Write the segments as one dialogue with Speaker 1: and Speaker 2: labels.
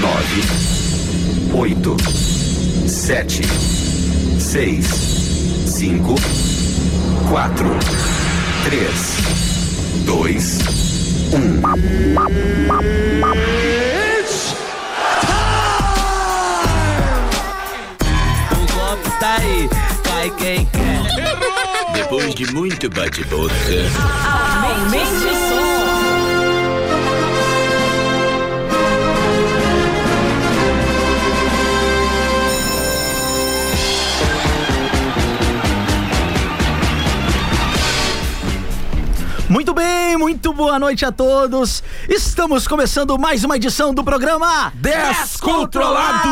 Speaker 1: nove, oito, sete, seis, cinco, quatro, três, dois, um.
Speaker 2: O golpe está
Speaker 3: tá
Speaker 2: aí, cai quem quer.
Speaker 4: Depois de muito bate-boca,
Speaker 5: Aumente o som.
Speaker 6: Muito bem, muito boa noite a todos. Estamos começando mais uma edição do programa
Speaker 3: Descontrolados!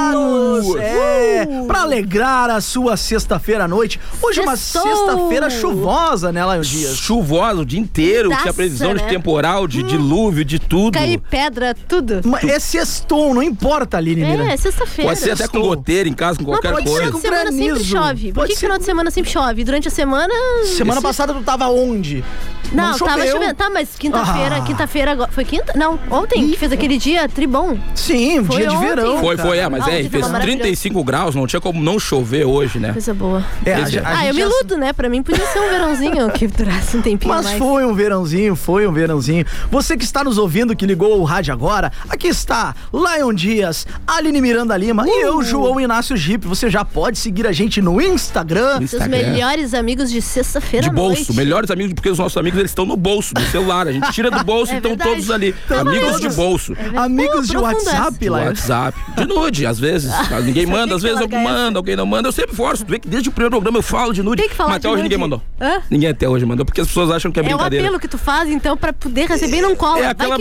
Speaker 3: Uh!
Speaker 6: É, pra alegrar a sua sexta-feira à noite. Hoje é uma
Speaker 7: Sextou!
Speaker 6: sexta-feira chuvosa, né, Lion Dias?
Speaker 3: Chuvosa o dia inteiro,
Speaker 7: Putaça,
Speaker 3: tinha previsão de
Speaker 7: né?
Speaker 3: temporal, de dilúvio, de tudo.
Speaker 7: Cair pedra, tudo.
Speaker 6: Mas É sextou, não importa, Aline
Speaker 7: É,
Speaker 6: Miranda.
Speaker 7: sexta-feira.
Speaker 3: Pode ser até com goteiro em casa, com
Speaker 7: Mas
Speaker 3: qualquer
Speaker 7: por que
Speaker 3: coisa.
Speaker 7: final de semana
Speaker 6: Granizo.
Speaker 7: sempre chove? Por
Speaker 6: Pode
Speaker 7: que
Speaker 6: ser.
Speaker 7: final de semana sempre chove? Durante a semana.
Speaker 6: Semana passada tu tava onde?
Speaker 7: Não, tava
Speaker 6: choveu.
Speaker 7: chovendo. Tá, mas quinta-feira,
Speaker 6: Ah.
Speaker 7: quinta-feira agora. Foi quinta? Não, ontem que fez aquele dia tribom.
Speaker 6: Sim, um
Speaker 7: Foi
Speaker 6: dia de
Speaker 7: ontem.
Speaker 6: verão.
Speaker 3: Foi, foi, é, mas
Speaker 7: Ah,
Speaker 3: é,
Speaker 7: hoje
Speaker 3: fez
Speaker 7: tava
Speaker 3: 35 graus, não tinha como não chover hoje, né?
Speaker 7: Coisa boa.
Speaker 6: É, a- a
Speaker 3: Ah,
Speaker 6: gente
Speaker 7: ah, eu me
Speaker 6: já-
Speaker 7: iludo, né? Pra mim podia ser um verãozinho que durasse um tempinho
Speaker 6: Mas
Speaker 7: mais.
Speaker 6: foi um verãozinho, foi um verãozinho. Você que está nos ouvindo, que ligou o rádio agora, aqui está Lion Dias, Aline Miranda Lima e eu, João Inácio Gipe. Você já pode seguir a gente no Instagram.
Speaker 7: Seus
Speaker 3: Instagram.
Speaker 7: melhores amigos de sexta-feira
Speaker 3: De
Speaker 7: à noite.
Speaker 3: bolso, melhores amigos, porque os nossos amigos eles estão no bolso, no celular. A gente tira do bolso e
Speaker 7: É
Speaker 3: estão
Speaker 7: verdade.
Speaker 3: todos ali. amigos de
Speaker 6: todos.
Speaker 3: bolso.
Speaker 6: Amigos
Speaker 7: É, né? Pô,
Speaker 6: de
Speaker 7: profunda
Speaker 6: WhatsApp,
Speaker 3: De
Speaker 6: Lion.
Speaker 3: WhatsApp. De nude, às vezes. Tá, Ninguém manda, às
Speaker 7: que
Speaker 3: vezes
Speaker 7: ela
Speaker 3: alguém
Speaker 7: quer
Speaker 3: manda, alguém não manda. Eu sempre forço. Tu vê que desde o primeiro programa eu falo de nude.
Speaker 7: Tem que falar
Speaker 3: mas até
Speaker 7: de
Speaker 3: hoje
Speaker 7: nude.
Speaker 3: ninguém mandou.
Speaker 7: Hã?
Speaker 3: Ninguém até hoje mandou, porque as pessoas acham que é
Speaker 7: É o
Speaker 3: brincadeira.
Speaker 7: apelo que tu faz, então, pra poder receber e não cola.
Speaker 3: É
Speaker 7: Vai
Speaker 3: aquela
Speaker 7: que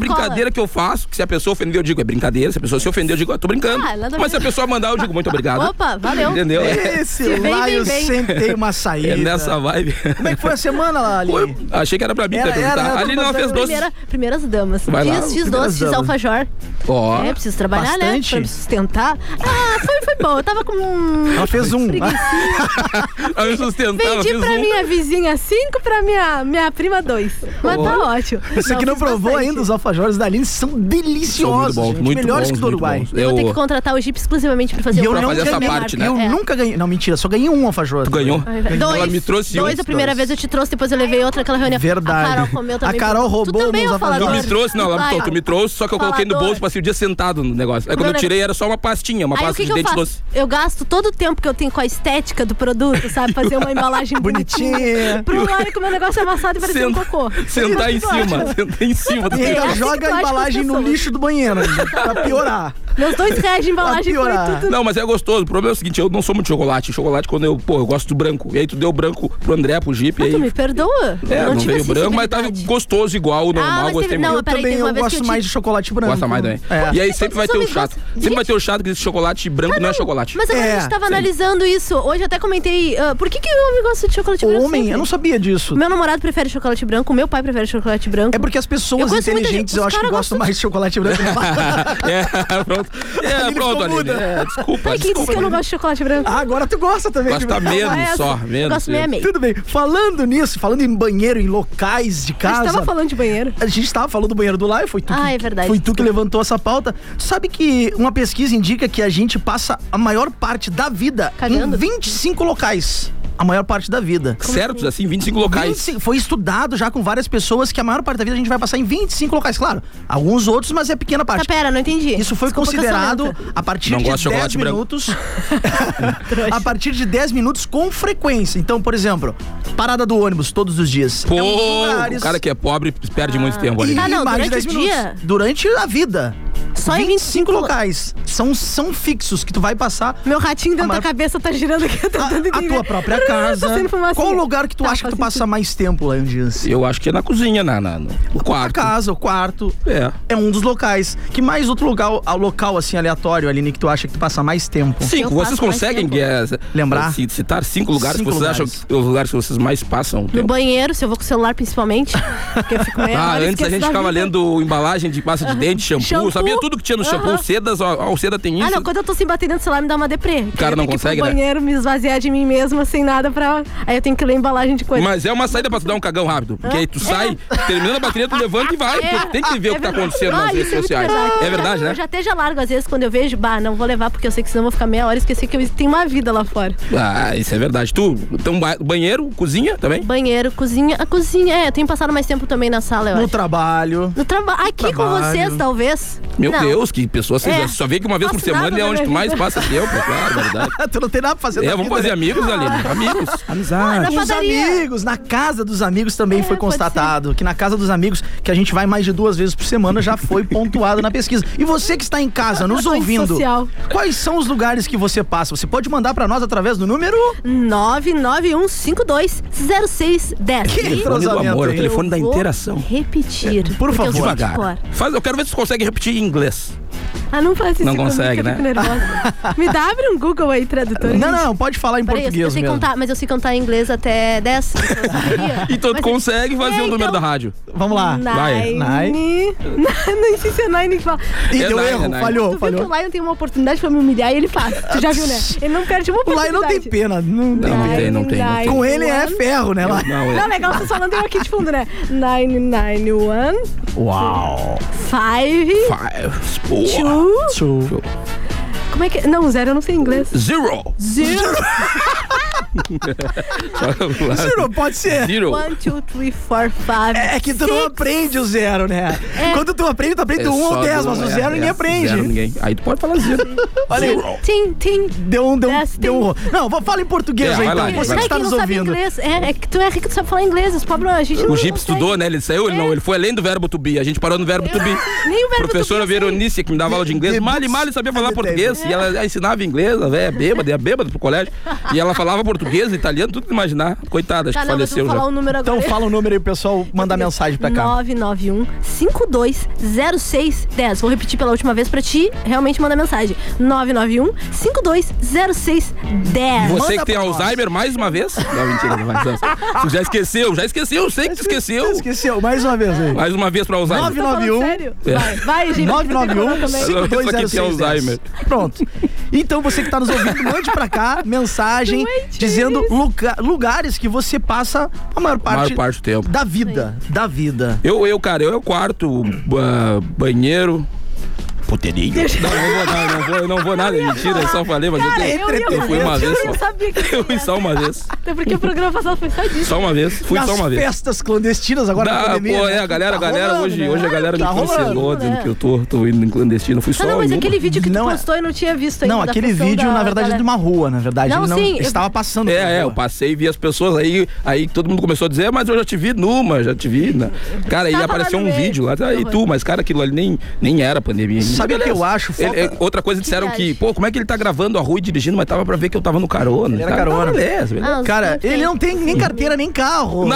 Speaker 7: cola.
Speaker 3: brincadeira que eu faço, que se a pessoa ofender, eu digo, é brincadeira. Se a pessoa se ofender, eu digo, ah, tô brincando.
Speaker 7: Ah, nada a
Speaker 3: Mas se a
Speaker 7: ver.
Speaker 3: pessoa mandar, eu digo, muito obrigado.
Speaker 7: Opa, valeu.
Speaker 3: Entendeu? É,
Speaker 6: Esse
Speaker 7: Se vem,
Speaker 6: Lion
Speaker 7: vem, vem.
Speaker 6: sempre tem uma saída.
Speaker 3: é nessa vibe.
Speaker 6: Como é que foi a semana, Aline?
Speaker 3: Foi- achei que era pra mim
Speaker 6: Era,
Speaker 3: até perguntar.
Speaker 6: era, era,
Speaker 3: Ali não
Speaker 6: mas
Speaker 3: fez
Speaker 6: era
Speaker 3: doce.
Speaker 7: Primeira, primeiras damas.
Speaker 3: Vai lá,
Speaker 7: fiz, fiz
Speaker 6: primeiras
Speaker 7: doce, fiz
Speaker 6: damas.
Speaker 7: alfajor.
Speaker 3: Ó.
Speaker 7: É, preciso trabalhar,
Speaker 6: Bastante?
Speaker 7: né? Pra me sustentar. Ah, foi, foi bom. Eu tava com.
Speaker 6: Ela fez um.
Speaker 3: Ela me sustentava,
Speaker 7: Vendi
Speaker 3: fez
Speaker 7: pra
Speaker 3: um.
Speaker 7: minha vizinha cinco, pra minha, minha prima dois. Mas tá ótimo.
Speaker 6: Você que não
Speaker 7: fiz
Speaker 6: provou
Speaker 7: bastante.
Speaker 6: ainda, os alfajores da Aline são
Speaker 3: São
Speaker 6: deliciosos.
Speaker 3: muito bons,
Speaker 6: gente,
Speaker 3: muito
Speaker 6: melhores
Speaker 3: bons,
Speaker 6: que do
Speaker 3: muito
Speaker 6: Uruguai.
Speaker 3: bons.
Speaker 7: Eu vou ter que
Speaker 3: Eu-
Speaker 7: contratar o Jeep exclusivamente pra fazer
Speaker 6: E
Speaker 7: o
Speaker 6: eu não
Speaker 3: fazer essa
Speaker 6: ganhei.
Speaker 3: parte, né?
Speaker 6: Eu
Speaker 7: É.
Speaker 6: nunca ganhei. Não, mentira, só ganhei um alfajor.
Speaker 3: Tu ganhou?
Speaker 7: Dois.
Speaker 3: Ela me trouxe
Speaker 7: dois
Speaker 3: um.
Speaker 7: a primeira vez eu te trouxe, depois eu levei outra naquela reunião.
Speaker 6: Verdade.
Speaker 7: A Carol comeu também.
Speaker 6: A Carol roubou
Speaker 7: tu também é
Speaker 6: meus
Speaker 7: o falador.
Speaker 3: Tu me
Speaker 6: alfajores.
Speaker 3: trouxe, não, ela
Speaker 7: Vai.
Speaker 3: tu me trouxe, só que eu coloquei no
Speaker 7: Falador.
Speaker 3: bolso, passei o dia sentado no negócio. Aí quando eu
Speaker 7: Meu
Speaker 3: tirei era só uma pastinha, uma
Speaker 7: Aí o
Speaker 3: pasta
Speaker 7: que,
Speaker 3: de
Speaker 7: que eu
Speaker 3: dente
Speaker 7: faço?
Speaker 3: doce.
Speaker 7: Eu gasto todo o tempo que eu tenho com a estética do produto, sabe? Fazer uma embalagem
Speaker 6: Bonitinha.
Speaker 7: bonitinha. Pro Lore com o meu negócio amassado um e parecer um
Speaker 3: Senta-
Speaker 7: cocô.
Speaker 3: Sentar em cima, sentar em cima. do
Speaker 6: E
Speaker 7: É
Speaker 6: ainda
Speaker 7: assim que tu
Speaker 6: joga
Speaker 7: acha
Speaker 6: a
Speaker 7: que
Speaker 6: embalagem
Speaker 7: as
Speaker 6: no
Speaker 7: pessoas-
Speaker 6: lixo do banheiro ainda, pra piorar.
Speaker 7: Meus dois reais de embalagem foi
Speaker 6: piorar.
Speaker 7: tudo.
Speaker 3: Não, mas é gostoso. O problema é o seguinte, eu não sou muito chocolate. Chocolate quando eu, pô, eu gosto do branco. E aí tu deu branco pro André, pro Jeep, e
Speaker 7: Tu
Speaker 3: aí...
Speaker 7: me tipo assim, perdoa?
Speaker 3: É,
Speaker 7: Eu
Speaker 3: não,
Speaker 7: tive
Speaker 3: veio
Speaker 7: essa
Speaker 3: branco, mas tava
Speaker 7: sensibilidade.
Speaker 3: gostoso igual, o normal,
Speaker 7: Ah, mas
Speaker 3: gostei
Speaker 7: teve- não,
Speaker 3: muito.
Speaker 6: Eu
Speaker 7: mas peraí,
Speaker 6: também
Speaker 7: teve uma
Speaker 6: eu
Speaker 7: vez que
Speaker 6: gosto
Speaker 7: eu
Speaker 6: mais
Speaker 7: te-
Speaker 6: de chocolate branco.
Speaker 3: Gosta mais também.
Speaker 6: É.
Speaker 3: E aí
Speaker 7: Mas
Speaker 3: sempre vai ter o
Speaker 7: somos
Speaker 3: chato.
Speaker 7: amigos.
Speaker 3: Sempre vai ter o chato que esse chocolate branco não é chocolate.
Speaker 7: Tá Mas agora
Speaker 6: É,
Speaker 7: a gente tava
Speaker 3: sim.
Speaker 7: analisando isso. Hoje eu até comentei. ah, por que, que o homem gosta de chocolate
Speaker 6: O
Speaker 7: branco?
Speaker 6: homem,
Speaker 7: sempre?
Speaker 6: eu não sabia disso.
Speaker 7: Meu namorado prefere chocolate branco, meu pai prefere chocolate branco.
Speaker 6: É porque as
Speaker 7: Eu
Speaker 6: pessoas
Speaker 7: conheço muita
Speaker 6: inteligentes
Speaker 7: gente-
Speaker 6: eu
Speaker 7: os
Speaker 6: acho que
Speaker 7: cara
Speaker 6: gostam mais de chocolate branco.
Speaker 3: É, pronto. É,
Speaker 6: Aline
Speaker 3: pronto,
Speaker 6: ficou
Speaker 3: Aline.
Speaker 6: muda.
Speaker 3: É, desculpa,
Speaker 7: Ai, quem disse que eu não
Speaker 3: desculpa.
Speaker 7: gosto de chocolate branco?
Speaker 6: ah, agora tu gosta também. de
Speaker 3: Gosta
Speaker 6: branco.
Speaker 7: Não é
Speaker 3: menos
Speaker 7: essa.
Speaker 3: Ah, só,
Speaker 7: Eu
Speaker 3: menos.
Speaker 7: gosto meio a meio.
Speaker 6: Tudo bem. Falando nisso, falando em banheiro, em locais de
Speaker 7: A
Speaker 6: casa.
Speaker 7: gente tava falando de banheiro.
Speaker 6: A gente tava falando do banheiro do Laio, foi tu,
Speaker 7: Ah,
Speaker 6: que,
Speaker 7: é verdade.
Speaker 6: foi tu que levantou essa pauta. Sabe que uma pesquisa indica que a gente passa a maior parte da vida
Speaker 7: Cagando?
Speaker 6: em 25 locais. A maior parte da vida.
Speaker 3: Certos, assim, 25 locais.
Speaker 6: 25 foi estudado já com várias pessoas que a maior parte da vida a gente vai passar em 25 locais. Claro, alguns outros, mas é pequena
Speaker 7: Tá,
Speaker 6: parte.
Speaker 7: pera, não entendi.
Speaker 6: Isso foi
Speaker 7: Desculpa que eu sou
Speaker 6: considerado
Speaker 7: lenta.
Speaker 6: a partir
Speaker 3: Não
Speaker 6: de
Speaker 3: gosto de
Speaker 6: 10
Speaker 3: chocolate branco.
Speaker 6: minutos. a partir de 10 minutos com frequência. Então, por exemplo, parada do ônibus todos os dias.
Speaker 3: Pô,
Speaker 6: É um dos
Speaker 3: o
Speaker 6: lugares-
Speaker 3: cara que é pobre perde muito tempo ali.
Speaker 6: e
Speaker 7: Ah, não,
Speaker 6: mais de
Speaker 7: durante
Speaker 6: 10
Speaker 7: o
Speaker 6: minutos.
Speaker 7: dia?
Speaker 6: Durante a vida.
Speaker 7: Só em
Speaker 6: 25
Speaker 7: 25
Speaker 6: locais. São, são fixos que tu vai passar.
Speaker 7: Meu ratinho
Speaker 3: Ah,
Speaker 7: dentro
Speaker 6: A
Speaker 7: da
Speaker 6: maior-
Speaker 7: cabeça tá girando aqui, eu tô
Speaker 6: A,
Speaker 7: tentando
Speaker 6: a
Speaker 7: entender.
Speaker 6: tua própria
Speaker 7: Tá
Speaker 6: casa.
Speaker 7: saindo fumacinha.
Speaker 6: Qual o lugar que tu
Speaker 7: Tá,
Speaker 6: acha que tu
Speaker 7: faz
Speaker 6: passa
Speaker 7: sentido.
Speaker 6: mais tempo, Leandro Dias?
Speaker 3: Eu acho que é na cozinha, na, na, no
Speaker 6: A
Speaker 3: quarto.
Speaker 6: casa, o quarto.
Speaker 3: É.
Speaker 6: É um dos locais. Que mais outro lugar, ao local assim aleatório, Aline, que tu acha que tu passa mais tempo?
Speaker 7: Eu
Speaker 3: Cinco, vocês
Speaker 7: passo mais
Speaker 3: conseguem
Speaker 7: tempo.
Speaker 3: é,
Speaker 6: Lembrar?
Speaker 3: ci- citar cinco lugares
Speaker 6: Cinco
Speaker 3: que vocês
Speaker 6: lugares.
Speaker 3: acham que é os lugares que vocês mais passam o
Speaker 7: No
Speaker 3: tempo?
Speaker 7: banheiro, se eu vou com o celular principalmente. Porque eu fico meio.
Speaker 3: Ah,
Speaker 7: agora eu
Speaker 3: antes a
Speaker 7: esqueço
Speaker 3: gente
Speaker 7: da
Speaker 3: ficava
Speaker 7: vida.
Speaker 3: lendo embalagem de pasta de dente, shampoo,
Speaker 7: Shampoo,
Speaker 3: sabia tudo tudo que tinha no shampoo,
Speaker 7: Aham.
Speaker 3: sedas, ó, ó, o seda tem isso.
Speaker 7: Ah, não, quando eu tô assim batendo no celular, me dá uma deprê. O
Speaker 3: cara não consegue,
Speaker 7: pro
Speaker 3: né?
Speaker 7: banheiro, me esvaziar de mim mesma, sem nada pra... Aí eu tenho que ler embalagem de coisa.
Speaker 3: Mas é uma saída pra tu dar um cagão rápido. Porque aí tu sai, terminando a bateria, tu levanta e vai.
Speaker 7: Ah, É.
Speaker 3: Porque tu tem que ver o que tá
Speaker 7: verdade.
Speaker 3: acontecendo nas
Speaker 7: Ah,
Speaker 3: redes
Speaker 7: isso é muito
Speaker 3: sociais. É verdade,
Speaker 7: eu,
Speaker 3: né?
Speaker 7: já até já largo, às vezes, quando eu vejo, bah, não vou levar, porque eu sei que senão eu vou ficar meia hora e esqueci que eu tenho uma vida lá fora.
Speaker 3: Ah, isso é verdade. Tu, então, ba- banheiro, cozinha também?
Speaker 7: Banheiro, cozinha. A cozinha, é, eu tenho passado mais tempo também na sala, eu
Speaker 6: No
Speaker 7: acho.
Speaker 6: trabalho.
Speaker 7: No trabalho. Aqui com
Speaker 6: trabalho.
Speaker 7: vocês, talvez.
Speaker 3: Meu
Speaker 7: Não.
Speaker 3: Deus, que pessoa você
Speaker 7: É.
Speaker 3: só vê que uma vez por
Speaker 7: Faço nada
Speaker 3: semana é
Speaker 7: na
Speaker 3: onde
Speaker 7: minha
Speaker 3: tu mais
Speaker 7: vida.
Speaker 3: passa tempo, claro, é verdade.
Speaker 6: tu não tem nada pra fazer
Speaker 3: É,
Speaker 6: na
Speaker 3: vamos
Speaker 6: vida,
Speaker 3: fazer
Speaker 6: né?
Speaker 3: amigos ali, amigos.
Speaker 7: ah, Na
Speaker 6: Os
Speaker 7: padaria.
Speaker 6: amigos, na casa dos amigos também
Speaker 7: É,
Speaker 6: foi
Speaker 7: pode
Speaker 6: constatado que na casa dos amigos, que a gente vai mais de duas vezes por semana, já foi pontuado na pesquisa. E você que está em casa nos
Speaker 7: Ações
Speaker 6: ouvindo,
Speaker 7: social.
Speaker 6: quais são os lugares que você passa? Você pode mandar pra nós através do número Que?
Speaker 7: 991520610. E
Speaker 3: Telefone do
Speaker 6: Entrosamento,
Speaker 3: amor, é o
Speaker 6: hein?
Speaker 3: telefone da
Speaker 7: vou
Speaker 3: interação.
Speaker 7: Repetir.
Speaker 6: É, por
Speaker 7: porque eu
Speaker 6: favor.
Speaker 7: sei de
Speaker 3: Devagar.
Speaker 7: cor.
Speaker 3: Faz, eu quero ver se tu consegue repetir em inglês.
Speaker 7: Ah, não faz isso.
Speaker 3: Não
Speaker 7: comigo,
Speaker 3: consegue,
Speaker 7: que eu fico
Speaker 3: né?
Speaker 7: nervosa. Me dá, abre um Google aí, tradutor.
Speaker 6: Não, não, pode falar em
Speaker 7: Peraí, eu- eu
Speaker 6: português
Speaker 7: sei
Speaker 6: mesmo.
Speaker 7: contar, mas eu sei contar em inglês até 10. então eu saberia.
Speaker 3: Então tu
Speaker 7: Mas-
Speaker 3: consegue fazer
Speaker 7: É,
Speaker 3: o número
Speaker 7: então-
Speaker 3: da rádio.
Speaker 6: Vamos lá.
Speaker 3: Vai.
Speaker 7: Nine.
Speaker 6: Vai.
Speaker 7: Não sei se é Nine que fala.
Speaker 6: Ih,
Speaker 3: É
Speaker 6: deu
Speaker 3: nine,
Speaker 6: erro,
Speaker 3: é nine.
Speaker 6: falhou,
Speaker 7: Tu viu que
Speaker 6: falhou.
Speaker 7: o Lion tem uma oportunidade pra me humilhar e ele faz. Tu já viu, né? Ele não perde uma
Speaker 6: O Lai
Speaker 7: oportunidade.
Speaker 6: não tem pena. Não tem
Speaker 3: Não, não
Speaker 6: pena.
Speaker 3: tem, não tem. não tem.
Speaker 6: Com ele é ferro, né, Lai?
Speaker 3: Não,
Speaker 7: Não,
Speaker 3: é.
Speaker 7: legal, você só não deu aqui de fundo, né? 991
Speaker 6: Uau.
Speaker 7: 5
Speaker 3: Five, four,
Speaker 7: 2
Speaker 3: two,
Speaker 7: Como é que. Não, zero eu não sei em inglês.
Speaker 3: zero.
Speaker 7: Zero.
Speaker 6: Zero, pode ser.
Speaker 3: Zero.
Speaker 7: One, two, three, four, five.
Speaker 6: É que tu não
Speaker 7: six.
Speaker 6: aprende o zero, né? Quando tu aprende, tu aprende
Speaker 3: É
Speaker 6: do um
Speaker 3: só
Speaker 6: ou dez,
Speaker 3: do-
Speaker 6: mas o
Speaker 3: é,
Speaker 6: zero
Speaker 3: é,
Speaker 6: ninguém aprende.
Speaker 3: zero ninguém. Aí tu pode falar zero.
Speaker 6: Olha aí.
Speaker 7: Tim, tim.
Speaker 6: Deu um, deu um,
Speaker 7: Desce.
Speaker 6: deu um. ro- Não, vou- fala em português
Speaker 3: É,
Speaker 6: aí,
Speaker 3: vai lá,
Speaker 6: então,
Speaker 3: vai
Speaker 6: você que
Speaker 7: Será
Speaker 3: lá.
Speaker 6: está
Speaker 7: que não
Speaker 6: nos
Speaker 7: sabe
Speaker 6: ouvindo.
Speaker 7: inglês? É, é que tu é rico, tu sabe falar inglês. Os pobres, a gente não
Speaker 3: O Gips
Speaker 7: consegue.
Speaker 3: estudou, né? Ele saiu, ele não, ele foi além do verbo to be. A gente parou no verbo to be.
Speaker 7: Nem o verbo
Speaker 3: Professora
Speaker 7: to be eu sei.
Speaker 3: Veronice, que me dava aula de inglês,
Speaker 6: The
Speaker 3: mal e
Speaker 6: books
Speaker 3: mal sabia
Speaker 6: and
Speaker 3: falar
Speaker 6: the
Speaker 3: português. E ela ela ensinava inglês, a velha bêbada, ia bêbada pro colégio. E ela falava português, italiano, tudo que imaginar. Coitada, acho
Speaker 7: Tá,
Speaker 3: que
Speaker 7: não, mas eu
Speaker 3: faleceu
Speaker 7: vou falar
Speaker 3: já.
Speaker 7: o número agora.
Speaker 6: Então fala o número aí, pro pessoal, mandar mensagem pra cá.
Speaker 7: 991 520610. Vou repetir pela última vez pra ti realmente mandar mensagem. 991 520610.
Speaker 3: Você
Speaker 6: Manda
Speaker 3: que tem
Speaker 6: pra nós.
Speaker 3: Alzheimer mais uma vez? Não, mentira, não vai. Tu já esqueceu, já esqueceu, eu sei que tu esqueceu.
Speaker 6: Esqueceu, mais uma vez aí.
Speaker 3: Mais uma vez pra Alzheimer.
Speaker 6: Nove-
Speaker 7: Tá falando
Speaker 6: 991.
Speaker 7: sério? Vai, vai, gente.
Speaker 3: Ela não pensa que
Speaker 6: 991-520610.
Speaker 3: tem Alzheimer.
Speaker 6: Pronto. Então você que está nos ouvindo, mande pra cá mensagem
Speaker 7: Doente
Speaker 6: dizendo luca- lugares que você passa a maior parte,
Speaker 3: Maior parte do tempo.
Speaker 6: da vida. Da vida.
Speaker 3: Eu, eu, cara, eu é o quarto, ba- banheiro. Puterinho. Não, não vou nada, não vou, eu não vou nada, é mentira, eu só falei, mas eu
Speaker 7: Cara,
Speaker 3: tenho.
Speaker 7: eu, ia
Speaker 6: Eu
Speaker 7: falar
Speaker 3: fui uma
Speaker 7: isso,
Speaker 3: vez
Speaker 7: Eu
Speaker 3: só.
Speaker 7: sabia que
Speaker 3: Eu fui
Speaker 7: ia.
Speaker 3: só uma vez.
Speaker 7: Até porque o programa passado foi só disso.
Speaker 3: Só uma vez. Fui
Speaker 6: Nas
Speaker 3: só uma vez.
Speaker 6: festas clandestinas agora
Speaker 3: Dá,
Speaker 6: na pandemia.
Speaker 3: pô,
Speaker 6: né?
Speaker 3: é, a galera, a
Speaker 6: Tá
Speaker 3: galera,
Speaker 6: rolando,
Speaker 3: hoje,
Speaker 6: né?
Speaker 3: hoje a galera
Speaker 6: Tá
Speaker 3: me cancelou
Speaker 7: rolando,
Speaker 3: dizendo
Speaker 7: né?
Speaker 3: que eu tô, tô indo em clandestino. Fui só
Speaker 7: Ah, não, mas
Speaker 3: em uma.
Speaker 7: aquele vídeo que
Speaker 6: Não,
Speaker 7: tu
Speaker 6: é-
Speaker 7: postou eu não tinha visto ainda.
Speaker 6: Não,
Speaker 7: a
Speaker 6: aquele
Speaker 7: questão
Speaker 6: vídeo,
Speaker 7: da-
Speaker 6: na verdade, é
Speaker 7: da-
Speaker 6: de uma rua, na verdade.
Speaker 7: Não,
Speaker 6: Ele não
Speaker 7: sim, eu-
Speaker 6: estava passando. pela
Speaker 3: É, é, eu
Speaker 6: rua.
Speaker 3: passei e vi as pessoas aí, aí todo mundo começou a dizer, "Ah, mas eu já te vi numa, já te vi. Na... Cara, aí
Speaker 7: Tava lá
Speaker 3: apareceu
Speaker 7: no
Speaker 3: um
Speaker 7: meio.
Speaker 3: vídeo lá, e tu, mas cara, aquilo ali nem, nem era pandemia. ainda.
Speaker 6: Sabe o que
Speaker 3: Beleza.
Speaker 6: eu acho? Falta-
Speaker 3: Ele- é, outra coisa, disseram que,
Speaker 7: viagem.
Speaker 3: pô, como é que ele tá gravando a rua e dirigindo, mas tava pra ver que eu tava no carona.
Speaker 6: Ele era
Speaker 3: Tá,
Speaker 6: carona.
Speaker 3: tá, beleza, beleza.
Speaker 7: Ah, os
Speaker 6: Cara,
Speaker 7: caras
Speaker 6: ele é um-
Speaker 7: têm-
Speaker 6: não tem nem carteira, nem carro.
Speaker 3: Não.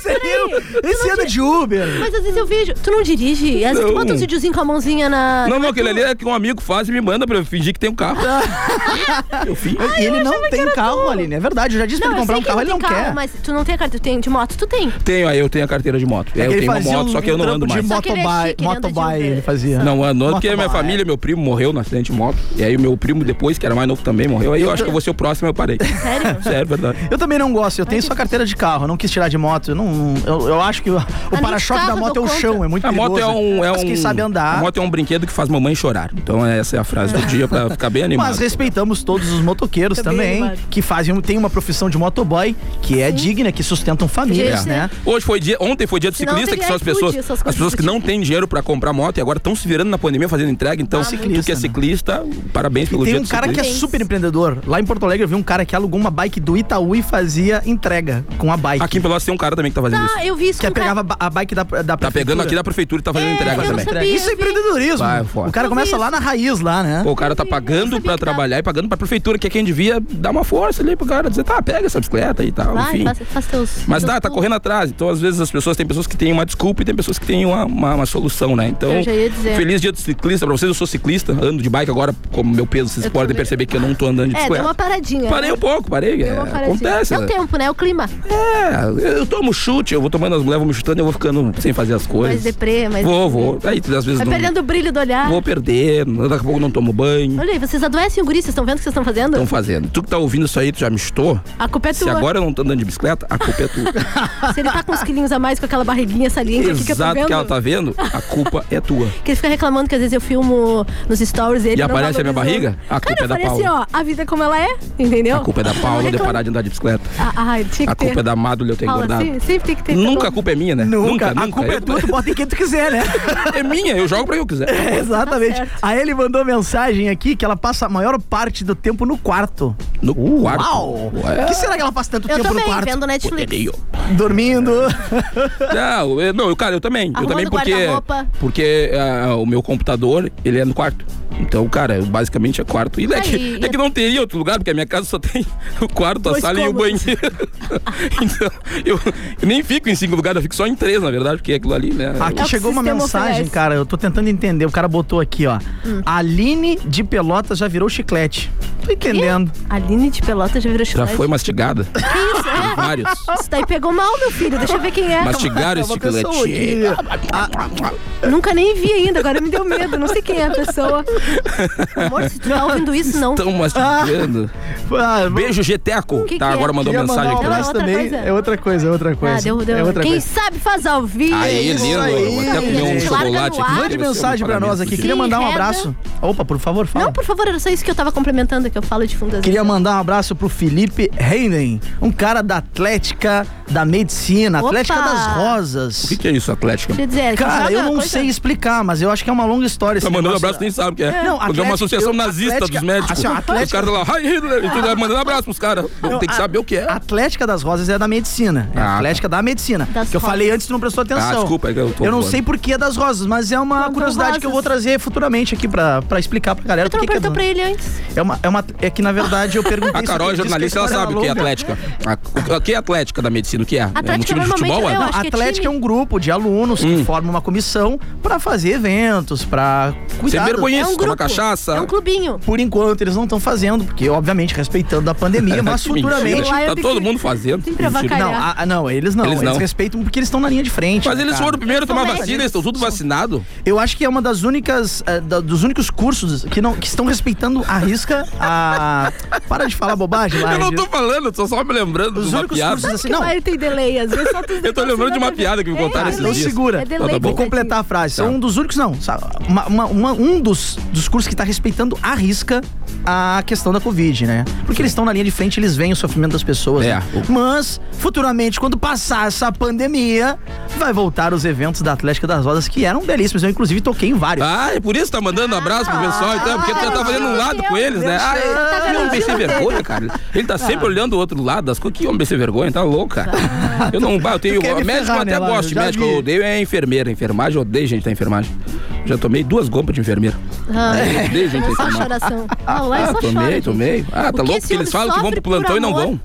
Speaker 6: Sério? Esse anda de Uber.
Speaker 7: Mas às vezes eu vejo. Tu não dirige? Às vezes tu
Speaker 3: Não.
Speaker 7: bota uns videozinhos com a mãozinha na.
Speaker 3: Não, não, aquele ali é que um amigo faz e me manda pra eu fingir que tem um carro.
Speaker 6: Ah.
Speaker 3: eu fingo.
Speaker 6: E ele não tem carro, Aline. É verdade, eu já disse pra ele
Speaker 7: eu
Speaker 6: comprar
Speaker 7: sei
Speaker 6: um
Speaker 7: que
Speaker 6: carro, ele não
Speaker 7: tem
Speaker 6: quer.
Speaker 7: Mas tu não tem a carteira, tu tem de moto, tu tem.
Speaker 3: Tenho, aí eu tenho a carteira de moto. É,
Speaker 6: que
Speaker 3: eu
Speaker 6: ele
Speaker 3: tenho uma
Speaker 6: fazia
Speaker 3: moto,
Speaker 6: um-
Speaker 3: só que eu
Speaker 6: um
Speaker 3: não
Speaker 6: trampo
Speaker 3: ando
Speaker 6: de né?
Speaker 3: mais.
Speaker 7: Só que ele é
Speaker 6: motoboy,
Speaker 7: chique, ele anda de
Speaker 6: motoboy
Speaker 7: Uber.
Speaker 6: ele fazia.
Speaker 3: Não ando, porque
Speaker 6: Motoboy,
Speaker 3: minha família, meu primo morreu no acidente de moto. E aí meu primo depois, que era mais novo também, morreu. Aí eu acho que eu vou ser o próximo, eu parei.
Speaker 7: Sério?
Speaker 3: Sério, verdade.
Speaker 6: Eu também não gosto, eu tenho só carteira de carro, eu não quis tirar de moto. Eu, não, eu, eu acho que o, o
Speaker 7: de
Speaker 6: para-choque da
Speaker 7: carro
Speaker 6: moto é
Speaker 7: dou
Speaker 6: o
Speaker 7: conta.
Speaker 6: chão, é muito
Speaker 3: A
Speaker 6: perigoso.
Speaker 3: moto é um. É
Speaker 6: Mas
Speaker 3: um
Speaker 6: quem sabe andar.
Speaker 3: A moto é um brinquedo que faz mamãe chorar. Então essa é a frase do dia pra ficar bem animado.
Speaker 6: Mas respeitamos todos os motoqueiros
Speaker 7: Também,
Speaker 6: também,
Speaker 7: animado.
Speaker 6: que fazem, tem uma profissão de motoboy que é digna, que sustentam famílias,
Speaker 7: Gente,
Speaker 6: né?
Speaker 7: né?
Speaker 3: Hoje foi dia, ontem foi dia do
Speaker 7: Senão
Speaker 3: ciclista, que
Speaker 7: teria
Speaker 3: são as
Speaker 7: iFood,
Speaker 3: pessoas,
Speaker 7: essas
Speaker 3: as
Speaker 7: coisas
Speaker 3: pessoas que
Speaker 7: do
Speaker 3: não têm dinheiro pra comprar moto e agora estão se virando na pandemia fazendo entrega. Então,
Speaker 6: tipo. Ah,
Speaker 3: se tu que
Speaker 6: ciclista,
Speaker 3: é
Speaker 6: né?
Speaker 3: ciclista, parabéns pelo
Speaker 6: Tem
Speaker 3: dia
Speaker 6: um
Speaker 3: do
Speaker 6: cara que é
Speaker 3: ciclista.
Speaker 6: super empreendedor. Lá em Porto Alegre eu vi um cara que alugou uma bike do Itaú e fazia entrega com a bike.
Speaker 3: Aqui em Pelotas tem um cara também que tá fazendo isso.
Speaker 7: Ah, eu vi isso
Speaker 6: que é
Speaker 7: com cara-
Speaker 6: pegava ba- a bike da, da
Speaker 3: Tá pegando aqui da prefeitura e tá fazendo
Speaker 7: É,
Speaker 3: entrega
Speaker 7: eu não
Speaker 3: também.
Speaker 7: sabia.
Speaker 6: Isso é
Speaker 7: eu vi.
Speaker 6: empreendedorismo.
Speaker 3: Vai, foda.
Speaker 6: o cara
Speaker 7: Eu vi
Speaker 6: começa
Speaker 7: isso.
Speaker 6: lá na raiz, lá, né?
Speaker 3: Pô, o cara tá
Speaker 7: Eu não
Speaker 3: pagando
Speaker 7: sabia
Speaker 3: pra
Speaker 7: que dava.
Speaker 3: trabalhar e pagando pra prefeitura, que é quem devia dar uma força ali pro cara, dizer, tá, pega essa bicicleta e tal,
Speaker 7: Vai,
Speaker 3: enfim.
Speaker 7: faz, faz teus. teus
Speaker 3: Mas tá, tá
Speaker 7: pontos.
Speaker 3: correndo atrás. Então, às vezes, as pessoas, tem pessoas que têm uma desculpa e tem pessoas que têm uma, uma, uma solução, né? Então,
Speaker 7: Eu já ia dizer.
Speaker 3: feliz dia do de ciclista pra vocês, eu sou ciclista, ando de bike agora, como meu peso, vocês
Speaker 7: Eu
Speaker 3: podem
Speaker 7: também.
Speaker 3: perceber que eu não tô andando de
Speaker 7: É, deu
Speaker 3: bicicleta.
Speaker 7: uma paradinha.
Speaker 3: Parei um pouco, parei.
Speaker 7: Deu
Speaker 3: é,
Speaker 7: uma paradinha.
Speaker 3: acontece.
Speaker 7: É o tempo, né? O clima.
Speaker 3: É, eu tomo chute, eu vou tomando as mulheres, vão me chutando e eu vou ficando sem fazer as
Speaker 7: Mais
Speaker 3: coisas.
Speaker 7: deprê, mais...
Speaker 3: Vou, vou. Aí às vezes
Speaker 7: Vai
Speaker 3: não.
Speaker 7: perdendo o brilho do olhar.
Speaker 3: Vou perder, daqui a pouco não tomo banho.
Speaker 7: Olha aí, vocês adoecem o guri, vocês estão vendo o que vocês estão fazendo?
Speaker 3: Estão fazendo. Tu que tá ouvindo isso aí, tu já me estou.
Speaker 7: A culpa é
Speaker 3: Se
Speaker 7: tua.
Speaker 3: agora eu não tô andando de bicicleta, a culpa é tua.
Speaker 7: Se ele tá com uns quilinhos a mais, com aquela barriguinha saliente aqui Então, que eu tô
Speaker 3: Exato
Speaker 7: vendo.
Speaker 3: que ela tá vendo, a culpa é tua.
Speaker 7: Que ele fica reclamando que às vezes eu filmo nos stories dele.
Speaker 3: E aparece a minha barriga? A
Speaker 7: Cara,
Speaker 3: culpa é da
Speaker 7: eu falei assim, ó, a vida é como ela é, entendeu?
Speaker 3: A culpa é da Paula de parar de andar de bicicleta.
Speaker 7: Ah, ai, tinha que
Speaker 3: A culpa
Speaker 7: ter.
Speaker 3: é da Madula eu ter
Speaker 7: Paula,
Speaker 3: engordado.
Speaker 7: sim, sempre tem que ter. tá
Speaker 3: Nunca a
Speaker 7: perdão.
Speaker 3: culpa é minha, né?
Speaker 6: Nunca, a culpa é
Speaker 3: Eu-
Speaker 6: tua, tu bota em quem tu quiser, né?
Speaker 3: É minha, eu jogo pra quem eu quiser.
Speaker 6: É, Exatamente.
Speaker 7: Tá certo.
Speaker 6: Aí ele mandou mensagem aqui que ela passa a maior parte do tempo no quarto.
Speaker 3: No quarto.
Speaker 6: Uau! O
Speaker 3: Ué.
Speaker 6: que será que ela passa tanto
Speaker 7: Eu
Speaker 6: tempo no
Speaker 7: também,
Speaker 6: quarto?
Speaker 7: vendo Netflix.
Speaker 3: Odeio.
Speaker 6: Dormindo.
Speaker 3: Não, eu- Ah, eh, não, eu, cara, eu também.
Speaker 7: Arrumando
Speaker 3: eu também porque.
Speaker 7: guarda-roupa.
Speaker 3: Porque ah, o meu computador, ele é no quarto. Então, cara, basicamente é quarto. E é,
Speaker 7: Aí,
Speaker 3: que, é que não teria outro lugar, porque a minha casa só tem o quarto, a
Speaker 7: Dois
Speaker 3: sala
Speaker 7: cômodos.
Speaker 3: e o banheiro. então, eu, eu nem fico em cinco lugares, eu fico só em três, na verdade, porque é aquilo ali, né?
Speaker 6: Aqui
Speaker 7: É o que
Speaker 6: chegou
Speaker 7: o
Speaker 6: uma
Speaker 7: sistema
Speaker 6: mensagem,
Speaker 7: oferece. Hum.
Speaker 6: cara. Eu tô tentando entender. O cara botou aqui, ó. Aline de Pelotas já virou chiclete. Tô entendendo.
Speaker 7: Aline de Pelota já virou
Speaker 3: Já
Speaker 7: chiclete.
Speaker 3: foi mastigada.
Speaker 7: Isso, é.
Speaker 3: Vários.
Speaker 7: Isso daí pegou mal, meu filho. Deixa eu ver quem é.
Speaker 3: Mastigaram esse
Speaker 6: Uma pessoa
Speaker 3: chiclete.
Speaker 6: aqui.
Speaker 7: Nunca nem vi ainda, agora me deu medo. Não sei quem é a pessoa. Amor, se tu tá ouvindo isso, não.
Speaker 3: Estão mastigando.
Speaker 6: Ah,
Speaker 3: Beijo, Geteco.
Speaker 7: Que
Speaker 3: tá,
Speaker 7: que é?
Speaker 3: agora mandou
Speaker 6: Queria mandar
Speaker 3: mensagem
Speaker 6: um
Speaker 3: aqui. né?
Speaker 6: abraço
Speaker 7: outra
Speaker 6: também.
Speaker 7: coisa?
Speaker 6: É outra coisa, é outra coisa.
Speaker 7: Ah, deu, deu.
Speaker 6: É outra
Speaker 7: Quem
Speaker 6: coisa.
Speaker 7: sabe faz ao vivo.
Speaker 3: Aê,
Speaker 7: um Isso
Speaker 3: lindo.
Speaker 7: aí.
Speaker 3: Vou até comer
Speaker 7: A
Speaker 3: um
Speaker 7: gente larga
Speaker 3: chocolate
Speaker 7: no
Speaker 3: aqui.
Speaker 7: ar.
Speaker 6: Mande mensagem pra nós aqui.
Speaker 3: Sim,
Speaker 6: Queria mandar um
Speaker 7: rega.
Speaker 6: abraço. Opa, por favor, fala.
Speaker 7: Não, por favor, era só isso que eu tava complementando, que eu falo de assim. fundas.
Speaker 6: Queria mandar um abraço pro Felipe Heinen, um cara da Atlética da Medicina,
Speaker 7: Opa!
Speaker 6: Atlética das
Speaker 3: O que,
Speaker 6: Rosas.
Speaker 3: que é isso, Atlética?
Speaker 7: Deixa eu dizer, que
Speaker 6: Cara,
Speaker 7: joga
Speaker 6: eu não
Speaker 7: Ah, coisa-
Speaker 6: sei explicar, mas eu acho que é uma longa história.
Speaker 3: Tá
Speaker 6: esse
Speaker 3: mandando
Speaker 6: negócio.
Speaker 3: abraço, nem sabe o que é.
Speaker 6: Não,
Speaker 3: Porque é
Speaker 6: Atlética-
Speaker 3: uma associação
Speaker 6: eu-
Speaker 3: nazista
Speaker 6: Atlética-
Speaker 3: dos médicos.
Speaker 6: assim, ó,
Speaker 3: Os
Speaker 6: Atlética-
Speaker 3: caras lá, "Hi, Hitler", e tu tá mandando abraço pros caras.
Speaker 6: Não,
Speaker 3: Tem que
Speaker 6: a-
Speaker 3: saber o que é.
Speaker 6: Atlética das Rosas é da medicina. É
Speaker 3: Ah,
Speaker 6: a
Speaker 3: tá.
Speaker 6: Atlética da medicina.
Speaker 7: Das
Speaker 6: que eu
Speaker 7: Rosas.
Speaker 6: falei antes, tu não prestou atenção.
Speaker 3: Ah, desculpa, é que eu tô
Speaker 6: não
Speaker 3: voando.
Speaker 6: sei por que é das rosas, mas é uma
Speaker 7: Plantam
Speaker 6: curiosidade que eu vou
Speaker 7: rosas.
Speaker 6: trazer futuramente aqui pra, pra explicar pra galera.
Speaker 7: Tu não
Speaker 6: por que que
Speaker 7: perguntou pra
Speaker 6: é,
Speaker 7: ele antes?
Speaker 3: um
Speaker 6: do- é uma, é uma- é que, na verdade, eu perguntei...
Speaker 3: A Carol é
Speaker 6: sobre- disse
Speaker 3: jornalista,
Speaker 6: a
Speaker 3: ela
Speaker 6: história
Speaker 3: sabe o que é
Speaker 6: longa.
Speaker 3: Atlética. A- o- O que é Atlética da medicina? O que é? é um
Speaker 7: Atlética
Speaker 3: time de
Speaker 7: normalmente
Speaker 3: futebol?
Speaker 7: eu
Speaker 3: é?
Speaker 7: acho que é
Speaker 6: Atlética é,
Speaker 7: time.
Speaker 6: um grupo de alunos que
Speaker 3: Hum.
Speaker 6: formam uma comissão pra fazer eventos, pra
Speaker 3: Sem
Speaker 6: cuidar.
Speaker 3: vergonha,
Speaker 7: é um
Speaker 3: toma
Speaker 7: grupo.
Speaker 3: cachaça.
Speaker 7: É um clubinho.
Speaker 6: Por enquanto eles não estão fazendo, porque obviamente respeitando a pandemia, mas
Speaker 3: Que mentira.
Speaker 6: futuramente
Speaker 7: Lá é eu
Speaker 3: Tá
Speaker 7: tenho
Speaker 3: todo
Speaker 7: que-
Speaker 3: mundo fazendo.
Speaker 7: Sempre a vaca-
Speaker 6: Não, ah,
Speaker 7: Calhar.
Speaker 6: a- a- não, eles não. Eles,
Speaker 3: Eles não.
Speaker 6: respeitam porque eles estão na linha de frente.
Speaker 3: Mas
Speaker 6: né,
Speaker 3: eles
Speaker 6: cara?
Speaker 3: foram primeiro a tomar
Speaker 7: São
Speaker 3: vacina, eles estão tudo vacinados.
Speaker 6: Eu acho que é uma das únicas, eh, da- dos únicos cursos que, não, que estão respeitando a risca, a... Para de falar bobagem, lá.
Speaker 3: Eu não tô falando, tô só me lembrando
Speaker 6: Os
Speaker 3: de uma
Speaker 6: únicos cursos
Speaker 3: piada.
Speaker 6: assim,
Speaker 7: Que
Speaker 6: não.
Speaker 7: lá ele tem delay, às vezes só tu- tá
Speaker 3: Eu tô lembrando de uma piada que me contaram
Speaker 7: É,
Speaker 3: esses
Speaker 6: Então
Speaker 3: dias.
Speaker 6: segura.
Speaker 7: É delay,
Speaker 3: Tá bom.
Speaker 6: Vou completar a frase. São
Speaker 3: Tá.
Speaker 6: um dos únicos, não. sabe, uma- uma- uma- um dos, dos cursos que está respeitando a risca a questão da Covid, né? Porque eles estão na linha de frente, eles veem o sofrimento das pessoas.
Speaker 3: É.
Speaker 6: né? Mas, futuramente, quando passar essa pandemia, vai voltar os eventos da Atlética das Rosas, que eram belíssimos. Eu, inclusive, toquei em vários.
Speaker 3: Ah, é por isso que tá mandando abraço pro pessoal, então, porque tu já tá fazendo um lado com eles, né? Ah, é- que homem sem vergonha, cara. Ele tá sempre olhando o outro lado das coisas. Que homem sem vergonha, tá louco, cara. Eu não, bah, eu tenho,
Speaker 6: Tu quer me
Speaker 3: médico
Speaker 6: ferrar,
Speaker 3: eu até
Speaker 6: né, Lauro?
Speaker 3: gosto de
Speaker 6: Já
Speaker 3: médico,
Speaker 6: vi.
Speaker 3: eu odeio é enfermeira. Enfermagem, eu odeio gente da enfermagem. Já tomei duas gompas de enfermeira.
Speaker 7: Ah,
Speaker 3: Eu odeio Né? gente da
Speaker 7: é só
Speaker 3: enfermagem.
Speaker 7: choração. Não, lá é
Speaker 3: Ah,
Speaker 7: só
Speaker 3: tomei,
Speaker 7: chora, gente.
Speaker 3: tomei. Ah,
Speaker 7: O
Speaker 3: tá
Speaker 7: que
Speaker 3: louco
Speaker 7: esse
Speaker 3: que eles
Speaker 7: homem
Speaker 3: falam que
Speaker 7: sofre
Speaker 3: vão pro
Speaker 7: por
Speaker 3: plantão e não
Speaker 7: amor?
Speaker 3: vão.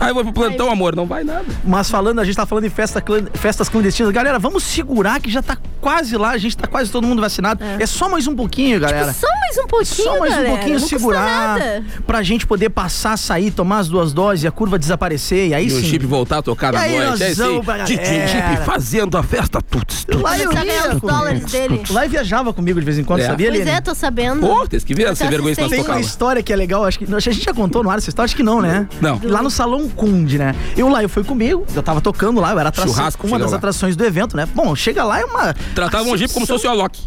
Speaker 3: Ah, eu vou pro plantão, amor, não vai nada.
Speaker 6: Mas falando, a gente tá falando em festa clan- festas clandestinas. Galera, vamos segurar que já tá quase lá, a gente tá quase todo mundo vacinado. É, só mais um pouquinho, galera.
Speaker 7: Só mais um pouquinho,
Speaker 6: Só mais
Speaker 7: galera.
Speaker 6: um pouquinho
Speaker 7: não custa
Speaker 6: segurar
Speaker 7: nada.
Speaker 6: pra gente poder passar, sair, tomar as duas doses e a curva desaparecer. E aí
Speaker 3: E
Speaker 6: sim.
Speaker 3: o chip voltar a tocar
Speaker 6: E
Speaker 3: na
Speaker 6: aí, nós
Speaker 3: noite. É isso
Speaker 6: vamos pra
Speaker 3: aí. DJ
Speaker 6: galera.
Speaker 3: Chip fazendo a festa tuts, tuts.
Speaker 6: Lá eu
Speaker 7: Começar a ganhar os dólares
Speaker 6: ia.
Speaker 7: dele.
Speaker 6: Lá eu viajava comigo de vez em quando,
Speaker 3: É.
Speaker 6: sabia,
Speaker 7: Pois
Speaker 6: Lili?
Speaker 7: é, tô sabendo. Tá
Speaker 3: Pô, tem que ver essa vergonha que nós
Speaker 6: Tem
Speaker 7: Tem
Speaker 6: uma
Speaker 3: tocava.
Speaker 6: história que é legal, acho que. A gente já contou no ar essa história, acho que não, né?
Speaker 3: Não.
Speaker 6: Lá no Salão Cunde, né? Eu lá, eu fui comigo, eu tava tocando lá, eu era atração,
Speaker 3: Churrasco,
Speaker 6: uma
Speaker 3: chega
Speaker 6: das
Speaker 3: lá.
Speaker 6: atrações do evento, né? Bom, chega lá é uma.
Speaker 3: Tratavam o um Jeep como se fosse o Alok.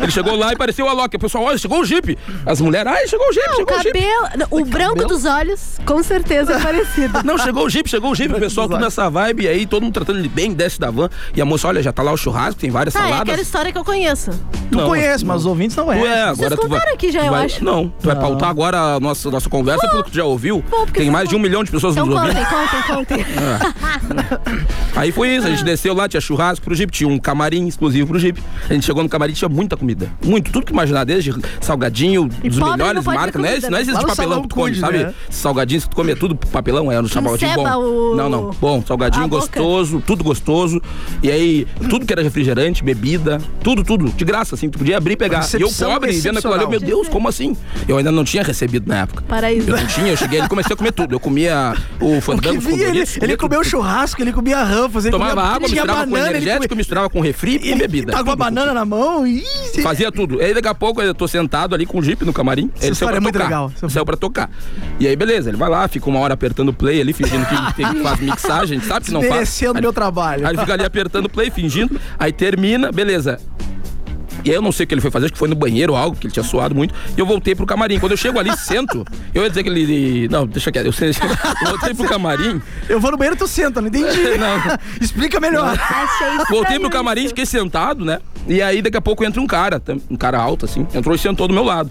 Speaker 3: Ele chegou lá e parecia o Alok. O pessoal, olha, chegou o Jeep. As mulheres, ai, chegou o Jeep,
Speaker 7: O
Speaker 3: chegou o Jeep.
Speaker 7: cabelo, não, o branco dos olhos, com certeza é parecido.
Speaker 3: Não, chegou o Jeep, chegou o Jeep. O pessoal tudo nessa vibe e aí, todo mundo tratando ele bem, desce da van. E a moça, olha, já tá lá o churrasco, tem várias
Speaker 7: Tá, é aquela
Speaker 3: saladas.
Speaker 7: história que eu conheço.
Speaker 6: Tu
Speaker 3: Não,
Speaker 6: conhece, mas os ouvintes não
Speaker 3: Tu é,
Speaker 6: é.
Speaker 3: agora tu vai,
Speaker 7: contaram aqui já,
Speaker 3: tu
Speaker 7: eu
Speaker 3: vai-
Speaker 7: acho.
Speaker 3: Não, tu vai pautar agora a nossa, nossa conversa pelo que tu já ouviu.
Speaker 7: Bom, porque
Speaker 3: Tem
Speaker 7: foi
Speaker 3: mais de
Speaker 7: bom.
Speaker 3: um milhão de pessoas
Speaker 7: Então
Speaker 3: nos ouvindo.
Speaker 7: contem, contem, contem.
Speaker 3: Ah. Aí foi isso, a gente desceu lá, tinha churrasco pro Jeep, tinha um camarim exclusivo exclusivo pro Jeep. A gente chegou no camarim tinha muita comida. Muito, tudo que imaginar, desde salgadinho,
Speaker 7: E pobre
Speaker 3: dos
Speaker 7: não pode
Speaker 3: melhores
Speaker 7: ter
Speaker 3: marcas, não é,
Speaker 7: comida,
Speaker 3: esse-
Speaker 7: né?
Speaker 3: não é esse
Speaker 6: Lá no
Speaker 3: papelão
Speaker 6: salão
Speaker 3: que tu come,
Speaker 6: cuide,
Speaker 3: sabe?
Speaker 6: né?
Speaker 3: Salgadinho, se tu comer tudo, papelão, é no chapadinho
Speaker 7: enceba
Speaker 3: bom.
Speaker 7: o-
Speaker 3: Não, não. Bom, salgadinho
Speaker 7: a boca.
Speaker 3: gostoso, tudo gostoso. E aí, tudo que era refrigerante, bebida, tudo, tudo, de graça, assim, tu podia abrir e pegar. E eu
Speaker 6: Recepção
Speaker 3: pobre, vendo aquilo ali, eu, meu Deus, como assim? Eu ainda não tinha recebido na época.
Speaker 7: Paraíso.
Speaker 3: Eu não tinha, eu cheguei ali e comecei a comer tudo. Eu comia o fandango, os
Speaker 6: vi, ele,
Speaker 3: coloridos, comia
Speaker 6: ele
Speaker 3: tudo,
Speaker 6: comeu
Speaker 3: tudo.
Speaker 6: churrasco, ele comia ranfos, ele
Speaker 3: Tomava
Speaker 6: comia,
Speaker 3: água,
Speaker 6: tinha
Speaker 3: misturava com
Speaker 6: banana, ele
Speaker 3: energético, é,
Speaker 6: comia-
Speaker 3: misturava com refri e bebida.
Speaker 6: Tava com a
Speaker 3: Tudo,
Speaker 6: banana na mão e...
Speaker 3: Fazia tudo. Aí daqui a pouco eu tô sentado ali com o Jeep no camarim. ele saiu
Speaker 6: história
Speaker 3: pra
Speaker 6: é muito
Speaker 3: tocar.
Speaker 6: legal.
Speaker 3: Saiu pra tocar. E aí, beleza, ele vai lá, fica uma hora apertando play ali, fingindo que, tem- que faz mixagem, sabe que não faz.
Speaker 6: Desmerecendo
Speaker 3: Aí-
Speaker 6: meu trabalho.
Speaker 3: Aí ele fica ali apertando play, fingindo. Aí termina, beleza. E aí eu não sei o que ele foi fazer, acho que foi no banheiro ou algo, que ele tinha suado muito. E eu voltei pro camarim. Quando eu chego ali, sento. Eu ia dizer que ele. Não, deixa quieto. Eu, sei- eu voltei pro camarim.
Speaker 6: Eu vou no banheiro, tu senta, não entendi.
Speaker 3: Não.
Speaker 6: Explica melhor.
Speaker 7: Achei estranho
Speaker 3: Voltei pro camarim,
Speaker 7: isso.
Speaker 3: fiquei sentado, né? E aí daqui a pouco entra um cara, tam- um cara alto assim, entrou e sentou do meu lado.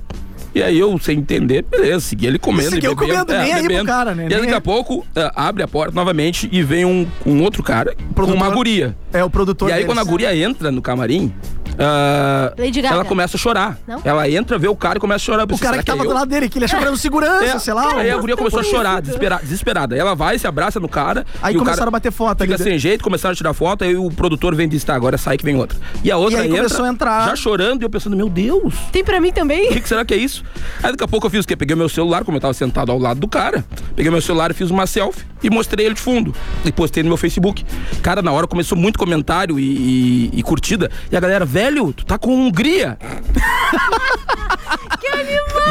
Speaker 3: E aí eu, sem entender, beleza, segui ele comendo.
Speaker 6: Segui
Speaker 3: e
Speaker 6: eu
Speaker 3: bebendo,
Speaker 6: comendo, nem aí pro cara, né?
Speaker 3: E aí,
Speaker 6: Nem
Speaker 3: daqui
Speaker 6: aí.
Speaker 3: a pouco é, abre a porta novamente e vem um, um outro cara
Speaker 6: Produtor.
Speaker 3: com uma guria.
Speaker 6: É o produtor
Speaker 3: E aí
Speaker 6: deles.
Speaker 3: quando a guria entra no camarim, ah,
Speaker 7: Lady Gaga.
Speaker 3: ela começa a chorar.
Speaker 7: Não?
Speaker 3: Ela entra, vê o cara e começa a chorar. Eu
Speaker 6: O
Speaker 3: pensei,
Speaker 6: cara
Speaker 3: "Será
Speaker 6: que tava
Speaker 3: é
Speaker 6: do
Speaker 3: eu?" É.
Speaker 6: lado dele, que ele achou que era um segurança, sei lá.
Speaker 3: Aí a
Speaker 6: um-
Speaker 3: guria começou a chorar, desespera- desesperada. Ela vai, se abraça no cara.
Speaker 6: Aí
Speaker 3: e o
Speaker 6: começaram
Speaker 3: cara
Speaker 6: a bater foto
Speaker 3: Fica
Speaker 6: ali.
Speaker 3: sem jeito, começaram a tirar foto, aí o produtor vem diz, tá, agora sai que vem outra. E a outra
Speaker 6: E aí
Speaker 3: entra,
Speaker 6: começou a entrar.
Speaker 3: já chorando, e eu pensando, meu Deus,
Speaker 7: Tem pra mim também?
Speaker 3: o que, que será que é isso? Aí daqui a pouco eu fiz o quê? Peguei meu celular, como eu tava sentado ao lado do cara, peguei meu celular e fiz uma selfie e mostrei ele de fundo. E postei no meu Facebook. Cara, na hora começou muito comentário e, e- e curtida. E a galera, velho, tu tá com Hungria.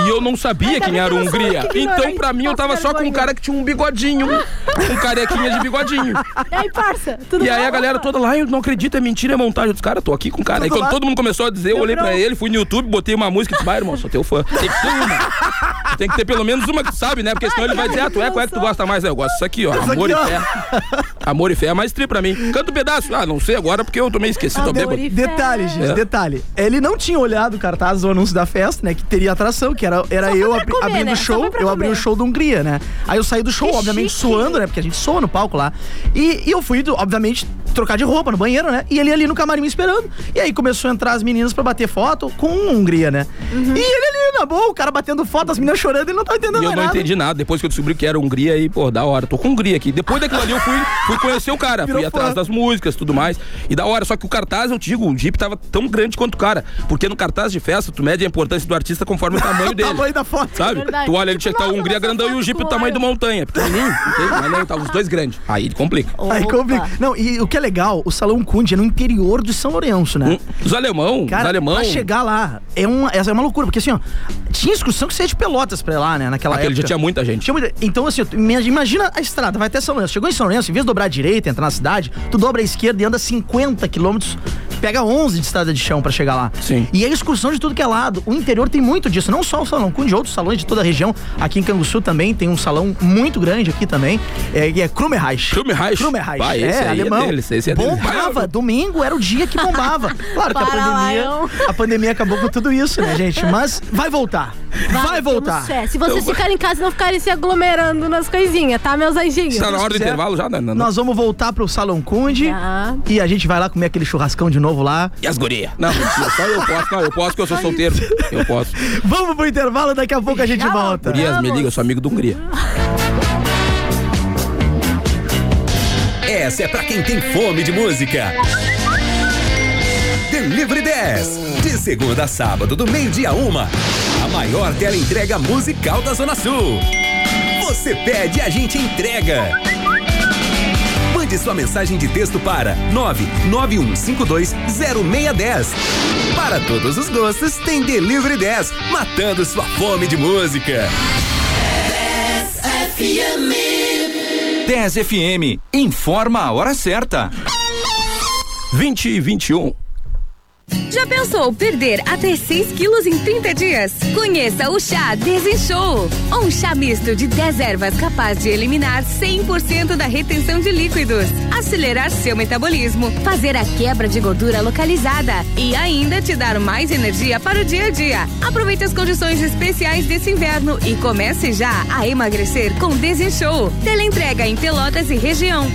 Speaker 3: E eu não sabia
Speaker 7: Ainda
Speaker 3: quem
Speaker 7: bem
Speaker 3: era
Speaker 7: que
Speaker 3: o
Speaker 7: eu sou
Speaker 3: Hungria.
Speaker 7: que ignorante,
Speaker 3: Então, pra mim, eu
Speaker 7: passa
Speaker 3: tava só com um
Speaker 7: vergonha.
Speaker 3: cara que tinha um bigodinho. Um carequinha de bigodinho.
Speaker 7: E aí, parça, tudo
Speaker 3: E aí
Speaker 7: bom?
Speaker 3: a galera toda lá, eu não acredito, é mentira, é montagem dos caras, tô aqui com o cara. Aí
Speaker 6: Tudo
Speaker 3: quando
Speaker 6: lá.
Speaker 3: todo mundo começou a dizer, eu olhei pra ele, fui no YouTube, botei uma música e disse, vai, irmão, sou teu fã. Tem que ter uma. Tem que ter pelo menos uma que tu sabe, né? Porque senão ele vai dizer, ah, tu é, qual é que tu gosta mais? Aí Eu gosto disso aqui, ó. Amor
Speaker 6: aqui,
Speaker 3: e fé. Amor e fé é mais tri pra mim. Canta um pedaço. Ah, não sei agora porque eu tô meio esquecido, tô
Speaker 7: Amor
Speaker 3: bêbado.
Speaker 7: e fé.
Speaker 6: Ah, Detalhe, gente,
Speaker 3: É.
Speaker 6: detalhe. Ele não tinha olhado o cartaz do anúncio da festa, né? Que teria atração, que era, era
Speaker 7: Só foi
Speaker 6: eu
Speaker 7: pra
Speaker 6: abri-
Speaker 7: comer,
Speaker 6: abrindo o
Speaker 7: né? Só
Speaker 6: show,
Speaker 7: foi pra
Speaker 6: eu abri o
Speaker 7: comer.
Speaker 6: show do Hungria, né? Aí eu saí do show,
Speaker 7: Que
Speaker 6: obviamente,
Speaker 7: chique.
Speaker 6: suando, né? Porque a gente soa no palco lá. E, e eu fui, do- obviamente, trocar de roupa no banheiro, né? E ele ali no camarim me esperando. E aí começou a entrar as meninas pra bater foto com o Hungria, né?
Speaker 7: Uhum.
Speaker 6: E ele ali, na boa, o cara batendo foto, as meninas chorando, ele não tá entendendo
Speaker 3: E eu
Speaker 6: mais
Speaker 3: não
Speaker 6: nada.
Speaker 3: entendi nada. Depois que eu descobri que era Hungria, aí, pô, da hora. Tô com Hungria aqui. Depois daquilo ali, eu fui, fui conhecer o cara.
Speaker 6: Virou
Speaker 3: Fui atrás
Speaker 6: fã.
Speaker 3: das músicas tudo mais. E da hora. Só que o cartaz, eu te digo, o Jeep tava tão grande quanto o cara. Porque no cartaz de festa, tu mede a importância do artista conforme o tamanho dele.
Speaker 6: tamanho Tipo, da foto.
Speaker 3: Sabe?
Speaker 7: verdade.
Speaker 3: Tu olha, ele tinha que tá o
Speaker 7: Nossa,
Speaker 3: Hungria
Speaker 7: nossa
Speaker 3: grandão e o
Speaker 7: foto
Speaker 3: Jeep
Speaker 7: com
Speaker 3: o tamanho
Speaker 7: aro.
Speaker 3: do montanha. Pequenininho, entende? Mas não, tava os dois grandes. Aí complica.
Speaker 6: Aí
Speaker 7: Opa.
Speaker 6: complica. Não, e o que é legal, o Salão Cunde é no interior de São Lourenço, né?
Speaker 3: Hum, Os alemão, os
Speaker 6: Cara,
Speaker 3: alemão.
Speaker 6: pra chegar lá, é uma, essa é uma loucura, porque assim, ó, tinha excursão que saía de Pelotas pra ir lá, né, naquela
Speaker 3: Aquele
Speaker 6: época.
Speaker 3: dia tinha muita gente.
Speaker 6: Tinha muita- Então, assim, tu imag- imagina a estrada, vai até São Lourenço. Chegou em São Lourenço, em vez de dobrar a direita, entrar na cidade, tu dobra a esquerda e anda 50 quilômetros, pega 11 de estrada de chão pra chegar lá.
Speaker 3: Sim.
Speaker 6: E é excursão de tudo que é lado. O interior tem muito disso, não só o Salão Cunha, de outros salões de toda a região. Aqui em Canguçu também tem um salão muito grande aqui também, é, que é Krumerreich.
Speaker 3: Krumerreich.
Speaker 6: Krumerreich.
Speaker 3: Vai, esse aí é deles, esse é deles.
Speaker 6: Bombava, domingo era o dia que bombava. Claro que a
Speaker 7: Para,
Speaker 6: pandemia,
Speaker 7: Lion.
Speaker 6: a pandemia acabou com tudo isso, né, gente? Mas vai voltar. Vai,
Speaker 7: temos
Speaker 6: voltar.
Speaker 7: fé. Se vocês
Speaker 3: Eu-
Speaker 7: ficarem em casa e não ficarem se aglomerando nas coisinhas, tá, meus anjinhos?
Speaker 3: Tá na hora do
Speaker 6: quiser,
Speaker 3: intervalo já, né? Não, não.
Speaker 6: Nós vamos voltar pro Salão Conde
Speaker 7: Tá.
Speaker 6: e a gente vai lá comer aquele churrascão de novo lá.
Speaker 3: E as gurias? Não, mentira, só eu posso. Não, eu posso que eu sou solteiro. Eu posso.
Speaker 6: Vamos pro intervalo, daqui a pouco a gente
Speaker 7: Já
Speaker 6: volta.
Speaker 7: voltamos.
Speaker 3: Gurias, me liga, eu sou amigo do Hungria.
Speaker 1: Essa é pra quem tem fome de música. Delivery 10. De segunda a sábado, do meio-dia a uma. A maior tela entrega musical da Zona Sul. Você pede, a gente entrega. Mande sua mensagem de texto para 991520610. Para todos os gostos, tem Delivery 10, matando sua fome de música.
Speaker 8: 10 FM informa a hora certa.
Speaker 3: um. 20 e 21.
Speaker 8: Já pensou perder até 6 quilos em 30 dias? Conheça o chá Desinchou. Um chá misto de 10 ervas capaz de eliminar 100% da retenção de líquidos, acelerar seu metabolismo, fazer a quebra de gordura localizada e ainda te dar mais energia para o dia a dia. Aproveite as condições especiais desse inverno e comece já a emagrecer com Desinchou. Teleentrega em Pelotas e região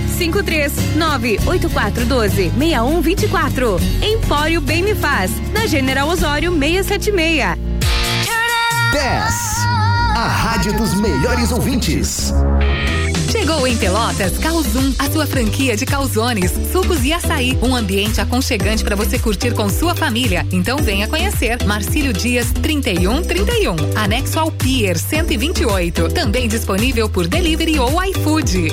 Speaker 8: 53984126124. Empório Bem Me Faz, na General Osório 676.
Speaker 9: 10. A rádio dos melhores ouvintes.
Speaker 8: Chegou em Pelotas Calzum, a sua franquia de calzones, sucos e açaí. Um ambiente aconchegante para você curtir com sua família. Então venha conhecer. Marcílio Dias 3131, anexo ao Pier 128. Também disponível por delivery ou iFood.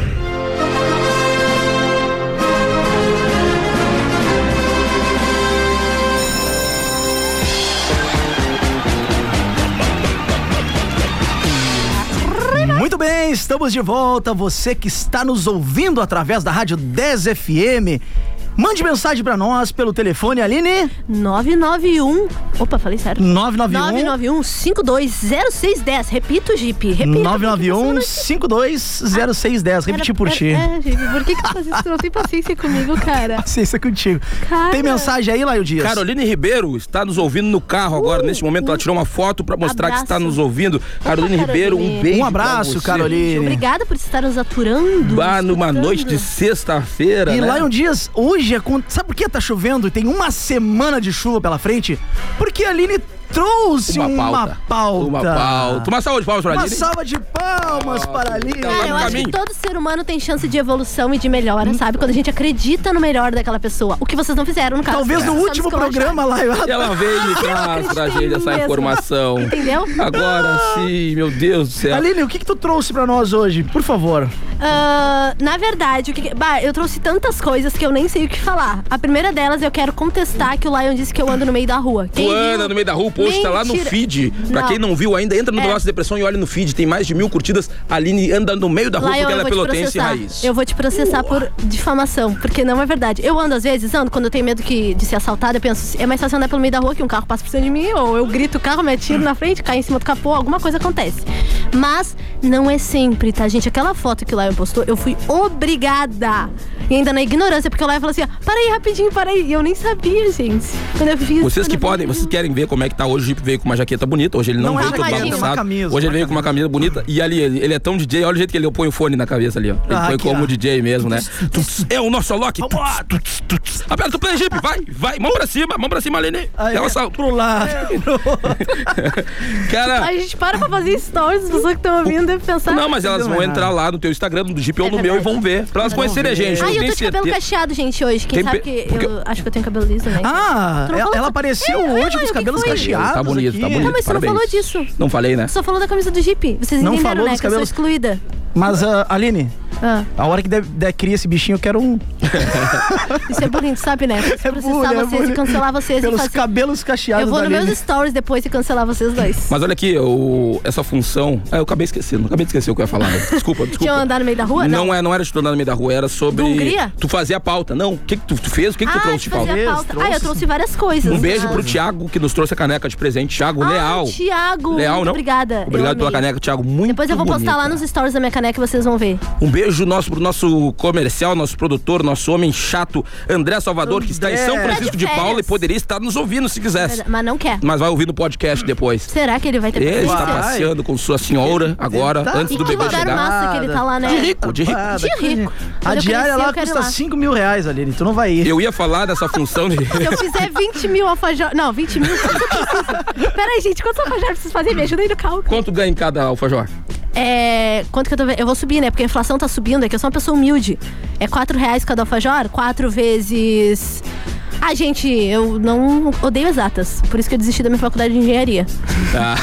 Speaker 6: Muito bem, estamos de volta. Você que está nos ouvindo através da Rádio 10 FM, mande mensagem para nós pelo telefone Aline
Speaker 7: 991. Opa, falei sério.
Speaker 6: 991
Speaker 7: 991 520610. Repito, Jeep. Repito.
Speaker 6: 991 520610. Repetir por ti.
Speaker 7: É, Jeep, por que, que tu faz isso? Tu não tem paciência comigo, cara.
Speaker 6: Paciência contigo.
Speaker 7: Cara.
Speaker 6: Tem mensagem aí, Laio Dias?
Speaker 3: Caroline Ribeiro está nos ouvindo no carro agora, neste momento. Ela tirou uma foto para
Speaker 7: Uh!
Speaker 3: mostrar
Speaker 7: Abraço.
Speaker 3: que está nos ouvindo. Caroline
Speaker 7: Caroline.
Speaker 3: Ribeiro, um beijo.
Speaker 6: um abraço,
Speaker 3: pra você.
Speaker 6: Caroline.
Speaker 7: Obrigada por estar nos aturando.
Speaker 3: Bah,
Speaker 7: nos
Speaker 3: numa
Speaker 7: escutando.
Speaker 3: noite de sexta-feira.
Speaker 6: E
Speaker 3: né?
Speaker 6: Lion Dias, hoje é. Con... Sabe por que tá chovendo e tem uma semana de chuva pela frente? Porque a Aline trouxe uma pauta.
Speaker 3: Uma pauta. Uma salva de palmas pra
Speaker 6: Uma
Speaker 3: Aline.
Speaker 6: salva de palmas para a Aline.
Speaker 3: Tá lá
Speaker 7: Cara,
Speaker 3: no
Speaker 7: eu acho
Speaker 3: caminho.
Speaker 7: que todo ser humano tem chance de evolução e de melhora, sabe? Quando a gente acredita no melhor daquela pessoa. O que vocês não fizeram, no caso.
Speaker 6: Talvez no
Speaker 7: Só nos
Speaker 6: último
Speaker 7: esculacharam.
Speaker 6: programa, Lion.
Speaker 3: E Ela veio e traz pra
Speaker 7: acreditei
Speaker 3: gente essa
Speaker 7: mesmo.
Speaker 3: informação.
Speaker 7: Entendeu?
Speaker 3: Agora sim, meu Deus do céu.
Speaker 6: Aline, o que, que tu trouxe pra nós hoje? Por favor.
Speaker 7: Ah, na verdade, o que que- bah, eu trouxe tantas coisas que eu nem sei o que falar. A primeira delas, eu quero contestar que o Lion disse que eu ando no meio da rua. Quem
Speaker 3: Tu anda
Speaker 7: viu-
Speaker 3: no meio da rua, o post tá lá no
Speaker 7: Mentira.
Speaker 3: feed. Pra quem não viu ainda, entra no
Speaker 7: É.
Speaker 3: Negócio de Depressão e olha no feed. Tem mais de mil curtidas. A Aline anda no meio da rua
Speaker 7: Lion,
Speaker 3: porque
Speaker 7: eu
Speaker 3: ela é
Speaker 7: vou te
Speaker 3: pelotense
Speaker 7: processar.
Speaker 3: raiz. Uh.
Speaker 7: Eu vou te processar por difamação, porque não é verdade. Eu ando às vezes, ando quando eu tenho medo que- de ser assaltada, eu penso, é mais fácil andar pelo meio da rua que um carro passa por cima de mim, ou eu grito o carro, me atiro na frente, cai em cima do capô, alguma coisa acontece. Mas não é sempre, tá, gente? Aquela foto que o Lion postou, eu fui obrigada. E ainda na ignorância, porque o Lion falou assim: ó, para aí rapidinho, para aí. E eu nem sabia, gente. Quando eu fiz quando
Speaker 3: Vocês que
Speaker 7: eu "Hum, fiz-
Speaker 3: podem, vocês querem ver como é que tá hoje, o Jeep veio com uma jaqueta bonita, hoje ele não,
Speaker 6: Não é
Speaker 3: veio todo
Speaker 6: jaqueta, é uma
Speaker 3: bagunçado.
Speaker 6: camisa,
Speaker 3: hoje
Speaker 6: uma
Speaker 3: ele veio com uma camisa bonita e ali, ele, ele é tão DJ, olha o jeito que ele põe o fone na cabeça ali, ó. Ele
Speaker 6: Ah,
Speaker 3: põe
Speaker 6: aqui,
Speaker 3: como
Speaker 6: ó.
Speaker 3: DJ mesmo, né? Tuts, É o nosso Alok. Tuts, tuts, tuts. Aperta o play, Jeep, vai, vai, mão pra cima, mão pra cima, Aline.
Speaker 6: Aí,
Speaker 3: É um assalto.
Speaker 6: Pro lado.
Speaker 7: A
Speaker 3: Cara,
Speaker 7: gente para pra fazer stories, as pessoas que estão ouvindo devem pensar.
Speaker 3: não, mas elas
Speaker 6: não
Speaker 3: vão
Speaker 6: é
Speaker 3: entrar
Speaker 6: nada.
Speaker 3: lá no teu Instagram, do Jeep ou no meu e
Speaker 7: tá. É verdade.
Speaker 3: vão ver. Pra elas conhecerem a gente, não
Speaker 7: Ai, eu
Speaker 3: tem
Speaker 7: tô de cabelo
Speaker 3: certeza.
Speaker 7: cacheado, gente, hoje. Quem
Speaker 3: Tem
Speaker 7: sabe
Speaker 3: pe-
Speaker 7: que
Speaker 3: porque-
Speaker 7: eu acho que eu tenho cabelo liso, né?
Speaker 6: Ah,
Speaker 7: Tu não
Speaker 6: ela,
Speaker 7: falou-
Speaker 6: ela apareceu
Speaker 7: É, é,
Speaker 6: hoje com
Speaker 7: olha,
Speaker 6: os
Speaker 7: o que
Speaker 6: cabelos
Speaker 7: foi?
Speaker 6: cacheados.
Speaker 3: Tá bonito,
Speaker 6: aqui.
Speaker 3: tá bonito.
Speaker 7: Não, mas você não
Speaker 3: parabéns.
Speaker 7: falou disso.
Speaker 3: Não falei, né?
Speaker 7: Só falou da camisa do Jeep. Vocês
Speaker 6: Não
Speaker 7: entenderam,
Speaker 6: falou
Speaker 7: né?
Speaker 6: dos
Speaker 7: Que eu sou
Speaker 6: cabelos.
Speaker 7: excluída.
Speaker 6: Mas, ah, Aline,
Speaker 7: Ah,
Speaker 6: a hora que der, der cria esse bichinho, eu quero um.
Speaker 7: isso é bullying, tu sabe, né?
Speaker 6: bullying,
Speaker 7: Se
Speaker 6: é
Speaker 7: processar vocês
Speaker 6: bullying.
Speaker 7: e cancelar vocês e
Speaker 6: Pelos
Speaker 7: fazer.
Speaker 6: cabelos cacheados
Speaker 7: Eu vou
Speaker 6: da
Speaker 7: nos
Speaker 6: Aline.
Speaker 7: meus stories depois e cancelar vocês dois.
Speaker 3: Mas olha aqui, o- essa função. Ah, eu acabei esquecendo, acabei de esquecer o que eu ia falar. né? Desculpa,
Speaker 7: Que
Speaker 3: desculpa.
Speaker 7: eu andar no meio da rua?
Speaker 3: Não, é, não era estudando na meio da rua, era sobre.
Speaker 7: Do Hungria?
Speaker 3: Tu fazia a pauta. Não, o que, que tu, tu fez? O que, que
Speaker 7: Ah,
Speaker 3: tu trouxe
Speaker 7: de
Speaker 3: de
Speaker 7: fazer
Speaker 3: pauta?
Speaker 6: Paulo?
Speaker 7: a pauta.
Speaker 6: Trouxe.
Speaker 7: Ah, eu trouxe várias coisas.
Speaker 3: Um beijo pro
Speaker 7: Ah,
Speaker 3: Thiago, que nos trouxe a caneca de presente. Thiago Leal.
Speaker 7: Thiago.
Speaker 3: Leal,
Speaker 7: muito
Speaker 3: não?
Speaker 7: Obrigada.
Speaker 3: Obrigado
Speaker 7: eu
Speaker 3: pela
Speaker 7: amei.
Speaker 3: caneca, Thiago. Muito
Speaker 7: Depois eu vou postar
Speaker 3: bonita.
Speaker 7: lá nos stories da minha caneca e vocês vão ver.
Speaker 3: Um beijo nosso pro nosso comercial, nosso produtor, nosso homem chato, André Salvador, que está em São
Speaker 6: André.
Speaker 3: Francisco de
Speaker 7: Tá de
Speaker 3: Paula e
Speaker 7: férias.
Speaker 3: poderia estar nos ouvindo se quisesse.
Speaker 7: Mas não quer.
Speaker 3: Mas vai ouvir no podcast depois.
Speaker 7: Será que ele vai ter
Speaker 3: Ele está
Speaker 7: paciência?
Speaker 3: passeando com sua senhora agora,
Speaker 6: Tá.
Speaker 3: antes
Speaker 7: E
Speaker 3: tá do
Speaker 7: que
Speaker 3: bebê
Speaker 7: lugar
Speaker 3: chegar.
Speaker 7: massa que ele tá lá, né?
Speaker 3: De rico, de rico.
Speaker 6: Ah,
Speaker 7: De
Speaker 6: daqui-
Speaker 7: rico.
Speaker 6: A
Speaker 7: Quando
Speaker 6: diária
Speaker 7: eu crescer,
Speaker 6: lá
Speaker 7: eu quero ir
Speaker 6: custa
Speaker 7: lá.
Speaker 6: 5 mil reais, Aline. Tu não vai ir.
Speaker 3: Eu ia falar dessa função de.
Speaker 7: Se eu fizer 20 mil alfajor. Não, 20 mil. Quanto eu preciso? Peraí, gente, quantos alfajor eu preciso fazer? Me ajuda aí no cálculo.
Speaker 3: Quanto ganha em cada alfajor?
Speaker 7: É. Quanto que eu tô vendo? Eu vou subir, né? Porque a inflação tá subindo, é que eu sou uma pessoa humilde. É 4 reais cada alfajor? 4 vezes. Ah, gente, eu não odeio exatas. Por isso que eu desisti da minha faculdade de engenharia.
Speaker 3: Tá.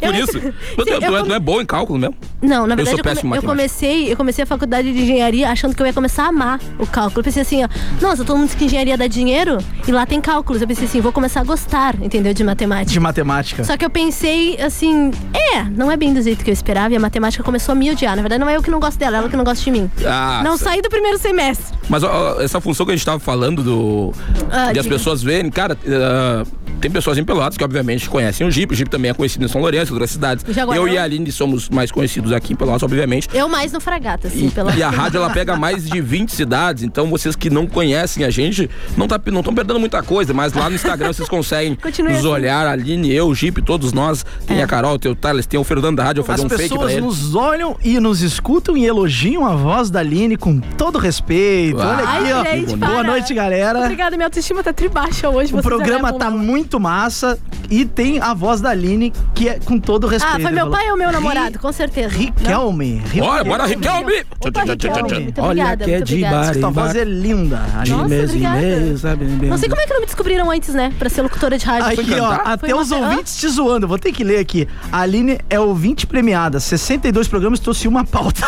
Speaker 3: Por isso. Mas
Speaker 7: Sim,
Speaker 3: tu,
Speaker 7: eu
Speaker 3: tu é-
Speaker 7: come-
Speaker 3: não é bom em cálculo mesmo?
Speaker 7: Não, na
Speaker 3: Eu
Speaker 7: verdade
Speaker 3: sou
Speaker 7: eu,
Speaker 3: péssimo
Speaker 7: come-
Speaker 3: em
Speaker 7: eu
Speaker 3: matemática.
Speaker 7: comecei, eu comecei a faculdade de engenharia achando que eu ia começar a amar o cálculo. Eu pensei assim, ó, nossa, todo mundo diz que engenharia dá dinheiro e lá tem cálculos. Eu pensei assim, vou começar a gostar, entendeu, de matemática.
Speaker 6: De matemática.
Speaker 7: Só que eu pensei assim, é, não é bem do jeito que eu esperava e a matemática começou a me odiar. Na verdade, não é eu que não gosto dela, ela que não gosta de mim.
Speaker 3: Ah,
Speaker 7: não
Speaker 3: sim.
Speaker 7: saí do primeiro semestre.
Speaker 3: Mas ó, ó, essa função que a gente tava falando do.
Speaker 7: Ah,
Speaker 3: de as
Speaker 7: diga.
Speaker 3: pessoas verem, cara, ah, tem pessoas em Pelotas que obviamente conhecem o Jeep. O Jeep também é conhecido em São Lourenço, outras cidades.
Speaker 7: Jaguarão.
Speaker 3: Eu e a Aline somos mais conhecidos aqui em Pelotas, obviamente.
Speaker 7: Eu mais no fragata, assim,
Speaker 3: E,
Speaker 7: pela
Speaker 3: e a rádio ela pega mais de 20 cidades, então vocês que não conhecem a gente não tá, não estão perdendo muita coisa, mas lá no Instagram vocês conseguem
Speaker 7: Continue
Speaker 3: nos
Speaker 7: assim. É.
Speaker 3: olhar, a Aline, eu, o Jeep, todos nós. Tem a Carol, tem o Thales, tem o Fernando da rádio, eu vou
Speaker 6: As
Speaker 3: fazer um fake pra
Speaker 6: pessoas
Speaker 3: ele.
Speaker 6: nos olham e nos escutam e elogiam a voz da Aline com todo respeito.
Speaker 3: Ah,
Speaker 6: Olha aqui,
Speaker 7: Ai,
Speaker 6: ó.
Speaker 7: gente,
Speaker 6: Boa
Speaker 7: para.
Speaker 6: noite, galera.
Speaker 7: Obrigada, minha autoestima tá tribaixa hoje.
Speaker 6: O
Speaker 7: vocês é
Speaker 6: programa
Speaker 7: olhavam
Speaker 6: tá
Speaker 7: lá.
Speaker 6: muito massa e tem a voz da Aline, que é com todo respeito.
Speaker 7: Ah, foi
Speaker 6: ele
Speaker 7: meu
Speaker 6: falou.
Speaker 7: pai ou meu
Speaker 6: Ri-
Speaker 7: namorado, com certeza. Não?
Speaker 6: Riquelme. Riquelme.
Speaker 3: Bora, bora, Riquelme!
Speaker 7: Opa, Riquelme. Muito
Speaker 3: Olha
Speaker 7: obrigada,
Speaker 3: que é
Speaker 7: muito
Speaker 3: de
Speaker 7: obrigada.
Speaker 3: bar.
Speaker 6: Tua voz é linda, Aline.
Speaker 7: Nossa, obrigada. Não sei como é que não me descobriram antes, né? Pra ser locutora de rádio.
Speaker 6: Aqui, ó,
Speaker 7: Foi
Speaker 6: até
Speaker 7: uma-
Speaker 6: os
Speaker 7: Hã?
Speaker 6: ouvintes te zoando. Vou ter que ler aqui. A Aline é ouvinte premiada. 62 programas, trouxe uma pauta.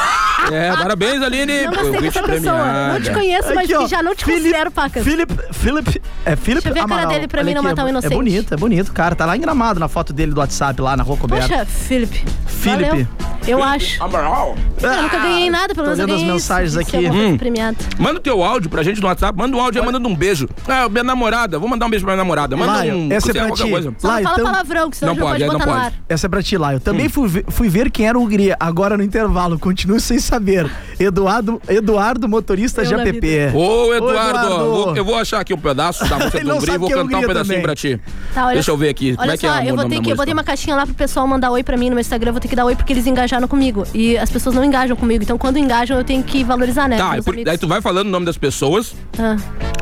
Speaker 3: É, parabéns, Aline.
Speaker 7: Ah, Não gostei
Speaker 3: Ouvinte
Speaker 7: dessa pessoa. é um Não te
Speaker 3: premiada.
Speaker 7: conheço, mas
Speaker 6: Aqui, ó,
Speaker 7: já não te
Speaker 6: Felipe-
Speaker 7: considero pacas.
Speaker 6: Felipe, Felipe, é Felipe
Speaker 7: Deixa eu ver a cara
Speaker 6: Amaral.
Speaker 7: dele pra mim
Speaker 6: Olha
Speaker 7: não
Speaker 6: aqui,
Speaker 7: matar um
Speaker 6: é bo-
Speaker 7: inocente.
Speaker 6: É bonito, é bonito, cara. Tá lá engramado na foto dele do WhatsApp, lá na Rua Coberta.
Speaker 7: Poxa, Felipe.
Speaker 6: Felipe.
Speaker 7: Valeu. Eu acho.
Speaker 3: Amaral.
Speaker 7: Eu
Speaker 3: Ah,
Speaker 7: nunca ganhei nada, pelo
Speaker 6: Tô
Speaker 7: menos eu
Speaker 6: olhando as
Speaker 7: ganhei isso,
Speaker 6: mensagens
Speaker 7: isso é
Speaker 6: aqui.
Speaker 7: alguma coisa
Speaker 3: Hum.
Speaker 7: premiada.
Speaker 3: Manda o teu áudio pra gente no WhatsApp. Manda um áudio aí, mandando um beijo. Ah, minha namorada. Vou mandar um beijo pra minha namorada. Manda
Speaker 6: Laio,
Speaker 3: um.
Speaker 6: essa é
Speaker 3: sei lá,
Speaker 6: pra ti.
Speaker 7: Só
Speaker 6: Lá,
Speaker 7: não fala
Speaker 6: então-
Speaker 7: palavrão, que senão
Speaker 3: Não
Speaker 7: não pode,
Speaker 3: pode, é, não
Speaker 7: botar no
Speaker 3: pode.
Speaker 7: ar.
Speaker 6: Essa é pra ti, Laio. Também fui, ver, fui ver quem era o Gria, agora no intervalo. Continuo sem saber. Eduardo, Eduardo motorista
Speaker 7: Eu
Speaker 6: de
Speaker 7: na
Speaker 6: app.
Speaker 3: Ô, Eduardo,
Speaker 6: Eduardo.
Speaker 3: vou- eu vou achar aqui um pedaço da música
Speaker 6: Ele
Speaker 3: do
Speaker 6: não
Speaker 3: Hungria e
Speaker 6: sabe
Speaker 3: vou
Speaker 6: que é
Speaker 3: cantar um
Speaker 6: Hungria
Speaker 3: pedacinho
Speaker 6: também.
Speaker 3: pra ti.
Speaker 7: Tá, olha
Speaker 3: Deixa eu ver aqui.
Speaker 7: Olha
Speaker 3: Como é que é
Speaker 7: só,
Speaker 3: o
Speaker 7: eu vou
Speaker 3: nome
Speaker 7: ter
Speaker 3: da
Speaker 7: que, eu botei uma
Speaker 3: música?
Speaker 7: caixinha lá pro pessoal mandar oi pra mim no meu Instagram, eu vou ter que dar oi porque eles engajaram comigo. E as pessoas não engajam comigo, então quando engajam eu tenho que valorizar, né?
Speaker 3: Tá,
Speaker 7: meus
Speaker 3: é por-
Speaker 7: amigos.
Speaker 3: aí tu vai falando o nome das pessoas
Speaker 7: Ah.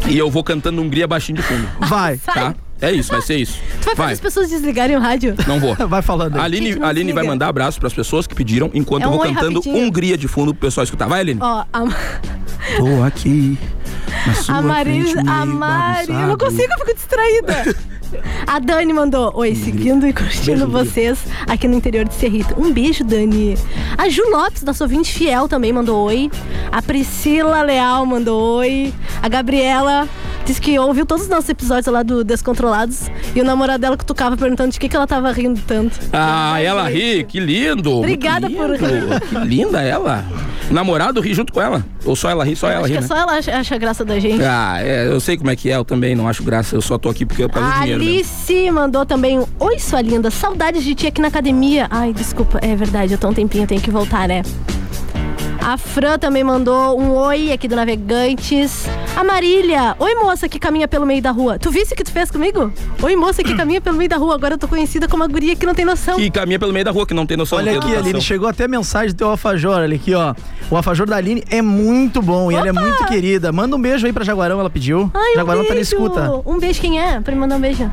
Speaker 3: e eu vou cantando Hungria baixinho de fundo.
Speaker 6: Vai,
Speaker 3: Tá? É isso, vai ser isso.
Speaker 7: Tu vai fazer as pessoas desligarem o rádio?
Speaker 3: Não vou.
Speaker 6: vai falando
Speaker 3: A
Speaker 6: aí.
Speaker 3: Aline,
Speaker 7: Gente, não
Speaker 3: a Aline vai
Speaker 7: desliga.
Speaker 3: mandar abraço pras pessoas que pediram enquanto
Speaker 7: É
Speaker 3: eu vou
Speaker 7: um oi
Speaker 3: cantando
Speaker 7: rapidinho.
Speaker 3: Hungria de fundo pro pessoal escutar. Vai, Aline.
Speaker 7: Ó, a,
Speaker 3: Tô aqui. na sua
Speaker 7: a Maris,
Speaker 3: frente, meio
Speaker 7: a Mari, eu não
Speaker 3: bagunçado.
Speaker 7: consigo, eu fico distraída. A Dani mandou, oi, seguindo e curtindo vocês aqui no interior de Serrito. Um beijo, Dani. A Ju Lopes, da Sovinte Fiel, também mandou oi. A Priscila Leal mandou oi. A Gabriela disse que ouviu todos os nossos episódios lá do Descontrolados. E o namorado dela que tocava perguntando de que, que ela tava rindo tanto.
Speaker 3: Ah, ela ri, que lindo. muito
Speaker 7: Obrigada por
Speaker 3: lindo.
Speaker 7: rir.
Speaker 3: Que linda ela. Namorado ri junto com ela. Ou só ela ri, só ela
Speaker 7: Acho
Speaker 3: ri,
Speaker 7: que é
Speaker 3: né?
Speaker 7: só ela acha, acha graça da gente.
Speaker 3: Ah, é, eu sei como é que é, eu também não acho graça, eu só tô aqui porque eu pago
Speaker 7: A
Speaker 3: dinheiro. mesmo.
Speaker 7: Alice mandou também um Oi, sua linda, saudades de ti aqui na academia. Ai, desculpa, é verdade, eu tô um tempinho, tenho que voltar, né? A Fran também mandou um oi aqui do Navegantes. A Marília, oi moça que caminha pelo meio da rua. Tu viste o que tu fez comigo? Oi moça que caminha pelo meio da rua. Agora eu tô conhecida como a guria que não tem noção.
Speaker 3: Que caminha pelo meio da rua, que não tem noção
Speaker 6: Olha
Speaker 3: do que é
Speaker 6: aqui, Aline,
Speaker 3: educação.
Speaker 6: chegou até mensagem do teu alfajor, olha aqui, ó. O alfajor da Aline é muito bom e ela é muito querida. Manda um beijo aí pra Jaguarão, ela pediu.
Speaker 7: Ai, um
Speaker 6: Jaguarão
Speaker 7: beijo.
Speaker 6: tá na escuta.
Speaker 7: Um beijo, quem é? Pra me mandar um beijo.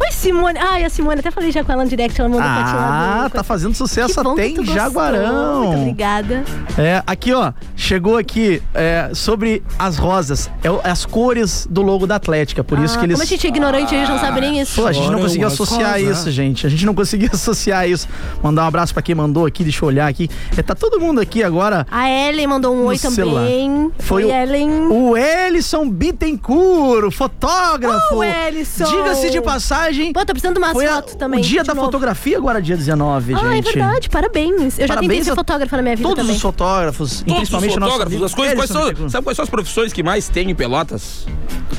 Speaker 7: Oi, Simone. Ai, a Simone, até falei já com ela no direct, ela mandou pra te lá
Speaker 6: Ah,
Speaker 7: do-
Speaker 6: tá fazendo
Speaker 7: Que
Speaker 6: sucesso
Speaker 7: bom
Speaker 6: até
Speaker 7: que tu
Speaker 6: em
Speaker 7: gostou.
Speaker 6: Jaguarão.
Speaker 7: Muito obrigada.
Speaker 6: É, aqui ó, chegou aqui é, sobre as rosas, é o- as cores do logo da Atlética, por isso
Speaker 7: Ah,
Speaker 6: que eles.
Speaker 7: Como a gente é ignorante, a gente não sabe nem isso.
Speaker 6: Pô, a gente não
Speaker 3: Choram
Speaker 6: conseguiu
Speaker 3: as
Speaker 6: associar
Speaker 3: rosas.
Speaker 6: isso, gente. A gente não conseguiu associar isso. Mandar um abraço pra quem mandou aqui, deixa eu olhar aqui. É, tá todo mundo aqui agora.
Speaker 7: A Ellen mandou um
Speaker 6: No
Speaker 7: oi
Speaker 6: celular.
Speaker 7: também.
Speaker 6: Foi
Speaker 7: Oi,
Speaker 6: o-
Speaker 7: Ellen.
Speaker 6: O Ellison Bittencourt, o fotógrafo.
Speaker 7: Oh, Ellison!
Speaker 6: Diga-se de passagem,
Speaker 7: Pô, tô precisando de umas
Speaker 6: foi a-
Speaker 7: fotos também.
Speaker 6: o dia
Speaker 7: de
Speaker 6: da
Speaker 7: novo.
Speaker 6: fotografia agora, dia 19,
Speaker 7: Ah,
Speaker 6: gente.
Speaker 7: é verdade, parabéns. Eu já tentei
Speaker 6: Parabéns
Speaker 7: ser
Speaker 6: a
Speaker 7: fotógrafa na minha vida
Speaker 6: Todos
Speaker 7: também.
Speaker 6: os fotógrafos, e
Speaker 3: Todos os
Speaker 6: principalmente o nosso
Speaker 3: fotógrafos,
Speaker 6: amigo
Speaker 3: as coisas, quais
Speaker 6: Ellison
Speaker 3: são,
Speaker 6: Bittencourt.
Speaker 3: sabe quais são as profissões que mais tem em Pelotas?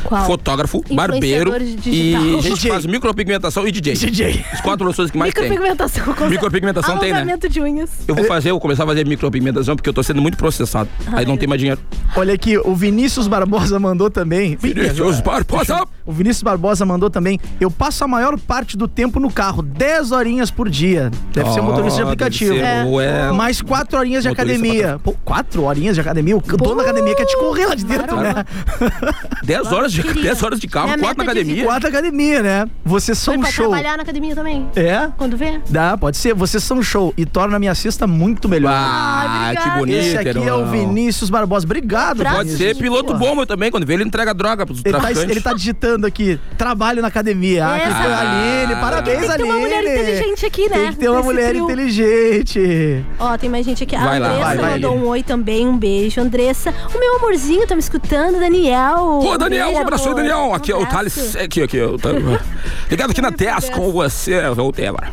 Speaker 7: Qual?
Speaker 3: Fotógrafo, barbeiro
Speaker 7: Influenciadores
Speaker 3: e
Speaker 7: digital.
Speaker 3: gente que
Speaker 6: DJ.
Speaker 3: faz micropigmentação e DJ.
Speaker 6: DJ.
Speaker 3: As quatro profissões que mais tem.
Speaker 7: Micropigmentação. consegue.
Speaker 3: Micropigmentação tem, né?
Speaker 7: Alongamento de unhas.
Speaker 3: Eu vou fazer, eu vou começar a fazer micropigmentação porque eu tô sendo muito processado. Aí não tem mais dinheiro.
Speaker 6: Olha aqui, o Vinícius Barbosa mandou também. Ih,
Speaker 3: Vinícius Barbosa!
Speaker 6: O Vinícius Barbosa mandou também. Eu passo a maior parte do tempo no carro, 10 horinhas por dia. Deve ser
Speaker 3: Ó,
Speaker 6: motorista de
Speaker 3: deve
Speaker 6: aplicativo.
Speaker 3: ser,
Speaker 6: É.
Speaker 3: ou é-
Speaker 6: Mais 4 horinhas de
Speaker 3: Motorista
Speaker 6: academia. Pô, 4 horinhas de academia? O dono da academia quer te correr lá de dentro, né?
Speaker 3: 10 horas de,
Speaker 7: Queria.
Speaker 3: 10 horas de carro,
Speaker 7: Minha
Speaker 3: 4 na
Speaker 7: meta é de
Speaker 3: academia.
Speaker 6: 4 academia, né? Vocês são
Speaker 7: Ele
Speaker 6: um
Speaker 7: pode
Speaker 6: show.
Speaker 7: trabalhar na academia também.
Speaker 6: É?
Speaker 7: Quando vê.
Speaker 6: Dá, pode ser. Vocês são um show e torna a minha cesta muito melhor.
Speaker 3: Ah,
Speaker 7: Ai,
Speaker 3: que
Speaker 7: obrigada.
Speaker 3: bonito,
Speaker 6: Esse aqui é o
Speaker 3: irmão.
Speaker 6: Vinícius Barbosa. Obrigado,
Speaker 7: Pra
Speaker 3: Pode
Speaker 6: Vinícius.
Speaker 3: ser piloto
Speaker 6: Pô.
Speaker 3: bom, mas também, quando vê, ele entrega droga pros
Speaker 6: Ele tá,
Speaker 3: traficantes.
Speaker 6: ele tá digitando aqui, trabalho na academia. Ah, que
Speaker 7: Essa-
Speaker 6: foi a Aline, parabéns,
Speaker 7: Tem que ter
Speaker 6: Aline.
Speaker 7: uma mulher inteligente aqui, né?
Speaker 6: Tem que ter uma
Speaker 7: Nesse
Speaker 6: mulher
Speaker 7: trio.
Speaker 6: inteligente.
Speaker 7: Ó, tem mais gente aqui. A
Speaker 3: Vai lá,
Speaker 7: Andressa
Speaker 6: vai, vai,
Speaker 7: mandou
Speaker 6: Aline.
Speaker 7: um oi também, um beijo. Andressa, o meu amorzinho tá me escutando, Daniel.
Speaker 3: Pô, Daniel, um
Speaker 7: Beijo,
Speaker 3: abraço aí,
Speaker 7: amor. Um
Speaker 3: Daniel. Aqui é o
Speaker 7: Abraço.
Speaker 3: Thales. Aqui, aqui. Eu tô... Ligado aqui na TES com você. Voltei agora.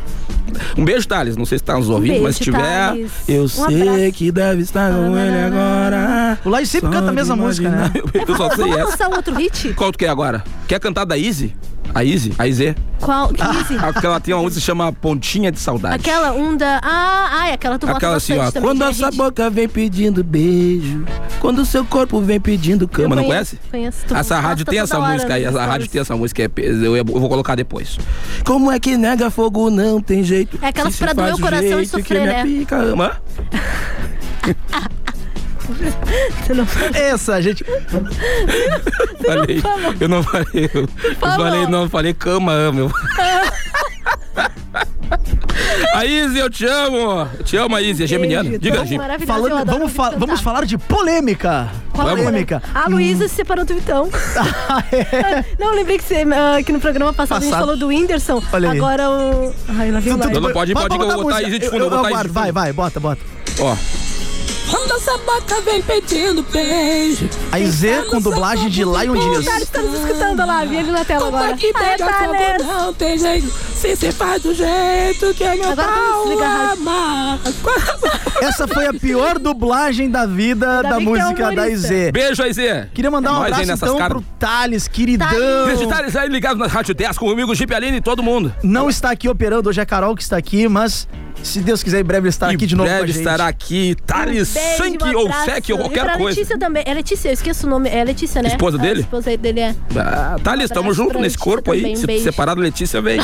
Speaker 3: Um beijo, Thales. Não sei se tá nos ouvindo,
Speaker 7: Um beijo,
Speaker 3: mas se tiver,
Speaker 7: Thales.
Speaker 3: eu
Speaker 7: Um
Speaker 3: sei
Speaker 7: abraço.
Speaker 3: que deve estar com ele agora.
Speaker 6: O Lai sempre canta a mesma música, né?
Speaker 3: Eu só sei
Speaker 7: Vamos
Speaker 3: essa.
Speaker 7: lançar um outro hit?
Speaker 3: Qual tu quer agora? Quer cantar da Izzy? A Izzy? A Izê?
Speaker 7: Qual? Que easy?
Speaker 3: Aquela tem uma música que chama Pontinha de Saudade.
Speaker 7: Aquela onda. Ah, ai, aquela tu gosta
Speaker 3: Aquela assim,
Speaker 7: bastante
Speaker 3: ó.
Speaker 7: também,
Speaker 3: Quando
Speaker 7: né,
Speaker 3: essa
Speaker 7: gente?
Speaker 3: boca vem pedindo beijo, quando o seu corpo vem pedindo
Speaker 7: Eu
Speaker 3: cama, não
Speaker 7: conheço,
Speaker 3: conhece?
Speaker 7: Conheço. Tu
Speaker 3: Essa
Speaker 7: gosta
Speaker 3: rádio tem
Speaker 7: toda
Speaker 3: essa
Speaker 7: hora né,
Speaker 3: música aí,
Speaker 7: nos
Speaker 3: essa rádio
Speaker 7: stories.
Speaker 3: tem essa música, é pe- eu eu vou colocar depois. Como é que nega fogo não tem jeito?
Speaker 7: É aquelas
Speaker 3: Se
Speaker 7: pra
Speaker 3: se faz
Speaker 7: doer o
Speaker 3: do
Speaker 7: coração e
Speaker 3: jeito que
Speaker 7: sofrer,
Speaker 3: minha
Speaker 7: né?
Speaker 3: pica ama.
Speaker 7: Tu não-
Speaker 6: Essa, gente.
Speaker 3: Falei, eu não falei, eu, eu
Speaker 7: falou.
Speaker 3: falei, não, eu falei cama ama. Eu... A Izzy, eu te amo! Eu te amo, a Izzy, é geminiana.
Speaker 7: Beijo, então,
Speaker 3: Diga,
Speaker 7: tão
Speaker 3: Gim.
Speaker 7: maravilhosa, eu
Speaker 6: Falando,
Speaker 7: adoro
Speaker 6: vamos,
Speaker 7: tu
Speaker 6: fa-
Speaker 7: cantar.
Speaker 6: vamos falar de polêmica.
Speaker 7: Qual é?
Speaker 6: polêmica.
Speaker 7: A Luísa se separou do Vitão.
Speaker 6: Ah, é,
Speaker 7: Não, lembrei que, você, ah, que no programa passado, a gente
Speaker 6: Passado.
Speaker 7: falou do Whindersson.
Speaker 6: Olha aí.
Speaker 7: Agora o. Ai, lá vem
Speaker 6: Tu-
Speaker 7: lá.
Speaker 6: tu-
Speaker 3: Não, não, pode ir,
Speaker 6: vai-
Speaker 3: pode ir, que eu
Speaker 6: bota
Speaker 3: vou botar
Speaker 6: música.
Speaker 3: Izzy de
Speaker 6: Eu-
Speaker 3: fundo, eu vou
Speaker 6: eu
Speaker 3: botar Izzy de
Speaker 6: aguardo. Vai,
Speaker 3: fundo.
Speaker 6: vai, bota, bota.
Speaker 3: Ó,
Speaker 2: Quando essa boca vem pedindo beijo.
Speaker 6: A Z com dublagem de Lion
Speaker 7: O cara
Speaker 6: Dias.
Speaker 7: está nos escutando lá, vi ele na tela
Speaker 2: Como
Speaker 7: agora.
Speaker 2: é que
Speaker 7: Aê,
Speaker 2: pega fogo
Speaker 7: Thales.
Speaker 2: não tem jeito. Se você faz do jeito que é meu
Speaker 7: Agora vamos
Speaker 2: pau
Speaker 7: desligar a rádio.
Speaker 2: ama.
Speaker 6: Essa foi a pior dublagem da vida
Speaker 7: é Ainda
Speaker 6: da
Speaker 7: bem que é
Speaker 6: música da
Speaker 7: humorista.
Speaker 6: Z.
Speaker 3: beijo, É Izzy.
Speaker 6: Queria mandar um abraço então pro Thales, queridão.
Speaker 3: Beijo, Thales, aí ligados na Rádio 10 com comigo, Jeep Aline e todo mundo.
Speaker 6: Não está aqui operando, hoje é a Carol que está aqui, mas se Deus quiser, em breve ele estará Tá aqui de novo.
Speaker 3: Em
Speaker 6: com a
Speaker 3: breve
Speaker 6: gente.
Speaker 3: estará aqui, Thales
Speaker 7: Beijo,
Speaker 3: Sank
Speaker 7: um
Speaker 3: ou
Speaker 7: abraço.
Speaker 3: Sec ou
Speaker 7: e pra
Speaker 3: qualquer coisa.
Speaker 7: Letícia também. É Letícia, eu esqueço o nome. É Letícia, né?
Speaker 3: Esposa
Speaker 7: A
Speaker 3: dele?
Speaker 7: esposa dele é.
Speaker 3: Ah, Thales, tamo
Speaker 7: abraço
Speaker 3: junto
Speaker 7: pra
Speaker 3: nesse
Speaker 7: Letícia
Speaker 3: corpo aí.
Speaker 7: também,
Speaker 3: Se
Speaker 7: beijo.
Speaker 3: separado, Letícia, vem.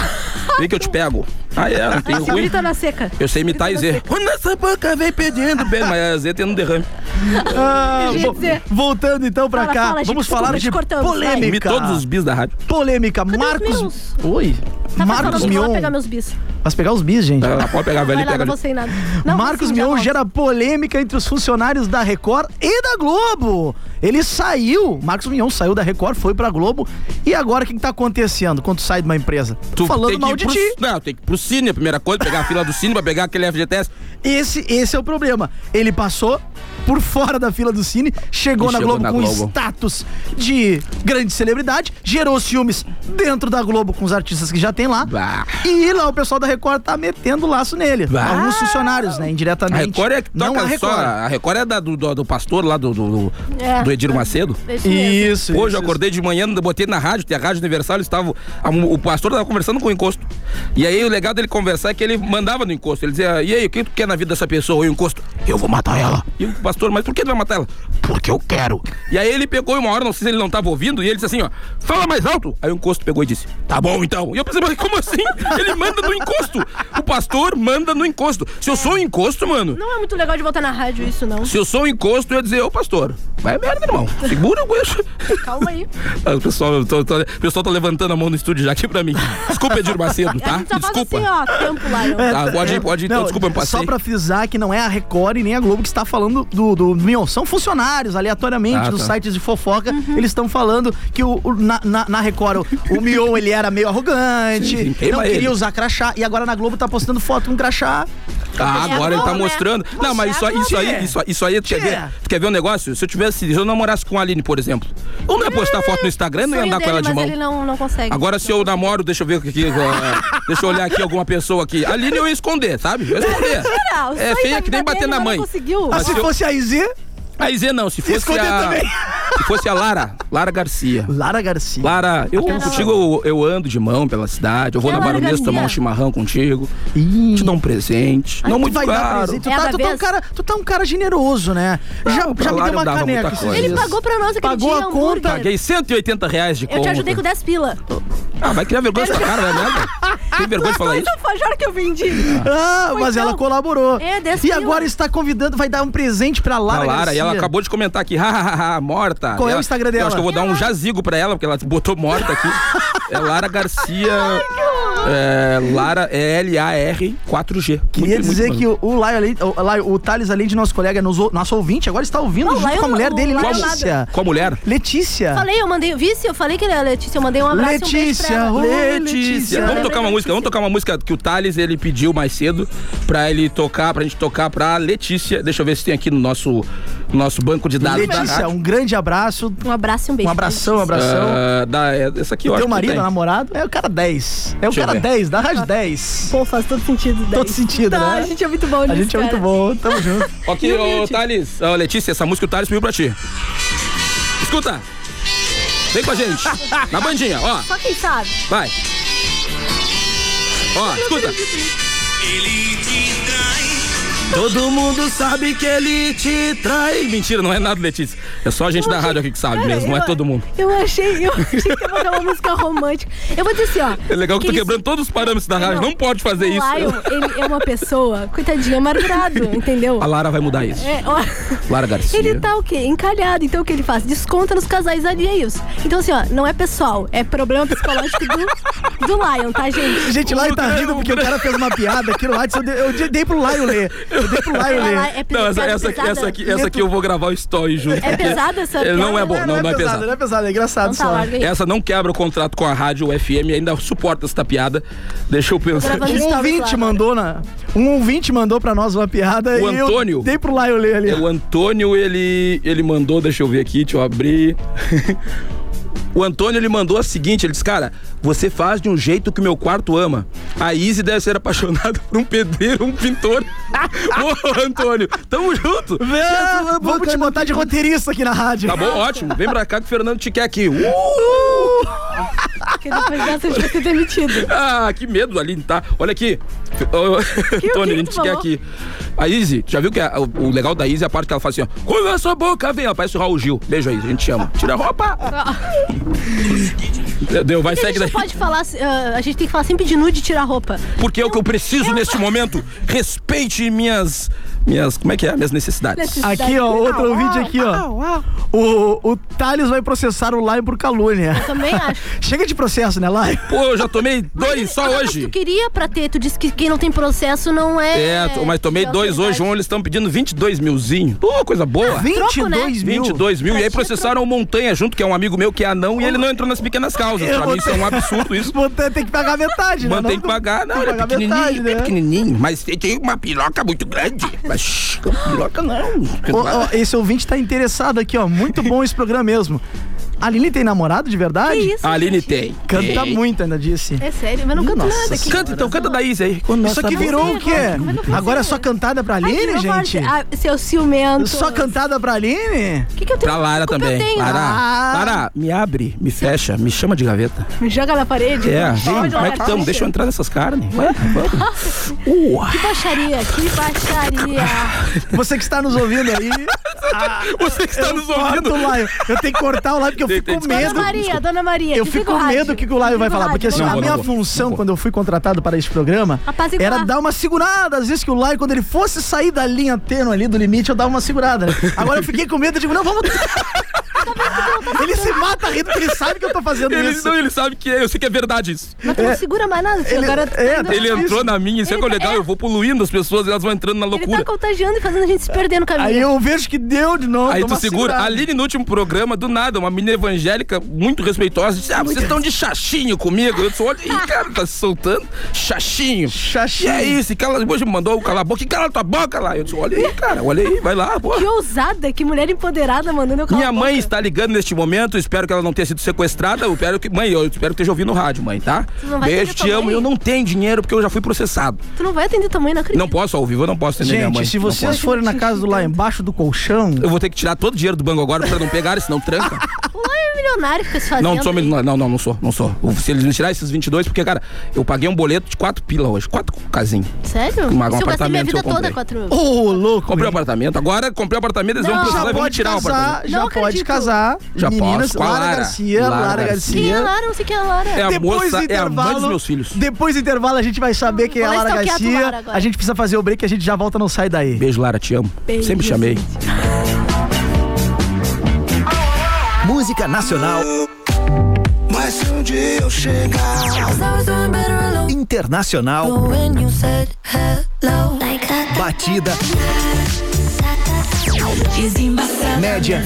Speaker 3: Vem que eu te pego. Ah, é, não tem
Speaker 7: Ai, se
Speaker 3: ruim.
Speaker 7: grita na seca. Tá
Speaker 3: Eu sei imitar e
Speaker 7: Grita na
Speaker 3: Z. Quando essa boca vem pedindo bem, mas a Z tendo um derrame.
Speaker 6: Ah,
Speaker 7: Eu ia
Speaker 6: vo-
Speaker 7: dizer.
Speaker 6: voltando então pra
Speaker 7: Fala,
Speaker 6: cá,
Speaker 7: fala, gente,
Speaker 6: vamos
Speaker 7: desculpa,
Speaker 6: falar
Speaker 7: te
Speaker 6: de
Speaker 7: cortamos, vai.
Speaker 3: Comi
Speaker 6: polêmica.
Speaker 3: todos os bis da rádio.
Speaker 6: Polêmica, Marcos.
Speaker 7: meus? Tá
Speaker 6: Oi.
Speaker 7: Tava
Speaker 6: Marcos
Speaker 7: falando que eu vou
Speaker 6: Mion.
Speaker 7: pegar meus bis.
Speaker 6: Mas pegar os bis, gente.
Speaker 3: Ela pode pegar a velha
Speaker 7: Vai
Speaker 3: e
Speaker 7: lá,
Speaker 3: pega
Speaker 7: não
Speaker 3: ali.
Speaker 7: vou sem nada. Não,
Speaker 6: Marcos
Speaker 7: assim, já
Speaker 6: Mion
Speaker 7: volto.
Speaker 6: gera polêmica entre os funcionários da Record e da Globo. Ele saiu, Marcos Mion saiu da Record, foi pra Globo. E agora o que, que tá acontecendo quando sai de uma empresa? Tô falando
Speaker 3: tem que
Speaker 6: mal
Speaker 3: ir
Speaker 6: de
Speaker 3: pro,
Speaker 6: ti.
Speaker 3: Não, tem que ir pro cine, a primeira coisa, pegar a fila do cine pra pegar aquele FGTS.
Speaker 6: Esse, esse é o problema. Ele passou por fora da fila do cine, chegou
Speaker 3: E
Speaker 6: na
Speaker 3: chegou
Speaker 6: Globo
Speaker 3: na
Speaker 6: com
Speaker 3: Globo.
Speaker 6: status de grande celebridade, gerou ciúmes dentro da Globo com os artistas que já tem lá.
Speaker 3: Bah.
Speaker 6: E lá o pessoal da Record tá metendo laço nele.
Speaker 3: Bah.
Speaker 6: Alguns funcionários, né?
Speaker 3: A
Speaker 6: Indiretamente.
Speaker 3: Record é que toca
Speaker 6: Não a Record.
Speaker 3: só. A Record é da, do, do, do pastor lá do, do, do-
Speaker 7: É.
Speaker 3: do Edir Macedo.
Speaker 7: Isso. mesmo.
Speaker 6: Isso.
Speaker 3: Hoje eu
Speaker 6: isso,
Speaker 3: acordei de manhã, botei na rádio, tem a Rádio Universal, eles estavam. a- O pastor estava conversando com o encosto. E aí o legal dele conversar é que ele mandava no encosto. Ele dizia, e aí, o que tu quer na vida dessa pessoa? E o encosto, eu vou matar ela. E o pastor, mas por que tu vai matar ela? Porque eu quero. E aí ele pegou uma hora, não sei se ele não estava ouvindo, e ele disse assim, ó, fala mais alto. Aí o encosto pegou e disse, tá bom então. E eu pensei, mas como assim? Ele manda no encosto. O pastor manda no encosto. Se eu sou o encosto, mano,
Speaker 7: Não é muito legal de voltar na rádio isso, não.
Speaker 3: se eu sou um encosto, eu ia dizer, ô pastor, vai merda, irmão. Segura o gancho.
Speaker 7: Calma aí.
Speaker 3: Ah, O pessoal, eu tô- tô- o pessoal tá levantando a mão no estúdio já aqui pra mim. Desculpa, Edir Macedo,
Speaker 7: A
Speaker 3: tá?
Speaker 7: gente só
Speaker 3: Desculpa.
Speaker 7: faz assim, ó, tempo lá. eu-
Speaker 3: Tá, pode ir, pode ir. então,
Speaker 6: É, Não,
Speaker 3: desculpa, eu passei.
Speaker 6: Só pra frisar que não é a Record e nem a Globo que está falando do, do Mion. São funcionários, aleatoriamente,
Speaker 3: Ah,
Speaker 6: nos
Speaker 3: tá.
Speaker 6: sites de fofoca.
Speaker 7: Uhum.
Speaker 6: Eles estão falando que o, o- na, na- na Record o, o Mion ele era meio arrogante,
Speaker 3: Sim, sim, queima
Speaker 6: não queria
Speaker 3: ele.
Speaker 6: usar crachá. E agora na Globo tá postando foto com crachá.
Speaker 3: Ah,
Speaker 7: É a
Speaker 3: agora ele tá
Speaker 7: Globo, né?
Speaker 3: mostrando. Não, mas isso, aí- isso aí, isso, aí- isso aí, tu quer, ver, tu quer ver um negócio? Se eu tivesse, se eu namorasse com a Aline, por exemplo, eu não ia postar foto no Instagram, não ia
Speaker 7: Sonho
Speaker 3: andar com
Speaker 7: dele,
Speaker 3: ela de
Speaker 7: mas
Speaker 3: mão.
Speaker 7: ele não, é. não consegue.
Speaker 3: Agora, se eu namoro, deixa eu ver aqui. eh, deixa eu olhar aqui alguma pessoa aqui. A Aline eu ia esconder, sabe? Eu ia esconder.
Speaker 7: Mentira, o sonho
Speaker 3: É
Speaker 7: da
Speaker 3: feia que nem
Speaker 7: vida
Speaker 3: bater
Speaker 7: dele,
Speaker 3: na
Speaker 7: mas não
Speaker 3: mãe.
Speaker 7: conseguiu.
Speaker 6: Ah,
Speaker 3: Mas
Speaker 6: se
Speaker 3: se eu-
Speaker 6: fosse a Izzy,
Speaker 3: Aí Zê não, se fosse
Speaker 6: esconder
Speaker 3: a...
Speaker 6: também.
Speaker 3: Se fosse a Lara, Lara Garcia.
Speaker 6: Lara Garcia.
Speaker 3: Lara, eu contigo eu, eu ando de mão pela cidade, eu vou
Speaker 7: Que
Speaker 3: na
Speaker 7: Lara
Speaker 3: Baronesa
Speaker 7: Garcia?
Speaker 3: tomar um chimarrão contigo. Te dou um presente.
Speaker 6: Ai,
Speaker 3: não
Speaker 6: tu
Speaker 3: muito
Speaker 6: vai dar
Speaker 3: caro.
Speaker 6: presente. Tu,
Speaker 7: É
Speaker 6: tá,
Speaker 7: da
Speaker 6: tu, tá um
Speaker 7: vez.
Speaker 6: cara, tu tá um cara generoso, né? já
Speaker 3: pra
Speaker 6: já me
Speaker 3: lá
Speaker 6: deu
Speaker 3: eu
Speaker 6: uma
Speaker 3: dava muita
Speaker 6: caneca. esses
Speaker 3: coisa.
Speaker 7: Ele
Speaker 6: dias.
Speaker 7: pagou pra nós aquele
Speaker 6: Pagou
Speaker 7: dia,
Speaker 6: a conta.
Speaker 7: hambúrguer.
Speaker 3: Paguei 180 reais de
Speaker 7: Eu te
Speaker 3: conta.
Speaker 7: ajudei com 10 pila.
Speaker 3: Ah, vai criar vergonha essa cara, né? merda? Tem vergonha de falar isso?
Speaker 7: Então, fajor que eu vendi.
Speaker 6: Ah, mas
Speaker 7: Então,
Speaker 6: ela colaborou.
Speaker 7: é, dez
Speaker 6: e
Speaker 7: pila.
Speaker 6: agora está convidando, vai dar um presente pra Lara.
Speaker 3: A Lara, e
Speaker 6: Garcia.
Speaker 3: ela acabou de comentar aqui, hahaha, morta.
Speaker 6: Qual é o
Speaker 3: Ela-
Speaker 6: Instagram dela?
Speaker 3: Eu acho que eu vou dar um jazigo pra ela, porque ela botou morta aqui. É Lara Garcia. É, Lara, é L-A-R 4G.
Speaker 6: Queria
Speaker 3: Muito,
Speaker 6: dizer
Speaker 3: muito
Speaker 6: que o, o, Laio Ale- o, Laio- o Thales, além de nosso colega, nos ou- nosso ouvinte, agora está ouvindo
Speaker 7: Não,
Speaker 6: junto
Speaker 7: Laio
Speaker 6: com a
Speaker 7: não-
Speaker 6: mulher
Speaker 7: o
Speaker 6: dele,
Speaker 7: Laio nada.
Speaker 6: Letícia.
Speaker 3: Com a mulher?
Speaker 6: Letícia.
Speaker 3: Ah.
Speaker 7: Falei, eu mandei, vice, eu falei que ele é a Letícia, eu mandei um abraço e um beijo pra
Speaker 6: Letícia,
Speaker 7: ela.
Speaker 6: ô,
Speaker 3: Letícia.
Speaker 6: Letícia.
Speaker 3: Vamos tocar uma música, vamos tocar uma música que o Thales ele pediu mais cedo pra ele tocar, pra gente tocar pra Letícia. Deixa eu ver se tem aqui no nosso, no nosso banco de dados. da
Speaker 6: Letícia,
Speaker 3: rádio.
Speaker 6: um grande abraço.
Speaker 7: Um abraço e um beijo.
Speaker 6: Um abração, um
Speaker 7: Letícia.
Speaker 6: abração.
Speaker 3: Ah, da, é, essa aqui, ó.
Speaker 6: Teu marido, namorado, é o cara 10. É o
Speaker 3: Deixa eu
Speaker 6: cara
Speaker 3: ver.
Speaker 6: 10, da Rádio 10.
Speaker 7: Pô, faz todo sentido. daí.
Speaker 6: Todo sentido,
Speaker 7: Tá,
Speaker 6: né?
Speaker 7: A gente é muito bom,
Speaker 6: A
Speaker 7: nisso,
Speaker 6: gente é muito
Speaker 7: cara.
Speaker 6: bom, tamo junto.
Speaker 3: Ok, ô Thales. Ô, Letícia, essa música o Thales pediu pra ti. Escuta! Vem com a gente! Na bandinha, ó,
Speaker 7: Só quem sabe.
Speaker 3: vai! Ó, escuta! Todo mundo sabe que ele te trai. Mentira, não é nada, Letícia. É só a gente da rádio aqui que sabe
Speaker 7: Cara,
Speaker 3: mesmo, não é
Speaker 7: eu-
Speaker 3: todo mundo.
Speaker 7: Eu achei, eu achei que ia botar uma música romântica. Eu vou dizer assim, ó.
Speaker 3: É legal que eu tô
Speaker 7: isso-
Speaker 3: quebrando todos os parâmetros da rádio. Não pode fazer
Speaker 7: o
Speaker 3: isso.
Speaker 7: Lion, ele é uma pessoa, coitadinho, é amargurado, entendeu?
Speaker 3: A Lara vai mudar isso.
Speaker 7: É, ó.
Speaker 3: Lara Garcia.
Speaker 7: Ele tá o quê? Encalhado. Então o que ele faz? Desconta nos casais alheios. Então, assim, ó, não é pessoal, é problema psicológico do, do Lion, tá, gente?
Speaker 6: Gente, lá tá rindo porque o cara fez uma piada aqui no WhatsApp. Eu dei, eu dei pro Laio ler. Eu dei pro Laio
Speaker 7: Ela
Speaker 6: ler.
Speaker 7: é
Speaker 3: Não, essa,
Speaker 7: pesada,
Speaker 3: essa,
Speaker 7: pesada.
Speaker 3: essa aqui, essa aqui eu vou gravar o story junto.
Speaker 7: É
Speaker 3: porque
Speaker 7: pesada essa
Speaker 3: ele Não é
Speaker 7: piada?
Speaker 3: bom, não, não é pesada.
Speaker 6: Não é pesado, é engraçado
Speaker 7: Então tá, larga
Speaker 6: só.
Speaker 7: aí.
Speaker 3: Essa não quebra o contrato com a rádio FM, ainda suporta essa piada. Deixa eu pensar.
Speaker 7: Gravando
Speaker 6: Um
Speaker 7: stories
Speaker 6: ouvinte
Speaker 7: lá.
Speaker 6: mandou na, um ouvinte mandou pra nós uma piada
Speaker 3: O
Speaker 6: e eu
Speaker 3: Antônio?
Speaker 6: dei pro Laio ler ali.
Speaker 3: É, O Antônio, ele, ele mandou, deixa eu ver aqui, deixa eu abrir. O Antônio ele mandou a seguinte, ele disse, cara, você faz de um jeito que meu quarto ama. A Izzy deve ser apaixonada por um pedreiro, um pintor. Ô, Antônio, tamo junto.
Speaker 7: é
Speaker 6: Ah, Vamos te botar de roteirista aqui na rádio.
Speaker 3: Tá bom, ótimo. Vem pra cá que o Fernando te quer aqui. Uh!
Speaker 7: Porque depois dessa gente vai ser demitido.
Speaker 3: Ah, que medo ali, tá? Olha aqui. Ô,
Speaker 7: Que- o
Speaker 3: Tony,
Speaker 7: que
Speaker 3: a
Speaker 7: que
Speaker 3: gente
Speaker 7: tu
Speaker 3: quer
Speaker 7: falou?
Speaker 3: aqui. A Izzy, tu já viu que a- o o legal da Izzy é a parte que ela faz assim, ó. Come a sua boca, vem, ó. Parece o Raul Gil. Beijo aí, a gente chama. Tira a roupa. Deu, vai,
Speaker 7: Ah. A gente
Speaker 3: segue
Speaker 7: não
Speaker 3: daí.
Speaker 7: pode falar, ah, a gente tem que falar sempre de nude e tirar a roupa.
Speaker 3: Porque é o que eu preciso neste momento. Respeite minhas. Minhas. Como é que é? Minhas necessidades.
Speaker 6: Aqui,
Speaker 7: é
Speaker 6: ó, outro vídeo aqui, ó. O, o Thales vai processar o Laio por calúnia.
Speaker 7: Também acho.
Speaker 6: Chega de processo, né, Laio?
Speaker 3: Pô, eu já tomei dois só
Speaker 7: Ah, mas
Speaker 3: hoje.
Speaker 7: Tu queria pra ter, tu disse que quem não tem processo não é.
Speaker 3: É, to- mas tomei
Speaker 7: é
Speaker 3: dois hoje. Um,
Speaker 7: autoridade.
Speaker 3: eles estão pedindo 22 milzinho. Pô, coisa
Speaker 7: né?
Speaker 3: boa.
Speaker 6: 22 mil.
Speaker 3: 22 mil. E aí
Speaker 7: Pra ti é
Speaker 3: processaram o Montanha junto, que é um amigo meu que é anão, e ele não entrou nas pequenas causas.
Speaker 6: Eu
Speaker 3: Pra
Speaker 6: vou
Speaker 3: mim isso é um absurdo isso.
Speaker 6: Botar- Tem que pagar metade, né?
Speaker 3: Mas tem
Speaker 6: Não-
Speaker 3: que pagar, não,
Speaker 6: tem
Speaker 3: ele
Speaker 6: que
Speaker 3: é
Speaker 6: pagar
Speaker 3: pequenininho,
Speaker 6: metade,
Speaker 3: é
Speaker 6: né?
Speaker 3: pequenininho, mas ele tem uma piroca muito grande. Mas shh, piroca não.
Speaker 6: Ô, ó, esse ouvinte tá interessado aqui, ó. Muito bom esse programa mesmo. A Lili tem namorado de verdade?
Speaker 7: Que isso,
Speaker 3: A Aline
Speaker 7: gente?
Speaker 3: tem.
Speaker 6: Canta
Speaker 3: Tem.
Speaker 6: muito, ainda disse.
Speaker 7: É sério, mas eu não canto
Speaker 6: Nossa
Speaker 7: nada aqui.
Speaker 3: Canta então, canta da Isa aí. Quando
Speaker 6: Isso aqui
Speaker 3: nossa-
Speaker 6: virou o quê?
Speaker 7: Como é que eu faço
Speaker 6: Agora é
Speaker 7: isso?
Speaker 6: só cantada pra
Speaker 7: Ai,
Speaker 6: Aline,
Speaker 7: que
Speaker 6: gente?
Speaker 7: horror. Ah, seu ciumento.
Speaker 6: Só cantada pra Aline?
Speaker 7: O que, que eu tenho?
Speaker 3: Pra Lara
Speaker 7: culpa eu
Speaker 3: também.
Speaker 7: tenho?
Speaker 3: Lara,
Speaker 6: Ah.
Speaker 3: Lara, me abre, me fecha, me chama de gaveta.
Speaker 7: Me joga na parede.
Speaker 3: É,
Speaker 7: me chama
Speaker 3: vem,
Speaker 7: de
Speaker 3: como é que
Speaker 7: lagartixa.
Speaker 3: estamos? Deixa eu entrar nessas carnes. Ué, vamos.
Speaker 7: Que baixaria, que baixaria.
Speaker 6: Você que está nos ouvindo aí. ah,
Speaker 3: Você que está
Speaker 6: eu corto o Laio. Eu tenho que cortar o Laio porque eu
Speaker 3: Tem-
Speaker 6: fico
Speaker 3: tem
Speaker 6: com
Speaker 3: que
Speaker 7: Dona
Speaker 6: medo.
Speaker 7: Maria, Dona Maria.
Speaker 6: Eu
Speaker 7: desliga
Speaker 6: fico com
Speaker 7: o rádio.
Speaker 6: medo do que o Laio vai
Speaker 7: Desliga o
Speaker 6: falar, porque assim,
Speaker 7: rádio,
Speaker 6: a
Speaker 3: vou,
Speaker 7: vamos
Speaker 6: minha
Speaker 3: não vou,
Speaker 6: função
Speaker 3: não vou.
Speaker 6: quando eu fui contratado para esse programa
Speaker 7: Apaziguar.
Speaker 6: era dar uma segurada. Às vezes que o Laio, quando ele fosse sair da linha tênue ali do limite, eu dava uma segurada. né? Agora eu fiquei com medo, eu digo, não, vamos. ele se mata rindo porque ele sabe que eu tô fazendo
Speaker 3: Ele,
Speaker 6: isso.
Speaker 3: não, ele sabe que é, eu sei que é verdade isso.
Speaker 7: lá. Mas tu não segura mais nada, assim,
Speaker 6: ele-
Speaker 7: agora tu tá
Speaker 6: é,
Speaker 7: indo-
Speaker 3: Ele
Speaker 6: Isso.
Speaker 3: entrou na minha, isso é
Speaker 7: Ele
Speaker 3: que é
Speaker 7: tá-
Speaker 3: legal.
Speaker 7: é.
Speaker 3: Eu vou poluindo as pessoas e elas vão entrando na
Speaker 7: Ele tá
Speaker 3: loucura.
Speaker 7: contagiando e fazendo a gente se perder no caminho.
Speaker 6: Aí eu vejo que deu de novo.
Speaker 3: Aí
Speaker 6: dou
Speaker 3: tu
Speaker 6: uma
Speaker 3: segura. né, A
Speaker 6: segurada.
Speaker 3: Aline, no último programa, do nada, uma menina evangélica muito respeitosa, disse: Ah, vocês estão de chachinho comigo. Eu disse: Olha, ih, cara, tá se soltando. Chachinho.
Speaker 6: Chachinho.
Speaker 3: E é isso, e cala, hoje me mandou calar a boca, e cala tua boca lá. Eu disse: Olha aí, cara, olha aí, vai lá, pô.
Speaker 7: Que ousada, que mulher empoderada mandando eu calar
Speaker 3: Minha
Speaker 7: a boca.
Speaker 3: mãe está está ligando neste momento, espero que ela não tenha sido sequestrada. Eu espero que. Mãe, eu espero que esteja ouvindo no rádio, mãe, tá?
Speaker 7: Tu não vai
Speaker 3: Beijo,
Speaker 7: atender
Speaker 3: te
Speaker 7: tua
Speaker 3: amo.
Speaker 7: mãe?
Speaker 3: Eu não tenho dinheiro porque eu já fui processado.
Speaker 7: Tu não vai atender tua mãe, não acredito.
Speaker 3: Não posso, ao vivo eu não posso atender minha mãe.
Speaker 6: Gente, se
Speaker 3: Não
Speaker 6: vocês
Speaker 3: posso.
Speaker 6: forem na casa do lá embaixo do colchão,
Speaker 3: Eu vou ter que tirar todo o dinheiro do banco agora pra não pegar, senão tranca.
Speaker 7: O Lai é milionário que se fazendo.
Speaker 3: Não, sou, milionário. não, não, não sou, não sou. Se eles me tirarem esses 22, porque, cara, eu paguei um boleto de 4 pila hoje, 4 casinhas.
Speaker 7: Sério?
Speaker 3: Mas um
Speaker 7: se eu gastei minha
Speaker 3: apartamento
Speaker 7: vida
Speaker 3: eu comprei.
Speaker 7: toda, quatro mil.
Speaker 6: ô louco,
Speaker 3: Comprei um
Speaker 6: hein?
Speaker 3: apartamento, agora comprei um apartamento, eles
Speaker 7: Não,
Speaker 3: vão
Speaker 6: já
Speaker 3: precisar e vão me
Speaker 6: pode
Speaker 3: tirar o
Speaker 6: casar,
Speaker 3: apartamento.
Speaker 6: já
Speaker 7: Não
Speaker 6: pode
Speaker 7: acredito.
Speaker 6: casar.
Speaker 3: Já
Speaker 6: Meninas,
Speaker 3: posso, com a
Speaker 6: Lara,
Speaker 3: Lara.
Speaker 6: Garcia, Lara,
Speaker 3: Lara
Speaker 6: Garcia.
Speaker 7: Quem é Lara? Não sei quem é Lara.
Speaker 3: É a
Speaker 6: Depois
Speaker 3: moça,
Speaker 6: do
Speaker 3: é a mãe dos
Speaker 6: intervalo,
Speaker 3: meus filhos.
Speaker 6: Depois do intervalo a gente vai saber quem é a
Speaker 7: Vou lá
Speaker 6: Lara
Speaker 7: stalkear tu, Lara,
Speaker 6: Garcia.
Speaker 7: agora.
Speaker 6: A gente precisa fazer o break, a gente já volta, não sai daí.
Speaker 3: Beijo, Lara, te amo.
Speaker 7: Beijo,
Speaker 3: Sempre chamei.
Speaker 9: Música nacional,
Speaker 10: Mas se um dia eu chegar.
Speaker 9: internacional, batida, média,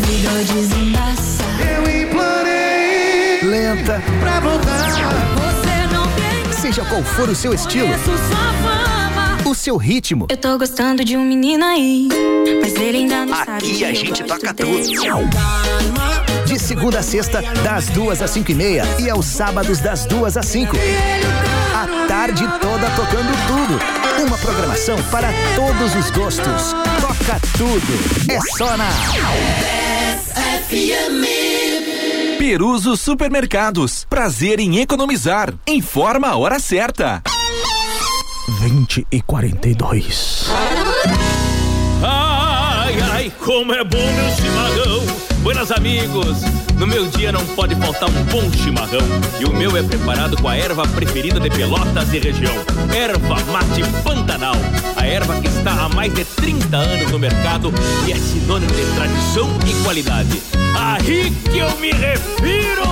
Speaker 9: lenta, seja qual for o seu estilo, o seu ritmo.
Speaker 11: Eu tô gostando de um menino aí, mas ele ainda não sabe.
Speaker 9: Aqui a
Speaker 11: que eu
Speaker 9: gente
Speaker 11: gosto
Speaker 9: toca tudo.
Speaker 11: dele.
Speaker 9: De segunda a sexta, das duas às cinco e meia. E aos sábados, das duas às cinco. A tarde toda tocando tudo. Uma programação para todos os gostos. Toca tudo. É só na.
Speaker 1: Peruso Supermercados. Prazer em economizar. Informa a hora certa.
Speaker 6: 20 e 42.
Speaker 2: Ai, ai, como é bom meu chimarrão. Buenas amigos, no meu dia não pode faltar um bom chimarrão. E o meu é preparado com a erva preferida de Pelotas e região. Erva mate Pantanal. A erva que está há mais de 30 anos no mercado e é sinônimo de tradição e qualidade. Aí que eu me refiro!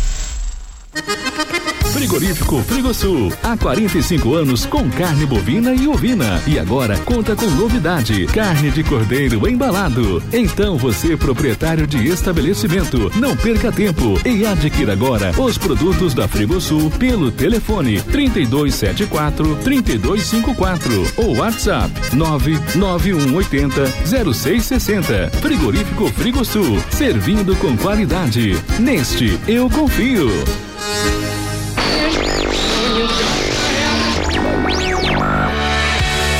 Speaker 12: Frigorífico Frigosul. Há 45 anos com carne bovina e ovina. E agora conta com novidade: carne de cordeiro embalado. Então você, proprietário de estabelecimento, não perca tempo e adquira agora os produtos da Frigosul pelo telefone 3274 3254 ou WhatsApp 99180 0660. Frigorífico Frigosul. Servindo com qualidade. Neste, eu confio.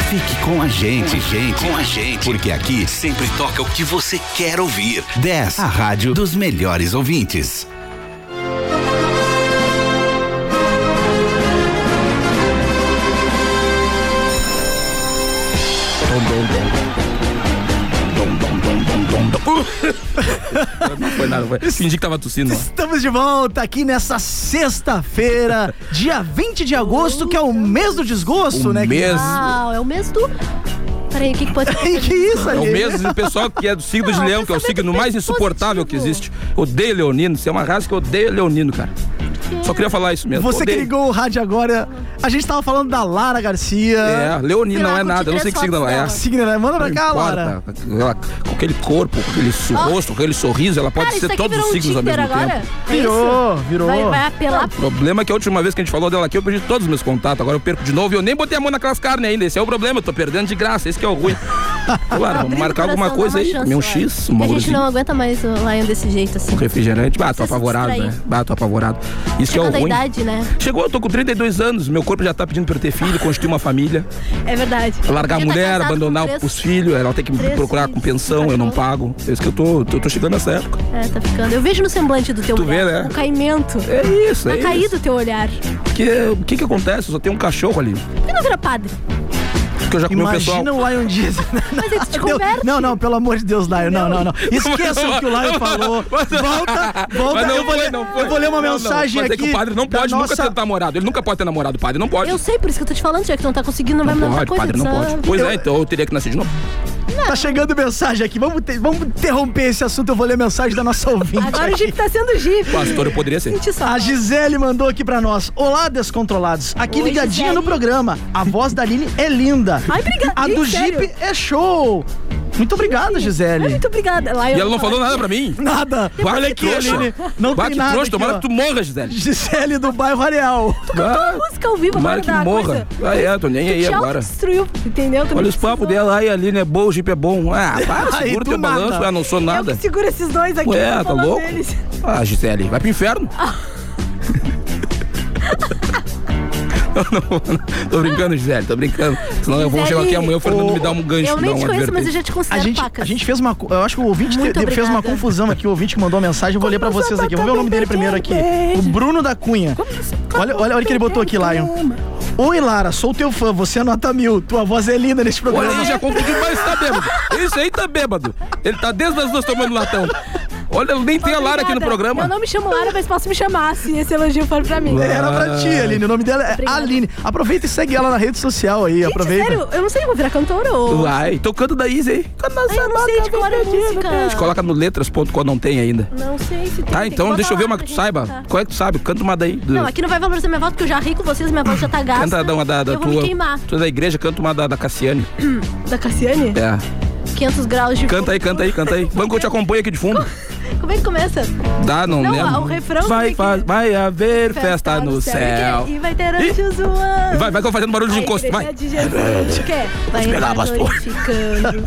Speaker 10: Fique com a gente, gente, com a gente, porque aqui sempre toca o que você quer ouvir. 10, a rádio dos melhores ouvintes.
Speaker 3: Não foi nada, foi. Fingi que tava tossindo. ó.
Speaker 6: Estamos de volta aqui nessa sexta-feira, dia 20 de agosto, que é o mês do desgosto,
Speaker 3: O
Speaker 6: né?
Speaker 3: Um mês.
Speaker 7: Ah, é o mês do... Peraí, o que que pode
Speaker 6: Que, que isso,
Speaker 3: É o
Speaker 6: ali?
Speaker 3: mesmo do pessoal que é do signo de
Speaker 7: Não,
Speaker 3: leão, que é o
Speaker 7: pensamento
Speaker 3: signo mais insuportável que
Speaker 7: positivo.
Speaker 3: existe. Odeio leonino, você é uma raça que odeia leonino, cara. Só queria falar isso mesmo.
Speaker 6: Você que
Speaker 3: odeio.
Speaker 6: ligou o rádio agora, a gente tava falando da Lara Garcia.
Speaker 3: É, leonino não é
Speaker 7: Pirata,
Speaker 3: nada, eu não sei que signo ela é.
Speaker 7: três fotos
Speaker 6: Signa, né? Manda pra
Speaker 3: Não
Speaker 6: cá,
Speaker 3: importa.
Speaker 6: Lara.
Speaker 3: Ela- com aquele corpo, com aquele su-
Speaker 7: Ó.
Speaker 3: rosto, com aquele sorriso, ela pode
Speaker 7: Cara, isso
Speaker 3: ser
Speaker 7: aqui
Speaker 3: todos
Speaker 7: virou
Speaker 3: os
Speaker 7: um
Speaker 3: signos ao
Speaker 7: Tinder
Speaker 3: mesmo
Speaker 7: agora?
Speaker 3: tempo.
Speaker 7: É isso?
Speaker 6: Virou, virou.
Speaker 7: Vai, vai apelar
Speaker 3: O problema é que a última vez que a gente falou dela aqui, eu perdi todos os meus contatos. Agora eu perco de novo e eu nem botei a mão naquelas carnes ainda. Esse é o problema, eu tô perdendo de graça, esse que é o ruim. Claro, vamos
Speaker 7: Abrindo
Speaker 3: marcar
Speaker 7: o coração,
Speaker 3: alguma
Speaker 7: dá
Speaker 3: coisa
Speaker 7: uma
Speaker 3: aí.
Speaker 7: chance,
Speaker 3: Meu
Speaker 7: Lion.
Speaker 3: X, uma
Speaker 7: A gente
Speaker 3: gordinha.
Speaker 7: não aguenta mais o Lion desse jeito, assim.
Speaker 3: refrigerante. Bah, tô
Speaker 7: Você se
Speaker 3: apavorado,
Speaker 7: distrai.
Speaker 3: né? Bah, tô apavorado. Isso que é o
Speaker 7: Chegando a
Speaker 3: ruim.
Speaker 7: idade, né?
Speaker 3: Chegou, eu tô com 32 anos, meu corpo já tá pedindo pra eu ter filho, constituir uma família,
Speaker 7: É verdade.
Speaker 3: largar
Speaker 7: Podia
Speaker 3: a
Speaker 7: tá
Speaker 3: mulher,
Speaker 7: casado com
Speaker 3: abandonar
Speaker 7: três-
Speaker 3: os filhos, ela tem que me
Speaker 7: três
Speaker 3: procurar
Speaker 7: filhos,
Speaker 3: com pensão,
Speaker 7: um
Speaker 3: eu não
Speaker 7: cachorro.
Speaker 3: pago. É isso que eu tô, eu tô chegando nessa época.
Speaker 7: É, tá ficando. Eu vejo no semblante do teu
Speaker 3: Tu
Speaker 7: olhar.
Speaker 3: vê, né?
Speaker 7: O caimento.
Speaker 3: É isso,
Speaker 7: Tá
Speaker 3: é
Speaker 7: caído o teu olhar.
Speaker 3: isso. Porque o que que acontece? Eu só tenho um cachorro ali.
Speaker 7: Por que não vira padre?
Speaker 3: Porque eu já comi o pessoal.
Speaker 6: Imagina um o Lion Dias.
Speaker 7: Mas ele te
Speaker 6: Não,
Speaker 7: converte.
Speaker 6: não, não, pelo amor de Deus, Lion. Não, não, não. Esqueça o que o Lion falou.
Speaker 3: Mas-
Speaker 6: Volta, volta.
Speaker 3: Mas não
Speaker 6: eu, vou
Speaker 3: foi,
Speaker 6: ler,
Speaker 3: não foi.
Speaker 6: eu vou ler uma
Speaker 3: Não, não.
Speaker 6: mensagem
Speaker 3: Mas
Speaker 6: aqui.
Speaker 3: é que o padre não
Speaker 6: da
Speaker 3: pode nunca
Speaker 6: nossa-
Speaker 3: ter namorado. Ele nunca pode ter namorado. O padre não pode.
Speaker 7: Eu sei, por isso que eu tô te falando, já que tu não tá conseguindo, não vai me
Speaker 3: não
Speaker 7: mandar
Speaker 3: pode,
Speaker 7: coisa.
Speaker 3: padre não
Speaker 7: precisa-
Speaker 3: pode. Pois é, então eu teria que nascer de novo.
Speaker 6: Tá chegando mensagem aqui. Vamos, ter- vamos interromper esse assunto. Eu vou ler mensagem da nossa ouvinte.
Speaker 7: Agora o Jeep tá sendo Jeep.
Speaker 3: Pastor, eu poderia ser.
Speaker 7: Senti só.
Speaker 6: é. A Gisele mandou aqui pra nós. Olá, descontrolados. Aqui
Speaker 7: Oi,
Speaker 6: ligadinha
Speaker 7: Gisele.
Speaker 6: no programa. A voz da Aline é linda.
Speaker 7: Ai, obrigada.
Speaker 6: A do
Speaker 7: Gente, sério.
Speaker 6: Jeep é show. Muito obrigada, Gisele.
Speaker 7: Muito obrigada. Lá eu
Speaker 3: E ela não falou
Speaker 7: falar
Speaker 3: nada pra mim?
Speaker 6: Nada.
Speaker 3: Bah,
Speaker 6: Olha
Speaker 3: que
Speaker 6: aqui,
Speaker 3: trouxa.
Speaker 6: Aline. Não
Speaker 3: Bah,
Speaker 6: tem
Speaker 3: que
Speaker 6: nada.
Speaker 3: trouxa,
Speaker 6: aqui,
Speaker 3: tomara
Speaker 6: ó.
Speaker 3: que tu morra, Gisele.
Speaker 6: Gisele do bairro Areal.
Speaker 3: Ah,
Speaker 7: música ao vivo
Speaker 3: tomara
Speaker 7: agora
Speaker 3: que
Speaker 7: da
Speaker 3: morra. Ah, é, tô nem aí
Speaker 7: Tu te
Speaker 3: agora.
Speaker 7: destruiu, entendeu? Tu me
Speaker 3: Olha os papos dela, ai, Aline é boa, o Jeep é bom. Ah, para,
Speaker 6: Aí,
Speaker 3: segura
Speaker 6: do
Speaker 3: teu balanço.
Speaker 6: nada.
Speaker 3: Ah, não sou nada.
Speaker 7: Segura esses dois aqui.
Speaker 3: Ué,
Speaker 7: eu vou
Speaker 3: tá
Speaker 7: falar
Speaker 3: louco?
Speaker 7: deles. Ah.
Speaker 3: Ah, Gisele, vai pro inferno. Não, não, tô brincando, Gisele, tô brincando. Senão eu vou chegar
Speaker 7: Gisele,
Speaker 3: aqui amanhã, o Fernando me dá um gancho,
Speaker 7: eu
Speaker 3: me dá
Speaker 7: nem te
Speaker 3: uma
Speaker 7: conheço, mas eu
Speaker 3: advertência.
Speaker 7: já te
Speaker 6: A
Speaker 7: considero
Speaker 6: gente,
Speaker 7: pacas.
Speaker 6: a gente fez uma. Eu acho que o ouvinte
Speaker 7: Muito
Speaker 6: te- te- fez uma
Speaker 7: obrigada.
Speaker 6: confusão aqui. O ouvinte que mandou uma mensagem. Eu vou ler pra vocês aqui. Vamos ver o nome dele primeiro aqui. O Bruno da Cunha. Olha, olha, olha o que ele botou aqui, Lion. Oi, Lara, sou teu fã. Você é nota mil. Tua voz é linda neste programa.
Speaker 3: Olha, ele já confundiu, mas tá bêbado. Isso aí tá bêbado. Ele tá desde as duas tomando latão. Olha, nem tem a Lara aqui no
Speaker 7: Obrigada.
Speaker 3: programa.
Speaker 7: Eu não me chamo Lara, mas posso me chamar se esse elogio for pra mim.
Speaker 6: Era pra ti, Aline. O nome dela é
Speaker 7: Obrigada.
Speaker 6: Aline. Aproveita e segue ela na rede social aí.
Speaker 7: Gente,
Speaker 6: Aproveita.
Speaker 7: sério, eu não sei, eu vou virar cantora ou...
Speaker 3: Vai, então canta da Izzy aí.
Speaker 7: Ai, eu não sei de qual é a
Speaker 3: Gente,
Speaker 7: música.
Speaker 3: Coloca no letras.com, não tem ainda.
Speaker 7: Não sei se tem.
Speaker 3: Tá,
Speaker 7: tem que
Speaker 3: então
Speaker 7: botar
Speaker 3: deixa eu ver
Speaker 7: lá
Speaker 3: uma
Speaker 7: pra
Speaker 3: que
Speaker 7: gente
Speaker 3: tu saiba.
Speaker 7: cantar.
Speaker 3: Qual é que tu sabe? Canta uma daí. do-
Speaker 7: Não, aqui não vai valorizar minha voz, porque eu já ri com vocês, minha voz já tá gasta.
Speaker 3: Canta da, uma da, da
Speaker 7: eu vou me
Speaker 3: tua.
Speaker 7: queimar.
Speaker 3: Tu é da igreja, canta uma da, da Cassiane.
Speaker 7: Da Cassiane?
Speaker 3: É.
Speaker 7: 500 graus de...
Speaker 3: Canta aí, canta aí, canta aí. Vamos que eu te acompanho aqui de fundo.
Speaker 7: Como é que começa?
Speaker 3: Dá, não,
Speaker 7: Não,
Speaker 3: lembro.
Speaker 7: o refrão
Speaker 3: Vai,
Speaker 7: tem que-
Speaker 3: faz- vai haver festa no céu.
Speaker 7: E vai ter anjos zoando.
Speaker 3: Vai, vai que eu vou fazendo barulho de encosto, vai.
Speaker 7: A igreja de Jesus te quer. Vai
Speaker 3: É. pegar,
Speaker 7: pegar
Speaker 3: pastor.
Speaker 7: glorificando.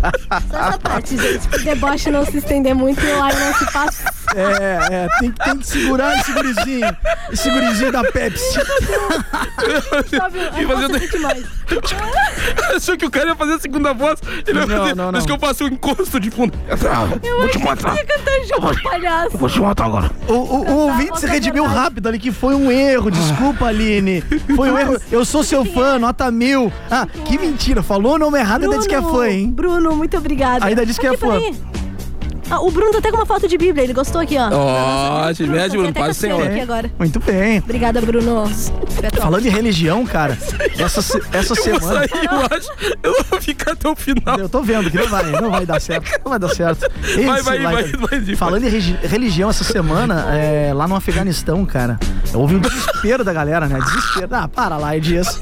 Speaker 7: Só essa parte, gente. pro deboche não se estender muito e o ar não se passa.
Speaker 6: É, é. Tem, que- tem que segurar esse gurizinho. Esse gurizinho da Pepsi.
Speaker 7: Sabe?
Speaker 3: E
Speaker 7: Eu
Speaker 3: fazer-
Speaker 7: posso É demais.
Speaker 3: Achou que o cara ia fazer a segunda voz? Ele ia
Speaker 6: Não,
Speaker 3: fazer.
Speaker 6: não, não.
Speaker 3: Mas que eu faço o encosto de fundo.
Speaker 7: Eu
Speaker 3: Vou te matar.
Speaker 7: ia cantar junto, palhaço.
Speaker 3: Vou te matar agora.
Speaker 6: O, o, o ouvinte se redimiu rápido ali que foi um erro. Desculpa, Aline. Foi um erro. Eu sou seu
Speaker 7: é?
Speaker 6: fã, nota mil. Ah, que mentira. Falou o nome errado e ainda disse que é fã, hein?
Speaker 7: Bruno, muito obrigada.
Speaker 6: Ainda disse que é
Speaker 7: Aqui pra
Speaker 6: fã.
Speaker 7: mim. Ah, o Bruno tá até com uma foto de Bíblia, ele gostou aqui, ó.
Speaker 3: Ó, te
Speaker 7: Bruno,
Speaker 3: mede,
Speaker 7: tem
Speaker 3: Bruno.
Speaker 7: até
Speaker 3: Quase
Speaker 7: café
Speaker 6: né?
Speaker 3: senhor.
Speaker 7: aqui agora.
Speaker 6: É. Muito bem.
Speaker 7: Obrigada, Bruno.
Speaker 6: Falando em religião, cara, essa, se- essa
Speaker 3: Eu vou
Speaker 6: semana.
Speaker 3: sair, eu acho. Eu vou ficar até o final.
Speaker 6: Eu tô vendo que não vai, não vai dar certo. Não vai dar certo. Esse
Speaker 3: Vai, vai, vai, vai, vai.
Speaker 6: Falando em regi- religião essa semana, é, lá no Afeganistão, cara, houve um desespero da galera, né? Desespero. Ah, para lá, Edias.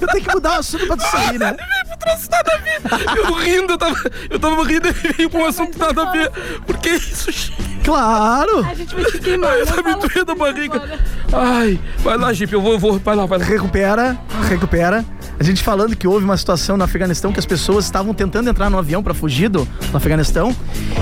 Speaker 6: Eu tenho que mudar o assunto pra tu sair, né?
Speaker 3: Eu rindo, eu tava, eu tava rindo e veio com um assunto nada a ver. Porque isso, gente,
Speaker 6: Claro!
Speaker 7: A gente vai te queimar. não
Speaker 3: tá me
Speaker 7: fala
Speaker 3: doendo a barriga.
Speaker 7: agora.
Speaker 3: Ai, vai lá, Jeep, eu vou, eu vou, vai lá, vai lá.
Speaker 6: Recupera, recupera. A gente falando que houve uma situação no Afeganistão que as pessoas estavam tentando entrar no avião pra fugir do, do Afeganistão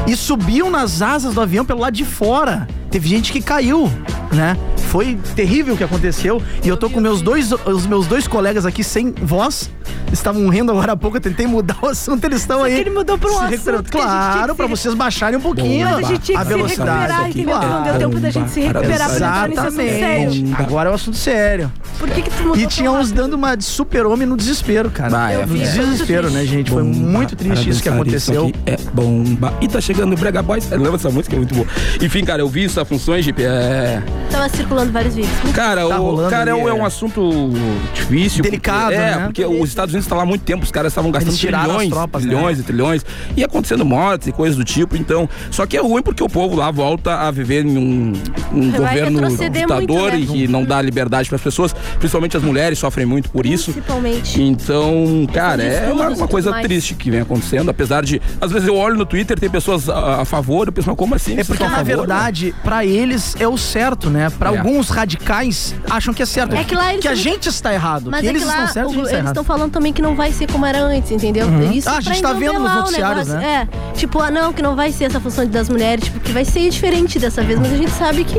Speaker 6: e subiam nas asas do avião pelo lado de fora. Teve gente que caiu, né? Foi terrível o que aconteceu e eu tô com meus dois, os meus dois colegas aqui sem voz. Estavam rindo agora há pouco, eu tentei mudar o assunto, eles estão aí.
Speaker 7: que ele mudou pra um
Speaker 6: se
Speaker 7: assunto
Speaker 6: recuperando.
Speaker 7: que a gente tinha
Speaker 6: Claro,
Speaker 7: que
Speaker 6: pra
Speaker 7: se-
Speaker 6: vocês baixarem um pouquinho
Speaker 3: Mas
Speaker 7: A gente tinha
Speaker 6: a
Speaker 7: que se
Speaker 6: velocidade.
Speaker 7: recuperar,
Speaker 6: aqui.
Speaker 7: entendeu? Não deu tempo da gente se recuperar pra entrar nesse assunto sério.
Speaker 6: Exatamente. Agora é o assunto sério.
Speaker 7: Por que que tu mudou
Speaker 6: E tinha um
Speaker 7: tão
Speaker 6: uns
Speaker 7: rápido?
Speaker 6: dando uma de super-homem no desespero, cara.
Speaker 3: Vai, é
Speaker 6: no
Speaker 3: verdade.
Speaker 6: desespero, né, gente? Foi
Speaker 3: Bomba,
Speaker 6: muito triste isso que
Speaker 3: cara,
Speaker 6: aconteceu.
Speaker 3: aqui é bomba. E tá chegando o Brega Boys. Lembra essa música? É muito boa. Enfim, cara, eu vi isso, a funções, Jeep. É...
Speaker 7: Tava circulando vários vídeos.
Speaker 3: Cara,
Speaker 6: Tá
Speaker 3: o,
Speaker 6: rolando
Speaker 3: cara é, um,
Speaker 6: ali,
Speaker 3: é um
Speaker 6: é.
Speaker 3: assunto difícil. porque-
Speaker 6: Delicado,
Speaker 3: é,
Speaker 6: né?
Speaker 3: porque os Estados Unidos estavam há muito tempo, os caras estavam gastando
Speaker 6: Eles tiraram as
Speaker 3: trilhões,
Speaker 6: tropas, né?
Speaker 3: trilhões e trilhões, e acontecendo mortes e coisas do tipo, então... Só que é ruim porque o povo lá volta a viver em um, um
Speaker 7: Vai
Speaker 3: governo
Speaker 7: retroceder
Speaker 3: ditador
Speaker 7: muito, né?
Speaker 3: e que não dá liberdade para as pessoas, principalmente as mulheres sofrem muito por isso.
Speaker 7: Principalmente.
Speaker 3: Então, cara, é uma,
Speaker 7: estudos e
Speaker 3: uma
Speaker 7: tudo
Speaker 3: coisa
Speaker 7: mais.
Speaker 3: triste que vem acontecendo, apesar de... Às vezes eu olho no Twitter, tem pessoas a, a favor, eu penso, mas como assim?
Speaker 6: É
Speaker 3: Vocês
Speaker 6: porque,
Speaker 3: estão a
Speaker 6: na
Speaker 3: favor,
Speaker 6: verdade, pra eles é o certo, né? Pra
Speaker 3: É.
Speaker 6: alguns radicais acham que é certo.
Speaker 7: É que lá eles
Speaker 6: a
Speaker 7: são-
Speaker 6: gente está errado.
Speaker 7: Mas
Speaker 6: que
Speaker 7: é
Speaker 6: eles
Speaker 7: que lá,
Speaker 6: estão certos, a
Speaker 7: o-
Speaker 6: gente está
Speaker 7: eles
Speaker 6: errado.
Speaker 7: estão falando também que não vai ser como era antes, entendeu? Isso
Speaker 6: Ah, a gente
Speaker 7: pra
Speaker 6: tá vendo nos
Speaker 7: englobelar o
Speaker 6: noticiários,
Speaker 7: negócio.
Speaker 6: né?
Speaker 7: É. Tipo, ah, não, que não vai ser essa função das mulheres, tipo, que vai ser diferente dessa vez, mas a gente sabe que.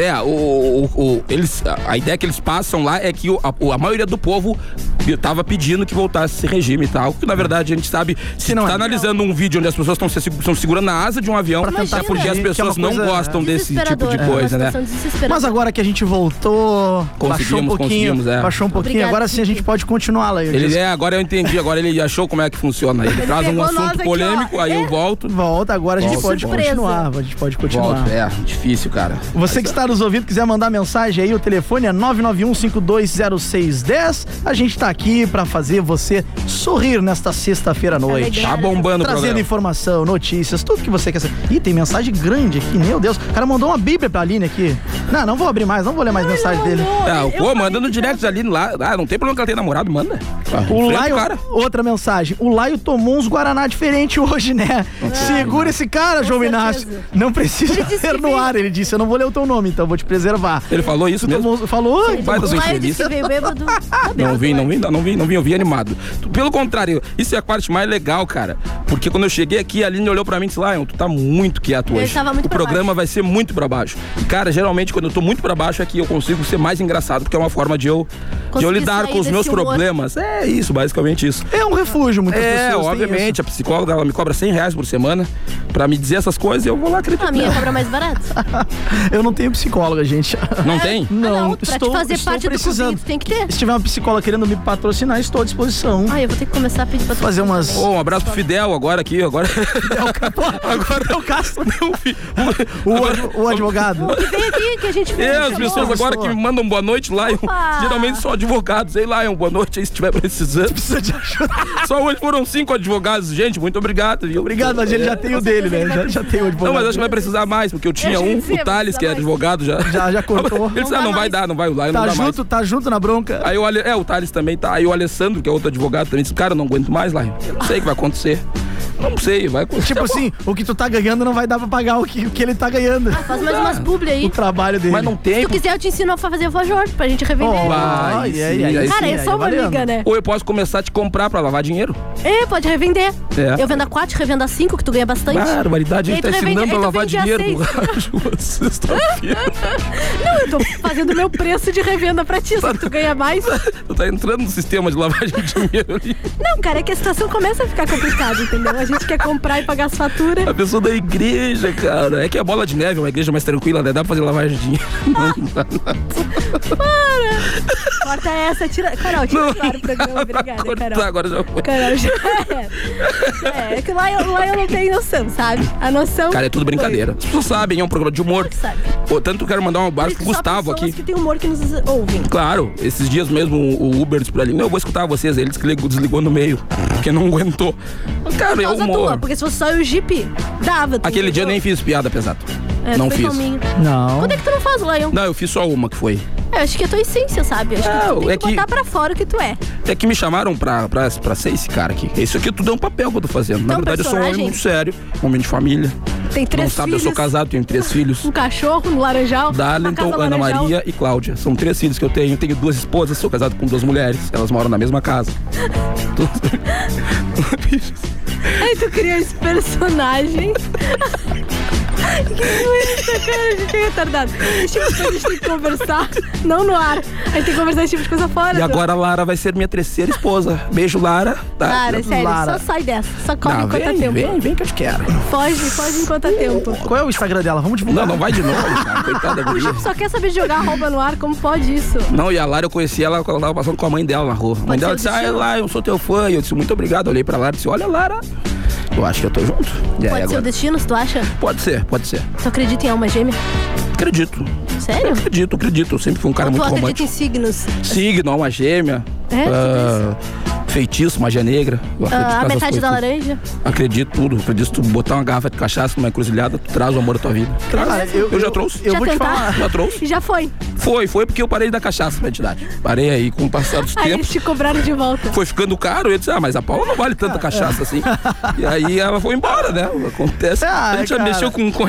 Speaker 3: É, o, o- o- eles, a- a ideia que eles passam lá é que o- a, o- a maioria do povo estava pedindo que voltasse esse regime e tal. Que na verdade a gente sabe, se
Speaker 6: não
Speaker 3: está
Speaker 6: é.
Speaker 3: analisando um vídeo onde as pessoas estão segurando na asa de um avião,
Speaker 6: Pra tentar
Speaker 3: é porque
Speaker 6: fugir,
Speaker 3: as
Speaker 6: que é uma
Speaker 3: pessoas não
Speaker 6: coisa
Speaker 3: gostam desse tipo de
Speaker 7: Desesperadora, é uma
Speaker 3: coisa, né?
Speaker 7: situação desesperadora.
Speaker 6: Mas agora que a gente voltou, baixou um
Speaker 3: Conseguimos,
Speaker 6: pouquinho,
Speaker 3: conseguimos, é.
Speaker 6: baixou um pouquinho,
Speaker 7: Obrigada,
Speaker 6: agora sim a
Speaker 7: Piqui.
Speaker 6: gente pode continuar lá. Eu
Speaker 3: Ele
Speaker 6: disse.
Speaker 3: é, agora eu entendi, agora ele achou como é que funciona. Ele, traz um
Speaker 7: pegou nós
Speaker 3: assunto
Speaker 7: aqui, ó.
Speaker 3: polêmico, aí
Speaker 7: É.
Speaker 3: eu volto.
Speaker 6: Volta, agora a gente
Speaker 3: Volta,
Speaker 6: pode
Speaker 7: surpresa.
Speaker 6: continuar. A gente pode continuar.
Speaker 3: Volto. É, difícil, cara.
Speaker 6: Você que está caros ouvintes, quiser mandar mensagem aí, o telefone é 991-520610. A gente tá aqui pra fazer você sorrir nesta sexta-feira à noite.
Speaker 3: Tá bombando o
Speaker 6: Trazendo
Speaker 3: programa.
Speaker 6: informação, notícias, tudo que você quer saber. Ih, tem mensagem grande aqui, meu Deus. O cara mandou uma bíblia pra Aline aqui. Não, não vou abrir mais, não vou ler mais mensagem dele.
Speaker 3: Ah, pô, manda no direct ali lá. Ah, não tem problema que ela tenha namorado, manda. Ah,
Speaker 6: O
Speaker 3: enfrenta
Speaker 6: Laio,
Speaker 3: cara.
Speaker 6: outra mensagem. O Laio tomou uns Guaraná diferente hoje, né? Segura esse cara, João Inácio. Não precisa ser no ar. Ele disse: Eu não vou ler o teu nome, então eu vou te preservar.
Speaker 3: Ele falou isso mesmo?
Speaker 6: Tomou- Falou?
Speaker 3: Vai das entrevistas. Não vi, não vi, não vi, não vi, eu vi animado. Pelo contrário, isso é a parte mais legal, cara. Porque quando eu cheguei aqui, a Aline olhou pra mim e disse, Lion, tu tá muito quieto
Speaker 7: Eu
Speaker 3: hoje.
Speaker 7: estava muito
Speaker 3: o
Speaker 7: pra
Speaker 3: programa vai ser muito pra baixo. E, cara, geralmente quando eu tô muito pra baixo é que eu consigo ser mais engraçado, porque é uma forma de eu, de eu
Speaker 6: Conseguir
Speaker 3: lidar
Speaker 6: sair
Speaker 3: com os meus
Speaker 6: desse humor.
Speaker 3: problemas. É isso, basicamente isso.
Speaker 6: É um refúgio, muitas pessoas
Speaker 3: É,
Speaker 6: têm
Speaker 3: obviamente, a psicóloga ela me cobra 100 reais por semana pra me dizer essas coisas e eu vou lá acreditar.
Speaker 7: A Ah, minha cobra mais barata. Ah,
Speaker 6: Eu não tenho psicóloga, gente.
Speaker 3: Não tem?
Speaker 6: Não,
Speaker 7: Pra te fazer parte do convite, tem que ter.
Speaker 6: Se tiver uma psicóloga querendo me patrocinar, estou à disposição.
Speaker 7: Ah, eu vou ter que começar a pedir pra
Speaker 6: Fazer umas.
Speaker 3: Ô, um abraço pro Fidel agora aqui, agora.
Speaker 6: agora é o Castro. O, advo- o advogado.
Speaker 7: Vem aqui que a gente
Speaker 3: É, as pessoas agora que me mandam boa noite, Lion. Geralmente são advogados. Ei, Lion, boa noite é aí se estiver precisando.
Speaker 6: Precisa de ajuda.
Speaker 3: Só hoje foram cinco advogados. Gente, muito obrigado. viu?
Speaker 6: Obrigado, mas ele já tem o dele, né? Já, já tem o advogado.
Speaker 3: Não, mas acho que vai precisar mais, porque eu tinha
Speaker 6: Eu achei
Speaker 3: um,
Speaker 6: que sim,
Speaker 3: o Thales,
Speaker 6: vai
Speaker 3: que é advogado já.
Speaker 6: Já, já cortou.
Speaker 3: Ele disse, ah, não vai dar, não vai, o Lion não
Speaker 6: Tá
Speaker 3: dá mais.
Speaker 6: junto, tá junto na bronca.
Speaker 3: Aí o Ale... É, o Thales também tá. Aí o Alessandro, que é outro advogado, também disse, cara, eu não aguento mais, Lion. Eu não sei o que vai acontecer. Não sei, vai acontecer.
Speaker 6: Tipo assim, o que tu tá ganhando não vai dar pra pagar o que, o que ele tá ganhando. Ah,
Speaker 7: faz mais umas publi aí.
Speaker 6: O trabalho dele. Mas não
Speaker 7: Se
Speaker 3: tem.
Speaker 7: tu quiser, eu te ensino a fazer vajor pra gente revender.
Speaker 3: Vai,
Speaker 6: aí,
Speaker 3: sim,
Speaker 6: aí,
Speaker 3: É aí
Speaker 7: Cara,
Speaker 3: sim,
Speaker 7: eu
Speaker 3: aí
Speaker 7: sou uma
Speaker 3: valendo.
Speaker 7: amiga, né?
Speaker 3: Ou eu posso começar a te comprar pra lavar dinheiro?
Speaker 7: É, pode revender.
Speaker 3: É.
Speaker 7: Eu vendo a 4, revendo a 5, que tu ganha bastante.
Speaker 3: Barbaridade, a
Speaker 7: E aí
Speaker 3: gente tá
Speaker 7: tu revende- aí
Speaker 3: ensinando a
Speaker 7: tu
Speaker 3: lavar
Speaker 7: vende a
Speaker 3: dinheiro no
Speaker 7: seis.
Speaker 3: rádio. Sexta-feira.
Speaker 7: Não, eu tô fazendo o meu preço de revenda pra ti, só que tu ganha mais.
Speaker 3: Tu tá entrando no sistema de lavagem de dinheiro ali.
Speaker 7: Não, cara, é que a situação começa a ficar complicada, entendeu? A gente quer comprar e pagar as faturas.
Speaker 3: A pessoa da igreja, cara. É que a bola de neve é uma igreja mais tranquila, né? Dá pra fazer lavagem de dinheiro. Não dá nada.
Speaker 7: Para! Corta essa, tira. Carol, tira
Speaker 3: Não.
Speaker 7: do ar o programa, obrigada, Carol.
Speaker 3: Tá, agora já foi.
Speaker 7: Carol, já é. É, é que lá eu, lá eu não tenho noção, sabe? A noção.
Speaker 3: Cara, é tudo brincadeira. As pessoas sabem, é um programa de humor.
Speaker 7: Sabe.
Speaker 3: Pô, tanto quero mandar um abraço pro
Speaker 7: Só
Speaker 3: Gustavo
Speaker 7: pessoas
Speaker 3: aqui.
Speaker 7: que tem humor que nos ouvem.
Speaker 3: Claro, esses dias mesmo o Uber disse pra ele, não, eu vou escutar vocês, ele disse que ligou- desligou no meio, porque não aguentou. Cara, é
Speaker 7: Por causa tua,
Speaker 3: humor.
Speaker 7: porque se fosse só eu e o Jeep, dava. tu
Speaker 3: Aquele dia eu
Speaker 7: entendeu?
Speaker 3: nem fiz piada pesado.
Speaker 7: É,
Speaker 3: não
Speaker 7: tu foi
Speaker 3: fiz.
Speaker 7: calminho.
Speaker 6: Não.
Speaker 7: Quando é que tu não faz, Lion?
Speaker 3: Não, eu fiz só uma que foi.
Speaker 7: Eu acho que é tua essência, sabe? Eu Acho que
Speaker 3: Não,
Speaker 7: tu tem
Speaker 3: é
Speaker 7: que
Speaker 3: que-
Speaker 7: botar pra fora o que tu é.
Speaker 3: É que me chamaram pra, pra, pra ser esse cara aqui. Isso aqui tudo é um papel que eu tô fazendo. Na
Speaker 7: É um
Speaker 3: verdade, eu sou um
Speaker 7: personagem?
Speaker 3: homem muito sério, homem de família.
Speaker 7: Tem três
Speaker 3: Não sabe, eu sou
Speaker 7: filhos.
Speaker 3: casado, tenho três filhos.
Speaker 7: Um cachorro, um laranjal, uma
Speaker 3: Darlington,
Speaker 7: casa
Speaker 3: Ana
Speaker 7: laranjal.
Speaker 3: Maria e Cláudia. São três filhos que eu tenho. Tenho duas esposas, sou casado com duas mulheres. Elas moram na mesma casa.
Speaker 7: Aí tu cria esse personagem. que doença, cara. A gente é retardado. Esse tipo de coisa a gente tem que conversar, não no ar. A gente tem que conversar esse tipo de coisa fora.
Speaker 3: E
Speaker 7: do-
Speaker 3: agora a Lara vai ser minha terceira esposa. Beijo, Lara. Tá?
Speaker 7: Lara, sério, só sai dessa. Só come
Speaker 3: Não,
Speaker 7: enquanto há
Speaker 3: vem,
Speaker 7: tempo.
Speaker 3: vem, vem que eu te quero.
Speaker 7: Foge, foge enquanto há tempo.
Speaker 6: Qual é o Instagram dela? Vamos divulgar.
Speaker 3: Não, não vai de novo, cara. Coitada da
Speaker 7: O
Speaker 3: guria.
Speaker 7: Jeep só quer saber de jogar rouba no ar, como pode isso?
Speaker 3: Não, e a Lara, eu conheci ela quando ela tava passando com a mãe dela na rua. A mãe dela disse, ah, é lá, eu sou teu fã. E eu disse, muito obrigado. Eu olhei pra Lara e disse, olha, Lara, eu acho que eu tô junto. E
Speaker 7: Pode ser
Speaker 3: aí,
Speaker 7: o
Speaker 3: É, agora?
Speaker 7: destino, se tu acha?
Speaker 3: Pode ser, pode ser.
Speaker 7: Tu acredita em alma gêmea?
Speaker 3: Acredito.
Speaker 7: Sério?
Speaker 3: Acredito, acredito. Eu sempre fui um cara
Speaker 7: tu
Speaker 3: muito
Speaker 7: acredita em
Speaker 3: romântico.
Speaker 7: signos?
Speaker 3: Signo, alma gêmea.
Speaker 7: É?
Speaker 3: ah, feitiço, magia negra. Eu acredito
Speaker 7: Ah, a
Speaker 3: nessas
Speaker 7: metade
Speaker 3: coisas
Speaker 7: da
Speaker 3: tudo.
Speaker 7: laranja?
Speaker 3: Acredito tudo. Acredito tu botar uma garrafa de cachaça numa encruzilhada, tu traz o amor à tua vida. Traz.
Speaker 6: Ah,
Speaker 7: Cara,
Speaker 3: eu, já trouxe.
Speaker 7: Já tentar?
Speaker 3: Já trouxe.
Speaker 7: Já foi.
Speaker 3: Foi, foi porque eu parei da cachaça pra entidade. Parei aí com o passar dos
Speaker 7: Aí eles
Speaker 3: tempos.
Speaker 7: te cobraram de volta.
Speaker 3: Foi ficando caro, eu disse, ah, mas a Paula não vale
Speaker 6: É,
Speaker 3: tanta cachaça assim. E aí ela foi embora, né? Acontece. a gente já
Speaker 6: Ah, cara.
Speaker 3: mexeu com, com-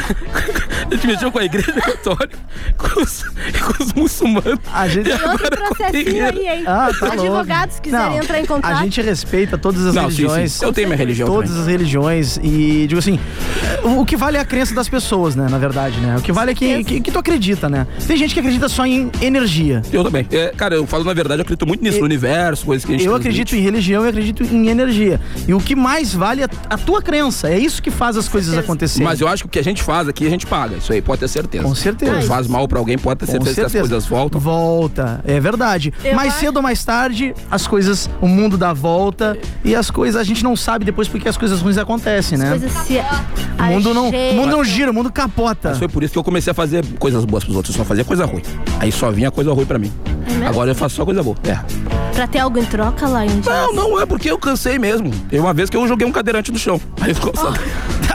Speaker 3: A gente mexeu com a igreja católica, com os, com os muçulmanos.
Speaker 6: A gente
Speaker 3: E agora com a
Speaker 7: processinho aí,
Speaker 3: terreira.
Speaker 7: hein?
Speaker 6: Ah, tá louco.
Speaker 7: Advogados quiserem
Speaker 6: Não,
Speaker 7: entrar em
Speaker 6: A
Speaker 7: contato.
Speaker 6: gente respeita todas as
Speaker 3: Não, sim,
Speaker 6: religiões.
Speaker 3: sim. Eu tenho minha religião
Speaker 6: Todas
Speaker 3: também.
Speaker 6: as religiões. E digo assim, o que vale é a crença das pessoas, né? Na verdade, né? O que vale é que, que, que tu acredita, né? Tem gente que acredita só em energia.
Speaker 3: Eu também. É, cara, eu falo na verdade, eu acredito muito nisso, no universo, coisas que a gente
Speaker 6: Eu
Speaker 3: transmite.
Speaker 6: acredito em religião e acredito em energia. E o que mais vale é a tua crença. É isso que faz as coisas acontecerem.
Speaker 3: Mas eu acho que o que a gente faz aqui, a gente paga. cara. Isso aí pode ter certeza.
Speaker 6: Com certeza.
Speaker 3: Quando Faz mal pra alguém, pode ter
Speaker 6: Com
Speaker 3: certeza, que as
Speaker 6: certeza.
Speaker 3: coisas voltam.
Speaker 6: Volta, é verdade.
Speaker 3: Eu
Speaker 6: mais cedo ou mais tarde, as coisas, o mundo dá volta e as coisas, a gente não sabe depois porque as coisas ruins acontecem, né?
Speaker 7: Coisas se... é
Speaker 6: O mundo não,
Speaker 7: Achei.
Speaker 6: o mundo não gira, o mundo capota.
Speaker 3: Mas foi por isso que eu comecei a fazer coisas boas pros outros. Eu só fazia coisa ruim. Aí só vinha coisa ruim pra mim.
Speaker 7: É mesmo?
Speaker 3: Agora eu faço só coisa boa. É.
Speaker 7: Pra ter algo em troca lá em
Speaker 3: Não, não é porque eu cansei mesmo. Tem uma vez que eu joguei um cadeirante no chão. Aí ficou
Speaker 6: Ah.
Speaker 3: só.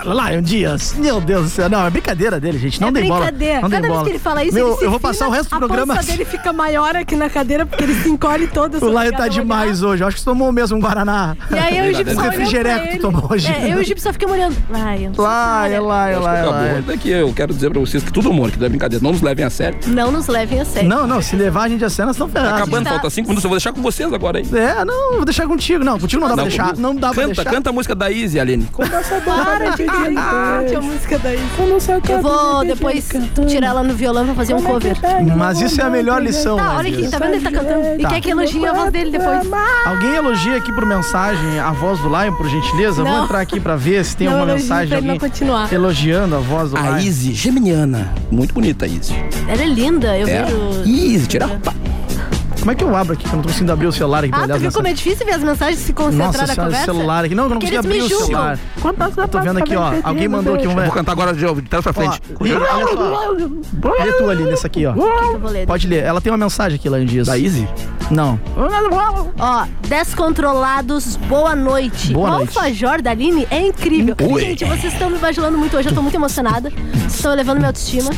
Speaker 6: Lion Dias, um meu Deus do céu, não, é brincadeira dele, gente, não
Speaker 7: é
Speaker 6: dei bola.
Speaker 7: brincadeira.
Speaker 6: Não dei
Speaker 7: Cada vez
Speaker 6: bola.
Speaker 7: que ele fala isso,
Speaker 6: Meu,
Speaker 7: ele se
Speaker 6: eu vou passar o
Speaker 7: empina,
Speaker 6: resto do programa.
Speaker 7: A bolsa dele fica maior aqui na cadeira porque ele se encolhe todo. eu
Speaker 6: O
Speaker 7: sou
Speaker 6: Lion
Speaker 7: obrigada
Speaker 6: tá
Speaker 7: a olhar.
Speaker 6: demais hoje, eu acho que você tomou mesmo um Guaraná.
Speaker 7: E aí eu e o Gips
Speaker 6: Um
Speaker 7: só olhando
Speaker 6: refrigerante
Speaker 7: pra
Speaker 6: que
Speaker 7: ele.
Speaker 6: tu tomou hoje.
Speaker 7: É, eu e o Gips só fiquei olhando. Lion. né?
Speaker 6: Lion, Lion, Lion, Lion.
Speaker 3: Acabou. Daqui eu quero dizer pra vocês que tudo humor, que não é brincadeira. Não nos levem a sério.
Speaker 7: Não nos levem a sério.
Speaker 6: Não, não, se levar a gente Ah, a cena, vocês estão
Speaker 3: Tá
Speaker 6: ferrados.
Speaker 3: acabando, falta cinco minutos. Eu vou deixar com vocês agora aí.
Speaker 6: É, não, vou deixar contigo. Não, contigo não dá pra deixar.
Speaker 3: comigo.
Speaker 6: Não dá pra
Speaker 3: canta,
Speaker 6: deixar.
Speaker 3: Canta a música da Izzy, Aline.
Speaker 7: Para de cantar a música daí. Eu vou depois tirar ela no violão pra fazer um cover.
Speaker 6: Mas isso é a melhor lição.
Speaker 7: Tá,
Speaker 6: né,
Speaker 7: olha aqui,
Speaker 6: Dias?
Speaker 7: tá vendo? Ele tá cantando. E
Speaker 6: Tá.
Speaker 7: quer que elogie a voz dele depois.
Speaker 6: Alguém elogia aqui por mensagem a voz do Lion, por gentileza?
Speaker 7: Não.
Speaker 6: Vou entrar aqui pra ver se tem
Speaker 7: Não,
Speaker 6: alguma
Speaker 7: elogio
Speaker 6: mensagem de
Speaker 7: pra ele não
Speaker 6: alguém
Speaker 7: continuar.
Speaker 6: elogiando a voz do Lion.
Speaker 3: A Izzy, geminiana. Muito bonita a Izzy.
Speaker 7: Ela é linda, eu
Speaker 3: É.
Speaker 7: vejo.
Speaker 3: Izzy, tira.
Speaker 6: Como é que eu abro aqui? Que eu não tô conseguindo abrir o celular aqui pra
Speaker 7: Ah,
Speaker 6: olhar
Speaker 7: tu
Speaker 6: as
Speaker 7: viu como é
Speaker 6: mensagens.
Speaker 7: difícil ver as mensagens se
Speaker 6: Nossa
Speaker 7: concentrar na
Speaker 6: senhora, o
Speaker 7: conversa?
Speaker 6: celular aqui. Não, eu não
Speaker 7: Porque
Speaker 6: consigo abrir o
Speaker 7: eles me julgam.
Speaker 6: celular.
Speaker 7: tá
Speaker 6: Tô vendo aqui, ó. Alguém mandou aqui, vamos
Speaker 3: Eu
Speaker 6: ver.
Speaker 3: vou cantar agora de de trás pra frente.
Speaker 6: Ó, lê, olha só. Lê tu ali nessa aqui, ó. Pode ler. Ela tem uma mensagem aqui, Lion Dias. Da
Speaker 3: Izzy?
Speaker 6: Não.
Speaker 7: Ó, descontrolados, boa noite.
Speaker 6: Boa
Speaker 7: o
Speaker 6: noite.
Speaker 7: alfajor da Aline é incrível.
Speaker 3: Ui.
Speaker 7: Gente, vocês estão me bajulando muito hoje, eu tô muito emocionada. Estão elevando minha autoestima.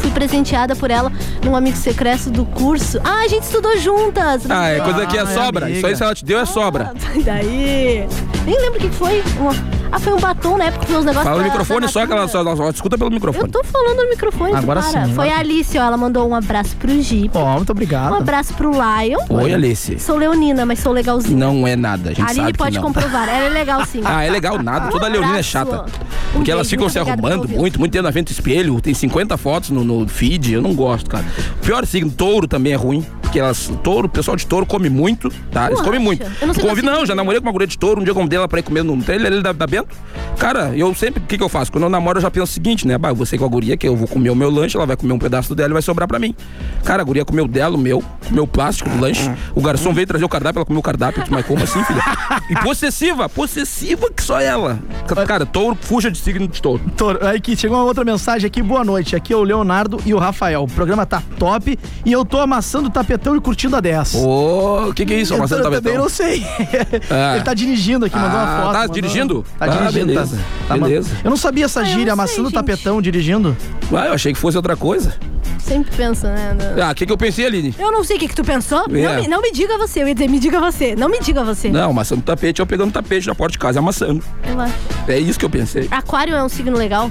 Speaker 7: Fui presenteada por ela num amigo secreto do curso. Ah, a gente estudou juntas!
Speaker 3: Ah, é coisa que é
Speaker 7: Ah,
Speaker 3: sobra. Isso aí, se ela te deu, é sobra.
Speaker 7: Sai daí! Nem lembro o que foi. Uma- Ah, foi um batom na época que meus
Speaker 6: Ah,
Speaker 7: negócios.
Speaker 3: Fala no
Speaker 6: tá,
Speaker 7: da-
Speaker 3: microfone
Speaker 7: da
Speaker 3: só que ela só, ela só escuta pelo
Speaker 7: Eu
Speaker 3: microfone.
Speaker 7: tô falando no microfone, tu
Speaker 3: Agora
Speaker 7: para.
Speaker 3: sim, né?
Speaker 7: Foi
Speaker 3: agora
Speaker 7: a Alice, ó. Ela mandou um abraço pro Jeep.
Speaker 6: Ó, muito obrigado.
Speaker 7: Um abraço pro Lion.
Speaker 3: Oi, Alice.
Speaker 7: Sou leonina, mas sou legalzinha.
Speaker 3: Não é nada, a gente
Speaker 7: A Aline
Speaker 3: sabe que
Speaker 7: pode
Speaker 3: não.
Speaker 7: comprovar. Ela é legal sim.
Speaker 3: Ah, é legal nada. Toda
Speaker 7: Um
Speaker 3: leonina é
Speaker 7: abraço.
Speaker 3: chata.
Speaker 7: Um
Speaker 3: Porque elas
Speaker 7: beijo,
Speaker 3: ficam
Speaker 7: muito
Speaker 3: se
Speaker 7: obrigada por
Speaker 3: arrumando
Speaker 7: ouvir.
Speaker 3: muito, muito tempo na frente do espelho. Tem 50 fotos no, no feed, eu não gosto, cara. Pior signo, touro também é ruim. Porque elas, touro, o pessoal de touro come muito, tá? Eles
Speaker 7: Tu
Speaker 3: comem
Speaker 7: acha?
Speaker 3: muito.
Speaker 7: Eu não sei é
Speaker 3: Convi,
Speaker 7: qual
Speaker 3: não, já namorei com uma guria de touro, um dia eu convidei ela pra ir comer num trailer ali da, da Bento. Cara, eu sempre, o que que eu faço? Quando eu namoro, eu já penso o seguinte, né? Bah, eu vou sair com a guria, que eu vou comer o meu lanche, ela vai comer um pedaço dela e vai sobrar pra mim. Cara, a guria comeu dela, o meu, comeu o plástico do lanche. O garçom veio trazer o cardápio, ela comeu o cardápio. Eu disse, Mas como assim, filha? E possessiva, possessiva que só ela. Cara, touro, fuja de signo de touro.
Speaker 6: Toro, aí que chegou uma outra mensagem aqui. Boa noite. Aqui é o Leonardo e o Rafael. O programa tá top e eu tô amassando o tapetão e curtindo a 10.
Speaker 3: Ô, o que que é isso,
Speaker 6: Eu,
Speaker 3: amassando
Speaker 6: eu
Speaker 3: tapetão?
Speaker 6: também não sei.
Speaker 3: Ah.
Speaker 6: Ele tá dirigindo aqui, mandou uma
Speaker 3: Ah,
Speaker 6: foto.
Speaker 3: tá
Speaker 6: mandou-
Speaker 3: dirigindo?
Speaker 6: Tá
Speaker 3: Ah,
Speaker 6: dirigindo. tá-
Speaker 3: beleza,
Speaker 6: tá mandando-
Speaker 3: beleza.
Speaker 6: Eu não sabia
Speaker 7: Ah,
Speaker 6: essa gíria, amassando o tapetão dirigindo.
Speaker 3: Ah, eu achei que fosse outra coisa.
Speaker 7: Sempre pensa, né? no-
Speaker 3: Ah, o que que eu pensei, Aline?
Speaker 7: Eu não sei o que, que tu pensou.
Speaker 3: É.
Speaker 7: Não, me, não me diga você. Eu ia dizer, me diga você. Não me diga você.
Speaker 3: Não, amassando tapete, eu pegando tapete na porta de casa e amassando.
Speaker 7: Eu acho.
Speaker 3: É isso que eu pensei.
Speaker 7: Aquário é um signo legal.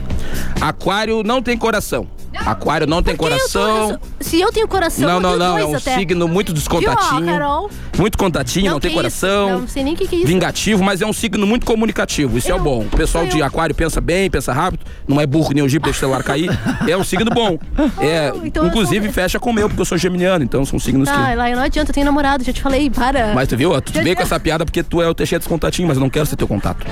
Speaker 3: Aquário não tem coração. Aquário não tem coração.
Speaker 7: Se eu tenho coração,
Speaker 3: Não,
Speaker 7: eu
Speaker 3: não,
Speaker 7: tenho
Speaker 3: não. É
Speaker 7: dois
Speaker 3: um
Speaker 7: até.
Speaker 3: signo muito
Speaker 7: Viu, ó,
Speaker 3: descontatinho.
Speaker 7: Carol?
Speaker 3: Muito contatinho, não,
Speaker 7: Não,
Speaker 3: tem
Speaker 7: que isso?
Speaker 3: coração.
Speaker 7: Não sei nem o que, que é isso.
Speaker 3: Vingativo, mas é um signo muito comunicativo. Isso é bom. O pessoal de aquário pensa bem, pensa rápido. Não é burro nem o jipe, deixa o celular cair. É um signo bom. É,
Speaker 7: então eu
Speaker 3: inclusive, fecha com o meu, porque eu sou geminiano, então são signos
Speaker 7: Ah,
Speaker 3: que.
Speaker 7: lá não adianta, eu tenho namorado, já te falei, para.
Speaker 3: Mas tu viu? Tu
Speaker 7: Já-
Speaker 3: veio com essa piada porque tu é o Teixeira dos Contatinhos, mas eu não quero ser teu contato.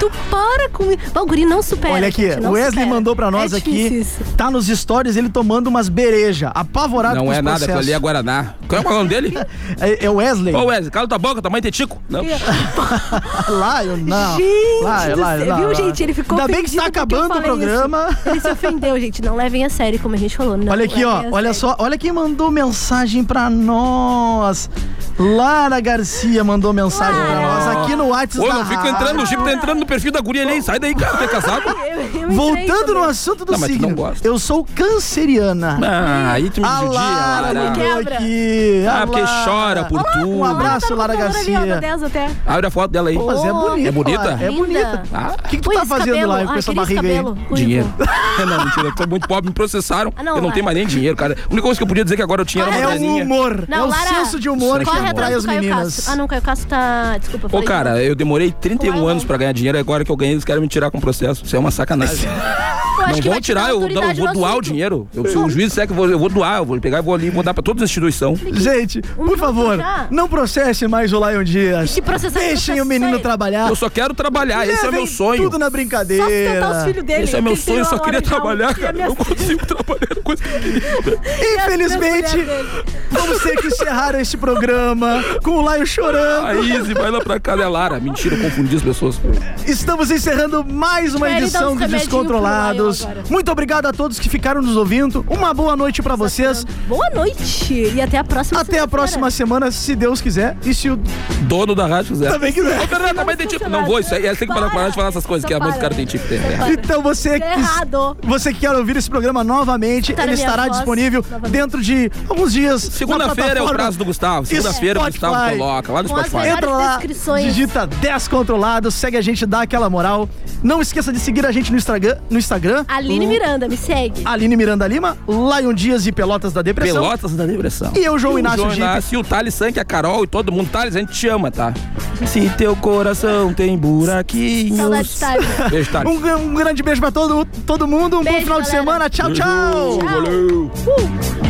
Speaker 7: Tu para comigo. Bah, O guri não supera.
Speaker 6: Olha aqui,
Speaker 7: É, gente, não
Speaker 6: o Wesley
Speaker 7: supera.
Speaker 6: mandou pra nós
Speaker 7: É
Speaker 6: aqui.
Speaker 7: difícil.
Speaker 6: Tá nos stories ele tomando umas bereja,
Speaker 7: Ah,
Speaker 6: apavorado
Speaker 3: Não
Speaker 6: com os
Speaker 3: é nada, aquilo
Speaker 6: processos.
Speaker 3: ali é Guaraná. Qual é o nome dele?
Speaker 6: É, é o Wesley.
Speaker 3: Ô, Wesley, cala tua boca, tua mãe tem tico. Não.
Speaker 6: Lion, não.
Speaker 7: Gente,
Speaker 6: Lion,
Speaker 7: do
Speaker 6: Lion,
Speaker 7: céu,
Speaker 6: Lion,
Speaker 7: viu,
Speaker 6: Lion.
Speaker 7: gente? Ele ficou
Speaker 6: Ainda bem que
Speaker 7: ofendido
Speaker 6: está
Speaker 7: porque eu
Speaker 6: acabando o
Speaker 7: falei
Speaker 6: programa.
Speaker 7: isso. Ele se ofendeu, gente. Não levem a sério, como a gente falou. Não
Speaker 6: olha aqui, ó.
Speaker 7: levem a
Speaker 6: Olha só, olha quem mandou mensagem pra nós. Lara Garcia mandou mensagem pra nós aqui no WhatsApp.
Speaker 3: Ô,
Speaker 6: da
Speaker 3: não fica
Speaker 6: rádio.
Speaker 3: entrando, o Jeep tá entrando no perfil da guria ali. Sai daí, cara, tu é casado.
Speaker 6: Voltando no assunto do
Speaker 3: Não, mas tu
Speaker 6: signo.
Speaker 3: não gosta.
Speaker 6: Eu sou canceriana.
Speaker 3: Ah, aí tu me
Speaker 6: a
Speaker 3: judia,
Speaker 6: Lara
Speaker 7: é
Speaker 3: Lara.
Speaker 6: mandou aqui.
Speaker 3: Ah,
Speaker 6: a
Speaker 3: porque
Speaker 6: Lara.
Speaker 3: chora por tudo.
Speaker 6: Um
Speaker 7: tá
Speaker 6: abraço, Lara
Speaker 7: sério. Ali, ó, da
Speaker 6: Garcia.
Speaker 7: 10 até.
Speaker 3: Abre a foto dela aí.
Speaker 6: Mas é bonita.
Speaker 3: É bonita?
Speaker 6: Lara, É bonita.
Speaker 3: Ah.
Speaker 6: O que, que tu
Speaker 7: Ui,
Speaker 6: tá
Speaker 7: esse
Speaker 6: fazendo
Speaker 7: cabelo.
Speaker 6: lá com
Speaker 7: Ah,
Speaker 6: essa
Speaker 7: aquele
Speaker 6: barriga aí?
Speaker 7: cabelo. Ui,
Speaker 3: Dinheiro. não, mentira, eu tô muito pobre, me processaram.
Speaker 7: Ah, não, Ah,
Speaker 3: eu não
Speaker 7: Lara.
Speaker 3: tenho mais nem dinheiro, cara. A única coisa que eu podia dizer que agora eu tinha era uma
Speaker 6: É o
Speaker 3: graninha.
Speaker 7: um-
Speaker 6: humor. é o
Speaker 7: Lara,
Speaker 6: senso de humor que
Speaker 7: corre
Speaker 6: atrai
Speaker 7: atrás
Speaker 6: as
Speaker 7: do Caio
Speaker 6: meninas.
Speaker 7: Castro. Ah, não, Caio Castro tá... Desculpa, eu
Speaker 3: Ô,
Speaker 7: falei
Speaker 3: um cara, eu demorei 31 anos pra ganhar dinheiro, agora que eu ganhei, eles querem me tirar com processo. Isso é uma sacanagem.
Speaker 7: acho
Speaker 3: não
Speaker 7: que
Speaker 3: vão
Speaker 7: vai te dar
Speaker 3: tirar, eu, não, eu
Speaker 7: autoridade
Speaker 3: vou
Speaker 7: no
Speaker 3: doar o
Speaker 7: assunto.
Speaker 3: dinheiro. Eu, se o juiz disser que eu vou, eu vou doar, eu vou pegar e vou ali, vou dar pra todas as instituições.
Speaker 7: um
Speaker 6: Gente, por favor, não processe mais o Lion Dias. Deixem o menino trabalhar.
Speaker 3: Eu só quero trabalhar, esse é o
Speaker 6: Levem
Speaker 3: meu sonho.
Speaker 6: Ah. tudo na brincadeira.
Speaker 3: Só sustentar os filhos dele, Esse é meu que ele sonho, tem eu só uma queria hora já, trabalhar,
Speaker 7: é
Speaker 3: que é a cara. minha Eu
Speaker 6: não consigo trabalhar coisa Infelizmente, vamos ter que encerrar este programa com o Laio chorando.
Speaker 3: A Izzy vai lá pra casa, é Lara. Mentira, eu confundi as pessoas.
Speaker 6: Estamos encerrando mais uma
Speaker 3: Quero dar
Speaker 6: edição
Speaker 3: uns
Speaker 6: do
Speaker 3: remedinho pro
Speaker 6: Descontrolados.
Speaker 3: Lion agora.
Speaker 6: Muito obrigado a todos que ficaram nos ouvindo. Uma boa noite pra vocês.
Speaker 7: Boa noite e até a próxima
Speaker 6: Até a próxima semana, se Deus quiser. E se o
Speaker 3: Dono da rádio quiser.
Speaker 6: Também quiser.
Speaker 3: Ô, Fernanda, mas tem tipo. Não vou, isso aí. Tem que parar parar de falar essas coisas, que a música cara tem tipo. tem- é.
Speaker 6: Então você que,
Speaker 7: Errado.
Speaker 6: você que quer ouvir esse programa novamente,
Speaker 3: Tá na
Speaker 6: ele
Speaker 3: minha
Speaker 6: estará
Speaker 3: voz,
Speaker 6: disponível dentro de alguns dias. na
Speaker 3: Segunda-feira é o
Speaker 6: plataforma
Speaker 3: prazo do Gustavo. Segunda-feira o
Speaker 6: Spotify.
Speaker 3: Gustavo coloca lá no Spotify.
Speaker 6: Entra lá, digita Descontrolados, segue a gente, dá aquela moral. Não esqueça de seguir a gente no Instagram. No Instagram
Speaker 7: Aline Miranda, me segue.
Speaker 6: Aline Miranda Lima, Lion Dias e Pelotas da Depressão.
Speaker 3: Pelotas da Depressão.
Speaker 6: E eu, João Inácio
Speaker 3: João
Speaker 6: Gipe.
Speaker 3: Inácio, e o Thales Sank, a Carol e todo mundo. Thales, a gente te ama, tá? Se teu coração tem buraquinhos.
Speaker 6: Saudade de Thales.
Speaker 3: Beijo, Thales.
Speaker 6: Um, um grande beijo pra todo, todo mundo. Um bom final de semana. Tchau, tchau.
Speaker 3: Valeu.
Speaker 7: Uh.